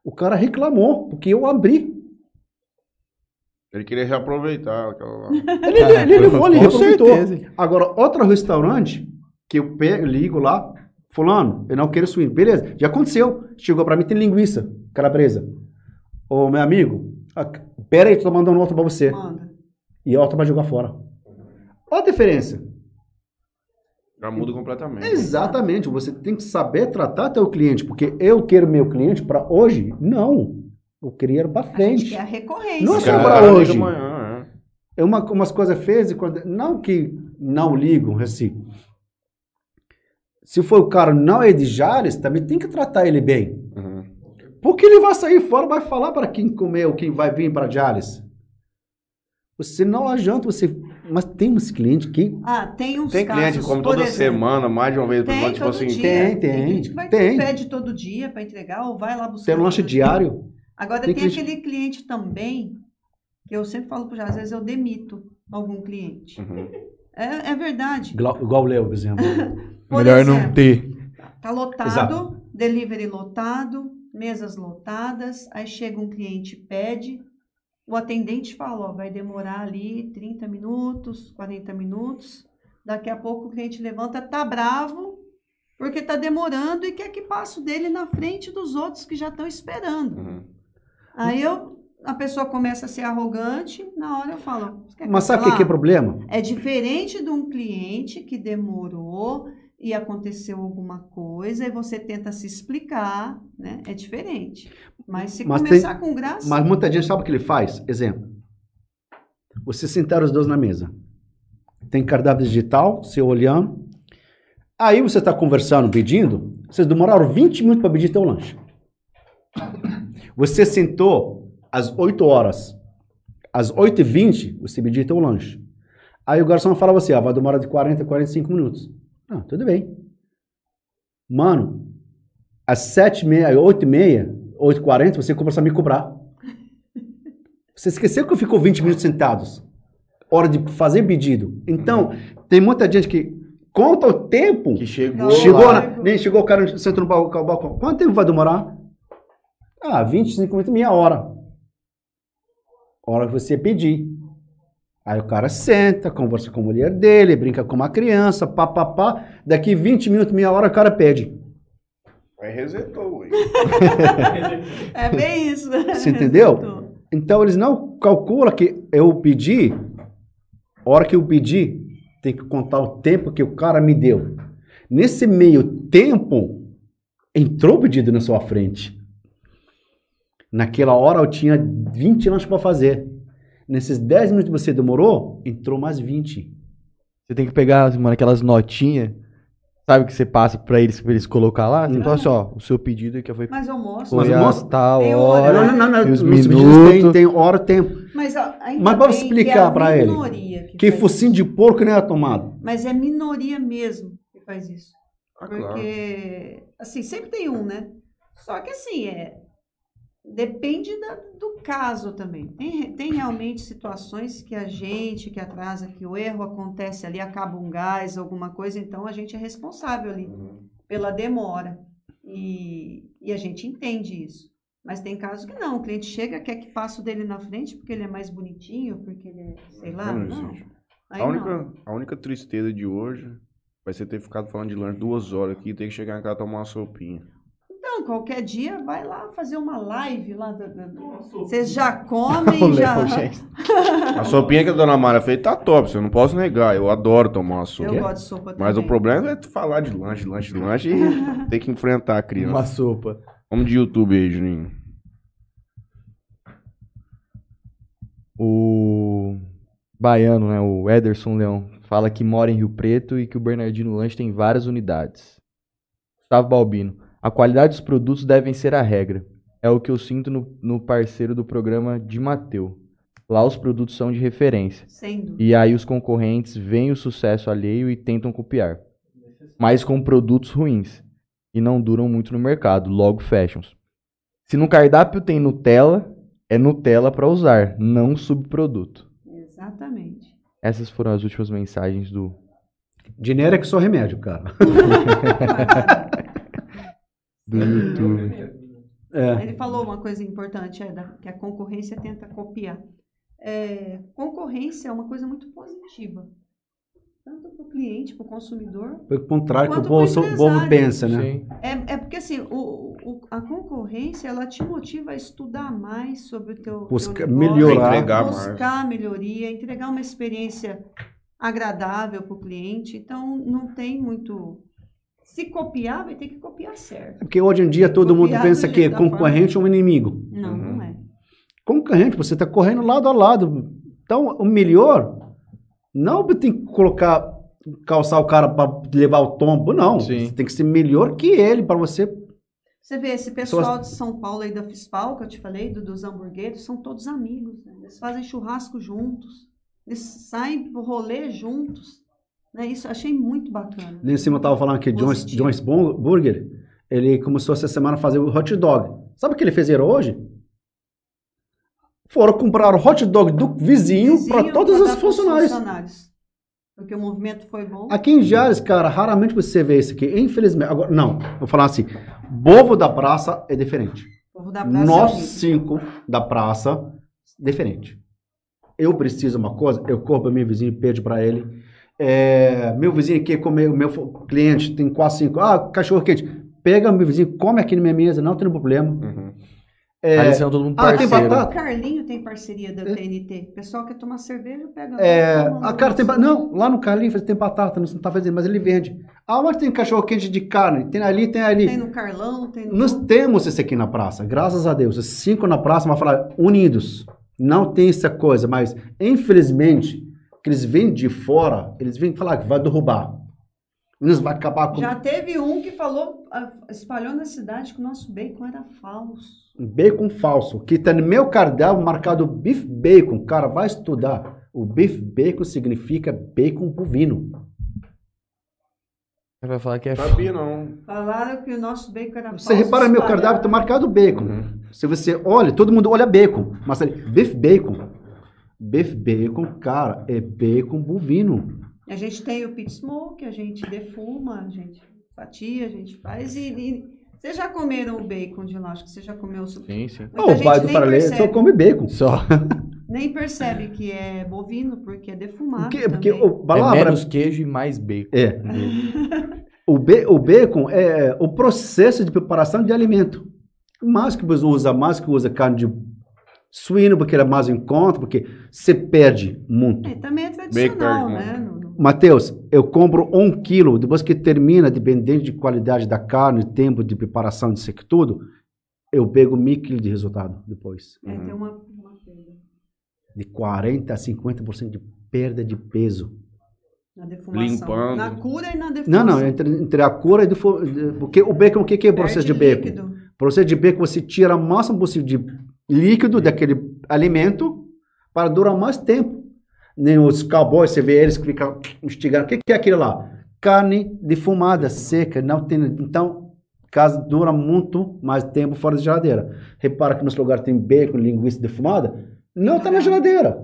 Speaker 4: O cara reclamou, porque eu abri.
Speaker 1: Ele queria reaproveitar aquela lá.
Speaker 4: Ele, ele, ele levou ali,
Speaker 2: Com
Speaker 4: aproveitou.
Speaker 2: certeza.
Speaker 4: Agora, outro restaurante que eu pego, ligo lá, fulano, eu não quero suíno. Beleza, já aconteceu. Chegou pra mim, tem linguiça, calabresa. Ô, meu amigo, ah, pera aí, tô mandando um outro pra você.
Speaker 3: Manda.
Speaker 4: E a outra vai jogar fora. Olha a diferença.
Speaker 1: Já muda completamente.
Speaker 4: Exatamente, você tem que saber tratar teu cliente, porque eu quero meu cliente para hoje? Não. Eu queria para
Speaker 3: A gente
Speaker 4: frente.
Speaker 3: quer a recorrência.
Speaker 4: Não
Speaker 1: Cara,
Speaker 4: é só
Speaker 1: cara,
Speaker 4: pra
Speaker 1: liga
Speaker 4: hoje.
Speaker 1: amanhã, é.
Speaker 4: É uma umas coisas fez e quando não que não ligam assim. Se for o cara não é de Jales, também tem que tratar ele bem.
Speaker 1: Uhum.
Speaker 4: Porque ele vai sair fora, vai falar para quem comeu, quem vai vir para Jales. Você não adianta você, mas tem uns clientes que
Speaker 3: Ah, tem uns
Speaker 1: Tem
Speaker 3: casos,
Speaker 1: cliente que come
Speaker 3: por
Speaker 1: toda
Speaker 3: exemplo,
Speaker 1: semana, mais de uma vez por
Speaker 3: Tem
Speaker 1: semana, tipo
Speaker 3: todo
Speaker 1: assim.
Speaker 3: dia.
Speaker 4: Tem, tem,
Speaker 3: cliente que vai
Speaker 4: tem.
Speaker 3: pede todo dia para entregar ou vai lá buscar.
Speaker 4: tem um lanche
Speaker 3: todo
Speaker 4: diário.
Speaker 3: Agora,
Speaker 4: Tem
Speaker 3: tem,
Speaker 4: cliente-
Speaker 3: aquele cliente também, que eu sempre falo para às vezes eu demito algum cliente.
Speaker 1: Uhum.
Speaker 3: É, é verdade.
Speaker 4: Glau- Igual o Léo, por exemplo.
Speaker 3: Por
Speaker 2: Melhor não
Speaker 3: exemplo,
Speaker 2: ter.
Speaker 3: Tá lotado,
Speaker 4: Exato.
Speaker 3: delivery lotado, mesas lotadas, aí chega um cliente pede, o atendente fala, ó, vai demorar ali 30 minutos, 40 minutos. Daqui a pouco o cliente levanta, tá bravo, porque tá demorando e quer que passe o dele na frente dos outros que já estão esperando.
Speaker 1: Uhum.
Speaker 3: Aí eu, a pessoa começa a ser arrogante, na hora eu falo, "Você quer
Speaker 4: Mas sabe o que,
Speaker 3: cancelar?"
Speaker 4: que é problema?
Speaker 3: É diferente de um cliente que demorou e aconteceu alguma coisa e você tenta se explicar, né? É diferente. Mas se
Speaker 4: Mas
Speaker 3: começar com graça,
Speaker 4: Mas muita gente sabe o que ele faz? Exemplo. Você sentar os dois na mesa. Tem cardápio digital, você olhando. Aí você está conversando, pedindo. Vocês demoraram 20 minutos para pedir teu lanche. Você sentou às 8 horas. Às 8h20, você pediu teu lanche. Aí o garçom fala você, ah, vai demorar de 40 a 45 minutos. Ah, tudo bem. Mano, às 7h30, 8h30, 8h40, você começa a me cobrar. Você esqueceu que eu fico 20 minutos sentados. Hora de fazer pedido. Então, tem muita gente que conta o tempo.
Speaker 1: Que chegou.
Speaker 3: Não.
Speaker 4: Chegou,
Speaker 3: lá.
Speaker 4: na, nem chegou o cara senta no bal- balcão. Quanto tempo vai demorar? Ah, 25 minutos, meia hora. Hora que você pedir. Aí o cara senta, conversa com a mulher dele, brinca com uma criança, pá, pá, pá. Daqui 20 minutos, meia hora, o cara pede.
Speaker 1: Aí resetou, ué.
Speaker 3: É bem isso.
Speaker 4: Você entendeu?
Speaker 3: Tô.
Speaker 4: Então eles não calculam que eu pedi, a hora que eu pedi, tem que contar o tempo que o cara me deu. Nesse meio tempo, entrou o pedido na sua frente. Naquela hora eu tinha 20 lanches para fazer. Nesses 10 minutos que você demorou, entrou mais 20.
Speaker 2: Você tem que pegar, mano, aquelas notinhas, sabe, que você passa pra eles, pra eles colocar lá. Então, assim, ó, o seu pedido que foi...
Speaker 3: Mas eu mostro.
Speaker 2: Foi
Speaker 4: Mas
Speaker 2: a
Speaker 4: mostra-
Speaker 2: tal
Speaker 3: Tem o
Speaker 2: hora.
Speaker 3: horário.
Speaker 2: E os
Speaker 4: Nos pedidos
Speaker 2: minutos.
Speaker 4: Tem, tem hora e tempo.
Speaker 3: Mas, ó, ainda
Speaker 4: Mas vamos
Speaker 3: bem que é
Speaker 4: explicar
Speaker 3: a
Speaker 4: pra ele.
Speaker 3: minoria Que,
Speaker 4: Que
Speaker 3: faz
Speaker 4: focinho de porco não era tomado.
Speaker 3: isso. Mas é minoria mesmo que faz isso.
Speaker 1: Ah, claro.
Speaker 3: Porque, assim, sempre tem um, né? Só que, assim, é, depende da- do caso também. Tem, tem realmente situações que a gente que atrasa, que o erro acontece ali, acaba um gás, alguma coisa, então a gente é responsável ali
Speaker 1: Uhum.
Speaker 3: pela demora. E, e a gente entende isso. Mas tem casos que não. O cliente chega, quer que passe o dele na frente porque ele é mais bonitinho, porque ele é, sei lá,
Speaker 1: Não
Speaker 3: não.
Speaker 1: existe.
Speaker 3: Aí
Speaker 1: A
Speaker 3: não.
Speaker 1: única, a única tristeza de hoje vai ser ter ficado falando de lanche duas horas aqui e ter que chegar em casa tomar uma sopinha.
Speaker 3: Então, qualquer dia vai lá fazer uma live lá. Da, da-
Speaker 5: Nossa,
Speaker 3: Vocês já comem,
Speaker 2: Olha,
Speaker 3: já.
Speaker 2: gente.
Speaker 1: A sopinha que a dona Mara fez tá top, eu não posso negar. Eu adoro tomar uma sopa.
Speaker 3: Eu gosto de sopa também.
Speaker 1: Mas o problema é tu falar de lanche, lanche, lanche e ter que enfrentar a criança.
Speaker 2: Uma sopa.
Speaker 1: Vamos de YouTube aí, Juninho.
Speaker 2: O baiano, né, o Ederson Leão, fala que mora em Rio Preto e que o Bernardino Lanche tem várias unidades. Gustavo Balbino. A qualidade dos produtos devem ser a regra. É o que eu sinto no, no parceiro do programa de Mateu. Lá os produtos são de referência.
Speaker 3: Sem dúvida.
Speaker 2: E aí os concorrentes veem o sucesso alheio e tentam copiar. Mas com produtos ruins. E não duram muito no mercado, logo fashions. Se no cardápio tem Nutella, é Nutella para usar, não subproduto.
Speaker 3: Exatamente.
Speaker 2: Essas foram as últimas mensagens do.
Speaker 4: Dinheiro é que só remédio, cara.
Speaker 2: Do YouTube.
Speaker 4: É.
Speaker 3: Ele falou uma coisa importante, é, da- que a concorrência tenta copiar. É, concorrência é uma coisa muito positiva. Tanto para o cliente, para o consumidor.
Speaker 4: Foi o contrário que o
Speaker 3: Quanto pro
Speaker 4: povo, o povo
Speaker 3: empresário.
Speaker 4: pensa, né?
Speaker 3: É, é porque assim, o, o- a concorrência ela te motiva a estudar mais sobre o teu, teu
Speaker 4: Busca-
Speaker 3: negócio,
Speaker 4: melhorar.
Speaker 1: Entregar mais.
Speaker 3: buscar melhoria, entregar uma experiência agradável para o cliente. Então não tem muito. Se copiar, vai ter que copiar certo.
Speaker 4: É Porque hoje em dia todo mundo
Speaker 3: Copiar do
Speaker 4: pensa que
Speaker 3: jeito da
Speaker 4: concorrente é um inimigo.
Speaker 3: Não,
Speaker 1: Uhum.
Speaker 3: não é.
Speaker 4: Concorrente, você está correndo lado a lado. Então, o melhor não tem que colocar, calçar o cara para levar o tombo, não.
Speaker 2: Sim.
Speaker 4: Você tem que ser melhor que ele para você.
Speaker 3: Você vê, esse pessoal de São Paulo aí da FISPAL, que eu te falei, do, dos hamburgueiros, são todos amigos. né? Eles fazem churrasco juntos. Eles saem pro rolê juntos. Né? Isso eu achei muito bacana.
Speaker 4: Nem em cima eu estava falando que John's,
Speaker 3: Positivo.
Speaker 4: John's Bur- Burger, ele começou essa semana a fazer o hot dog. Sabe o que ele fez hoje? Foram comprar o hot dog do vizinho, para
Speaker 3: Vizinho
Speaker 4: todos
Speaker 3: pra
Speaker 4: os
Speaker 3: dar pros
Speaker 4: funcionários.
Speaker 3: funcionários. Porque o movimento foi bom.
Speaker 4: Aqui em Jales, cara, raramente você vê isso aqui. Infelizmente. Agora, não, vou falar assim: bovo da praça é diferente.
Speaker 3: O povo da praça é
Speaker 4: Nós
Speaker 3: horrível.
Speaker 4: cinco da praça, diferente. Eu preciso uma coisa, eu corro para meu vizinho e pede para ele. É, meu vizinho aqui, come, o meu fo- cliente tem quatro, cinco. Ah, cachorro quente. Pega meu vizinho, come aqui na minha mesa, não tem problema.
Speaker 2: Aí eles são todo mundo
Speaker 4: Ah, tem
Speaker 2: parceiro.
Speaker 4: batata?
Speaker 3: O Carlinho tem parceria da TNT. O pessoal quer tomar cerveja, pega.
Speaker 4: É,
Speaker 3: toma
Speaker 4: a
Speaker 3: um
Speaker 4: cara tem. ba-
Speaker 3: doce.
Speaker 4: Não, lá no Carlinhos tem batata, não está fazendo, mas ele vende. Ah, mas tem cachorro quente de carne, tem ali, tem ali.
Speaker 3: Tem no Carlão, tem no.
Speaker 4: Nós temos isso aqui na praça, graças a Deus. Os Cinco na praça, mas falar unidos. Não tem essa coisa, mas infelizmente, que eles vêm de fora, eles vêm falar que vai derrubar. Eles vai acabar com
Speaker 3: Já teve um que falou, ah, espalhou na cidade que o nosso bacon era falso.
Speaker 4: um bacon falso, que tá no meu cardápio marcado beef bacon. Cara, vai estudar. O beef bacon significa bacon bovino.
Speaker 2: Ele vai falar que é
Speaker 1: Sabia não.
Speaker 3: Falaram que o nosso bacon era
Speaker 4: Você repara, meu cardápio tá marcado bacon. Se você olha, todo mundo olha bacon. Mas ali, beef bacon. Beef bacon, cara, é bacon bovino.
Speaker 3: A gente tem o pit smoke, a gente defuma, a gente fatia, a gente faz e... e... Vocês já comeram o bacon de lá? Acho que você já comeu o suco.
Speaker 2: Sim, sim. É
Speaker 3: Muita
Speaker 4: o pai
Speaker 3: gente
Speaker 4: do
Speaker 3: nem
Speaker 4: paralelo só
Speaker 3: percebe.
Speaker 4: come bacon.
Speaker 2: Só.
Speaker 3: Nem percebe que é bovino, porque é defumado.
Speaker 4: Porque, porque
Speaker 3: também.
Speaker 4: o, palavra,
Speaker 2: É menos queijo e mais bacon.
Speaker 4: É. O, be- o bacon é o processo de preparação de alimento. Mais que você usa, mais que usa carne de suíno, porque era mais em conta, porque você perde muito.
Speaker 3: É, também é
Speaker 1: Bacon,
Speaker 3: tradicional, né? No- no-
Speaker 4: Matheus, eu compro um quilo, depois que termina, dependendo de qualidade da carne, tempo de preparação, disso aqui tudo, eu pego mil quilos de resultado depois.
Speaker 3: é, tem uma, uma coisa.
Speaker 4: De 40% a 50% de perda de peso.
Speaker 3: Na defumação.
Speaker 1: Limpando.
Speaker 3: Na cura e na
Speaker 4: Não,
Speaker 3: defumação.
Speaker 4: não, entre, entre a cura e do... fo- de- Porque o bacon, o que, que é o processo de
Speaker 3: Perde
Speaker 4: bacon?
Speaker 3: líquido.
Speaker 4: processo de bacon, você tira o máximo possível de líquido daquele alimento para durar mais tempo. Nem os cowboys, você vê eles que ficam instigando. O que, que é aquilo lá? Carne defumada, seca, não tem. Então, caso dura muito mais tempo fora da geladeira. Repara que nosso lugar tem bacon, linguiça defumada, não está na geladeira.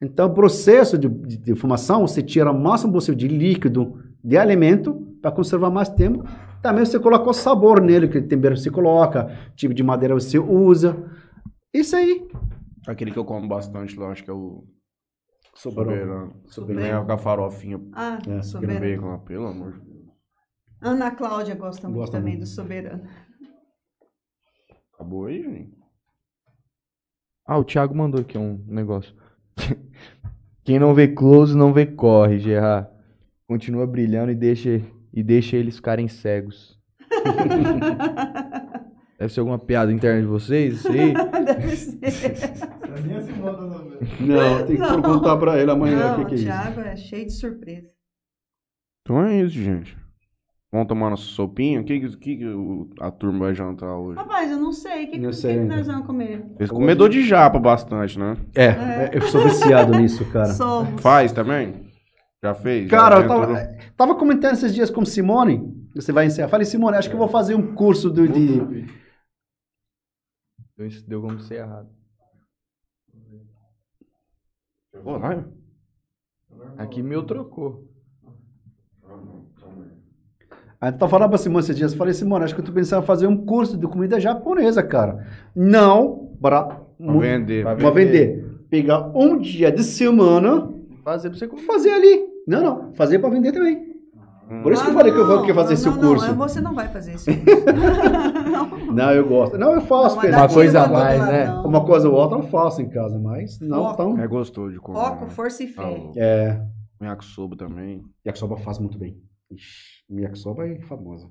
Speaker 4: Então, o processo de, de defumação, você tira o máximo possível de líquido de alimento para conservar mais tempo. Também você coloca o sabor nele, que tempero você coloca, tipo de madeira você usa. Isso aí.
Speaker 1: Aquele que eu como bastante lá, acho que é o
Speaker 4: Sobrou.
Speaker 1: soberano.
Speaker 3: Soberano.
Speaker 1: Soberano. Com a farofinha
Speaker 3: Ah,
Speaker 4: É,
Speaker 3: o
Speaker 1: no
Speaker 3: soberano.
Speaker 1: bacon lá, pelo amor de Deus.
Speaker 3: Ana Cláudia gosta muito
Speaker 4: Gosta
Speaker 3: também
Speaker 4: muito.
Speaker 3: do soberano.
Speaker 1: Acabou aí, gente.
Speaker 2: Ah, o Thiago mandou aqui um negócio. Quem não vê close não vê corre, Gerard. Continua brilhando e deixa, e deixa eles ficarem cegos. Deve ser alguma piada interna de vocês, isso aí.
Speaker 3: Deve ser.
Speaker 5: Pra mim, esse modo não velho.
Speaker 4: Não, tem que
Speaker 3: Não.
Speaker 4: perguntar para ele amanhã o
Speaker 3: Não,
Speaker 4: que,
Speaker 3: o
Speaker 4: que é isso.
Speaker 3: Thiago é cheio de surpresa.
Speaker 1: Então é isso, gente. Vamos tomar nossa sopinha? O que, que, o que que o- a turma vai jantar hoje?
Speaker 3: Rapaz, eu não sei. O que, que,
Speaker 4: Não
Speaker 3: o que
Speaker 4: sei então.
Speaker 3: que
Speaker 4: ainda.
Speaker 3: nós vamos comer?
Speaker 1: Eles comedor de japa bastante, né?
Speaker 4: É, é, eu sou viciado nisso, cara.
Speaker 3: Somos.
Speaker 1: Faz também? Já fez? Já
Speaker 4: Cara, eu
Speaker 1: tentou?
Speaker 4: tava, tava comentando esses dias com Simone. Você vai encerrar. Falei, Simone, acho que eu vou fazer um curso do- de,
Speaker 2: Então isso deu como ser errado.
Speaker 1: Ô, lá,
Speaker 2: Aqui meu trocou.
Speaker 4: Aí eu Ah, tava falando pra Simone esses dias, eu falei, Simone, acho que eu tô pensando em fazer um curso de comida japonesa, cara. Não pra,
Speaker 1: pra
Speaker 4: mu-
Speaker 1: vender.
Speaker 4: pra vender. Pegar um dia de semana
Speaker 2: Fazer pra você
Speaker 4: e
Speaker 2: comer.
Speaker 4: fazer ali. Não, não. Fazer pra vender também.
Speaker 1: Hum.
Speaker 4: Por isso que eu
Speaker 3: Ah,
Speaker 4: falei que eu vou
Speaker 3: não,
Speaker 4: que fazer
Speaker 3: não,
Speaker 4: esse
Speaker 3: não,
Speaker 4: curso.
Speaker 3: Não, é você não vai fazer esse curso. não,
Speaker 4: não, eu gosto. Não, eu faço.
Speaker 3: Não,
Speaker 4: Pedro.
Speaker 2: Uma
Speaker 3: daqui
Speaker 2: coisa
Speaker 3: não
Speaker 2: a
Speaker 3: vai
Speaker 2: mais,
Speaker 3: lá,
Speaker 2: né?
Speaker 3: não.
Speaker 4: Uma coisa ou outra eu faço em casa, mas não
Speaker 3: Foco.
Speaker 4: tão...
Speaker 1: É gostoso de comer.
Speaker 3: Foco,
Speaker 1: né?
Speaker 3: força e fé.
Speaker 1: Ah, o
Speaker 4: É,
Speaker 1: Yakisoba também.
Speaker 4: yakisoba faz muito bem. Ixi, Yakisoba é famosa.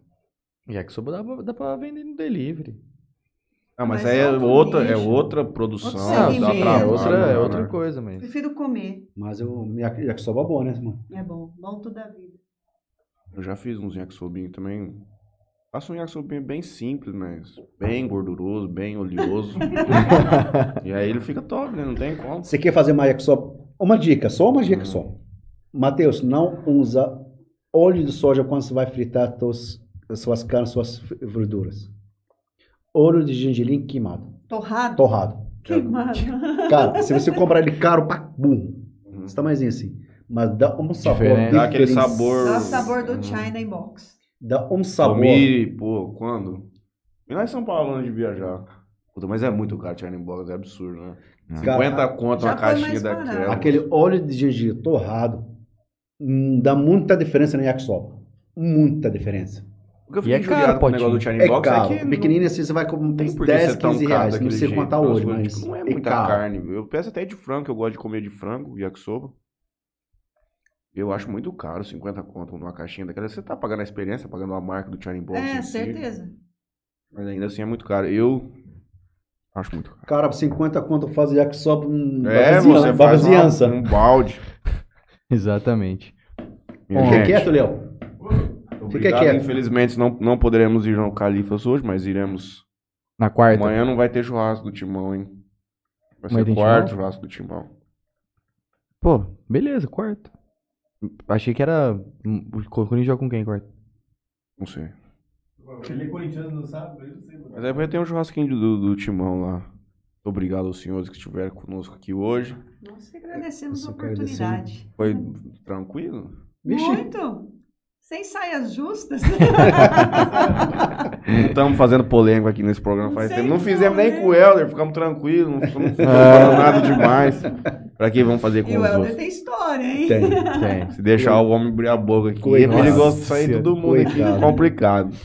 Speaker 2: Yakisoba dá pra, dá pra vender no delivery.
Speaker 1: Ah, mas,
Speaker 3: Mas
Speaker 1: aí é
Speaker 3: outro
Speaker 1: outra, é
Speaker 3: nicho.
Speaker 1: outra produção.
Speaker 3: Outro
Speaker 1: dá
Speaker 2: Não,
Speaker 3: segmento.
Speaker 2: sim, é
Speaker 1: trabalho,
Speaker 2: outra, é
Speaker 1: né?
Speaker 2: outra coisa, mas...
Speaker 3: Prefiro comer.
Speaker 4: Mas eu... yak- Yakisoba é boa, né, Simone?
Speaker 3: É bom. Bom toda a vida.
Speaker 1: Eu já fiz uns yakisobinhos também. Faço um yakisobinho bem simples, mas bem gorduroso, bem oleoso. e aí ele fica top, né? Não tem como.
Speaker 4: Você quer fazer uma yakisoba? Uma dica, só uma
Speaker 1: Hum.
Speaker 4: dica só. Matheus, não usa óleo de soja quando você vai fritar tuas, as suas carnes, suas f- verduras. Óleo de gengelim queimado,
Speaker 3: Torrado?
Speaker 4: torrado.
Speaker 3: Queimado.
Speaker 4: Cara, se você comprar ele caro pra burro,
Speaker 1: Uhum.
Speaker 4: esse tamanhozinho assim. Mas dá um sabor
Speaker 2: Diferente.
Speaker 1: Dá aquele
Speaker 4: diferen-
Speaker 1: sabor.
Speaker 3: Dá o sabor do China
Speaker 1: Uhum.
Speaker 3: in Box.
Speaker 4: Dá um sabor.
Speaker 1: Comi, pô, quando? E lá em São Paulo, antes de viajar. Puta, mas é muito caro, Charlie Box, é absurdo, né?
Speaker 4: Cara,
Speaker 1: 50 conto
Speaker 3: Já
Speaker 1: uma
Speaker 3: foi
Speaker 1: caixinha
Speaker 3: mais barato.
Speaker 1: daquela.
Speaker 4: Aquele óleo de gengibre torrado hum, dá muita diferença no yakisoba. Muita diferença.
Speaker 1: O que eu
Speaker 2: E é
Speaker 1: fiquei
Speaker 2: caro,
Speaker 1: judiado com o
Speaker 2: Potinho.
Speaker 1: negócio do Charlie
Speaker 4: É
Speaker 1: Box
Speaker 4: caro.
Speaker 1: é que não-
Speaker 4: Pequenininho assim você vai com
Speaker 1: Não tem
Speaker 4: uns
Speaker 1: por que
Speaker 4: 10,
Speaker 1: ser tão
Speaker 4: 15
Speaker 1: caro
Speaker 4: reais. Não
Speaker 1: daquele
Speaker 4: sei
Speaker 1: jeito,
Speaker 4: quanto tá
Speaker 1: pelas
Speaker 4: hoje,
Speaker 1: coisas,
Speaker 4: mas.
Speaker 1: tipo, Não é muita
Speaker 4: caro.
Speaker 1: carne. Eu peço até de frango, eu gosto de comer de frango, yakisoba. Eu acho muito caro, 50 conto numa caixinha daquela. Você tá pagando a experiência, pagando a marca do Charlie Box.
Speaker 3: É,
Speaker 1: em si,
Speaker 3: certeza.
Speaker 1: mas ainda assim é muito caro. Eu acho muito caro.
Speaker 4: Cara, 50 conto faz yakisoba hum,
Speaker 1: É,
Speaker 4: vizinhan-
Speaker 1: você
Speaker 4: pra
Speaker 1: faz
Speaker 4: vizinhança.
Speaker 1: uma, um balde.
Speaker 2: Exatamente. Bom,
Speaker 1: Gente,
Speaker 4: Fica quieto, Léo.
Speaker 1: obrigado.
Speaker 4: quieto.
Speaker 1: Infelizmente não, não poderemos ir ao Califas hoje, mas iremos.
Speaker 2: Na quarta.
Speaker 1: Amanhã não vai ter churrasco do Timão, hein? Vai
Speaker 2: Mas
Speaker 1: ser
Speaker 2: tem
Speaker 1: quarto
Speaker 2: churrasco?
Speaker 1: churrasco do Timão.
Speaker 2: Pô, beleza, quarta. Achei que era... hum, O Corinthians joga com quem, quarta?
Speaker 1: Não sei.
Speaker 5: Ele é corintiano, não sabe? Eu não sei, mano.
Speaker 1: Mas aí vai ter um churrasquinho do, do Timão lá. Obrigado aos senhores que estiveram conosco aqui hoje.
Speaker 3: Nós que agradecemos a
Speaker 4: Nós que agradecemos.
Speaker 3: oportunidade.
Speaker 1: Foi tranquilo?
Speaker 4: Vixe,
Speaker 3: Muito! Sem saias justas.
Speaker 1: Não estamos fazendo polêmica aqui nesse programa faz
Speaker 3: Sem
Speaker 1: tempo. Não fizemos nem com o
Speaker 3: polêmica.
Speaker 1: Helder, ficamos tranquilos, não ficamos não falando nada demais. Pra que vamos fazer com
Speaker 3: e o
Speaker 1: os
Speaker 3: Helder
Speaker 1: outros?
Speaker 3: tem história,
Speaker 5: é.
Speaker 3: hein?
Speaker 4: tem.
Speaker 2: Tem.
Speaker 1: Se deixar o homem abrir a boca aqui,
Speaker 4: Coitado.
Speaker 1: é perigoso sair
Speaker 4: Nossa
Speaker 1: todo mundo
Speaker 4: Senhora,
Speaker 1: aqui, complicado.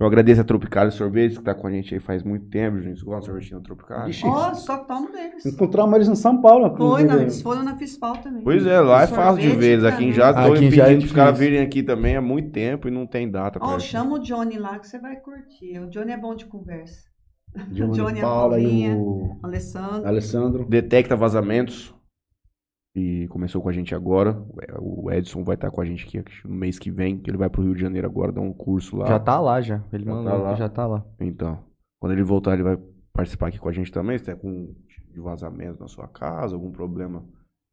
Speaker 1: Eu agradeço a Tropical Sorvete, que tá com a gente aí faz muito tempo, gente. Igual a sorvetinha Tropical.
Speaker 4: Ixi.
Speaker 3: Ó, só tomo deles.
Speaker 1: Então,
Speaker 4: Encontramos eles em São Paulo.
Speaker 3: Foi,
Speaker 4: inclusive.
Speaker 3: não, eles foram na FISPAL também.
Speaker 1: Pois é, lá é
Speaker 3: Sorvete
Speaker 1: fácil de ver. Aqui em
Speaker 3: também.
Speaker 1: Jazz, tô
Speaker 2: Aqui em
Speaker 1: pedindo
Speaker 2: Jaz é
Speaker 1: pros caras
Speaker 2: difícil.
Speaker 1: virem aqui também há muito tempo e não tem data.
Speaker 3: Ó,
Speaker 1: pra-
Speaker 3: chama o Johnny lá que você vai curtir. O Johnny é bom de conversa.
Speaker 4: Johnny,
Speaker 3: Johnny, a
Speaker 4: Paula e
Speaker 3: Paulinha.
Speaker 4: o
Speaker 3: Alessandro.
Speaker 4: Alessandro.
Speaker 1: Detecta Vazamentos, que começou com a gente agora. O Edson vai estar com a gente aqui acho, no mês que vem, que ele vai pro Rio de Janeiro agora dar um curso lá.
Speaker 2: Já tá lá, já. Ele
Speaker 1: Já
Speaker 2: mandou,
Speaker 1: tá lá.
Speaker 2: já tá lá.
Speaker 1: Então, quando ele voltar, ele vai participar aqui com a gente também. Se tem algum tipo de vazamento na sua casa, algum problema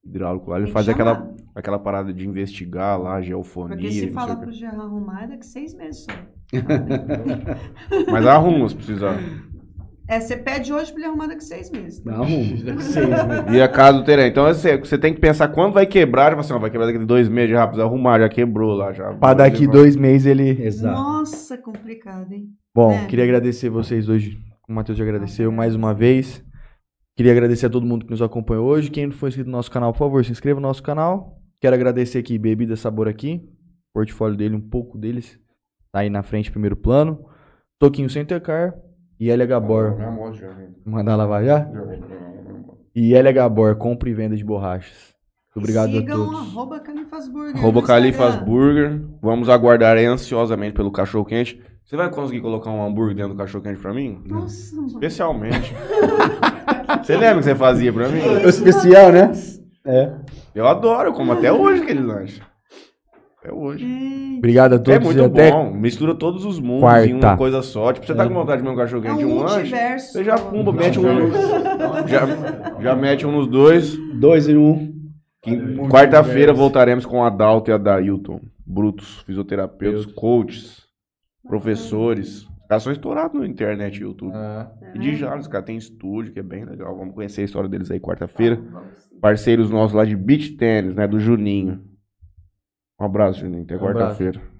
Speaker 1: hidráulico lá, ele
Speaker 3: Tem que
Speaker 1: faz aquela,
Speaker 3: chamar,
Speaker 1: aquela parada de investigar lá, geofonia.
Speaker 3: Porque se
Speaker 1: não
Speaker 3: fala
Speaker 1: sei o
Speaker 3: pro Gerard arrumar, é daqui seis meses só.
Speaker 1: quê. Mas arruma se precisar.
Speaker 3: É, você pede hoje pra ele arrumar daqui seis meses. tá?
Speaker 4: Não, seis, né?
Speaker 1: E a casa do Terém. Então assim, você tem que pensar quando vai quebrar. Tipo assim, ó, vai quebrar daqui dois meses, já rapaz, arrumar, já quebrou lá. Já,
Speaker 2: Pra daqui dois meses ele.
Speaker 4: Exato.
Speaker 3: Nossa, complicado, hein?
Speaker 2: Bom,
Speaker 3: É.
Speaker 2: queria agradecer vocês hoje. O Matheus já agradeceu mais uma vez. Queria agradecer a todo mundo que nos acompanhou hoje. Quem não for inscrito no nosso canal, por favor, se inscreva no nosso canal. Quero agradecer aqui Bebida Sabor aqui. Portfólio dele, um pouco deles. Tá aí na frente, primeiro plano. Toquinho Center Car e LH Bor.
Speaker 6: Minha moto já vem.
Speaker 2: Mandar lavar já?
Speaker 6: Já vem, já vem, já vem.
Speaker 2: E LH Bor, compra e venda de borrachas. Muito Obrigado
Speaker 3: Sigam
Speaker 2: a todos.
Speaker 3: arroba Califas Burger.
Speaker 1: Arroba
Speaker 3: no
Speaker 1: Califas
Speaker 3: Instagram.
Speaker 1: Burger. Vamos aguardar aí ansiosamente pelo cachorro quente. Você vai conseguir colocar um hambúrguer dentro do cachorro quente pra mim?
Speaker 3: Nossa, mano.
Speaker 1: Especialmente. você lembra o que você fazia pra mim?
Speaker 4: O especial, né? É.
Speaker 1: Eu adoro, eu como até hoje aquele lanche. Até hoje.
Speaker 3: Ei,
Speaker 2: Obrigado a todos
Speaker 1: é muito
Speaker 2: e até
Speaker 1: bom. Mistura todos os mundos em uma
Speaker 2: quarta.
Speaker 1: coisa só. Tipo, você tá com vontade de comer um cachorro
Speaker 3: É
Speaker 1: quente e
Speaker 3: um
Speaker 1: um lanche?
Speaker 3: multiverso.
Speaker 1: Você já pumba,
Speaker 4: Não,
Speaker 1: mete
Speaker 4: não.
Speaker 1: um. Já, já mete um nos dois.
Speaker 4: Dois em um.
Speaker 1: Quin- Quarta-feira voltaremos com Adalto e Adailton. Brutos, fisioterapeutas, coaches, professores. Os caras são estourados na internet e YouTube. E de já, os caras têm estúdio, que é bem legal. Vamos conhecer a história deles aí quarta-feira. Parceiros nossos lá de Beach Tennis, né? Do Juninho. Um abraço, Juninho. Até
Speaker 2: Um abraço.
Speaker 1: quarta-feira.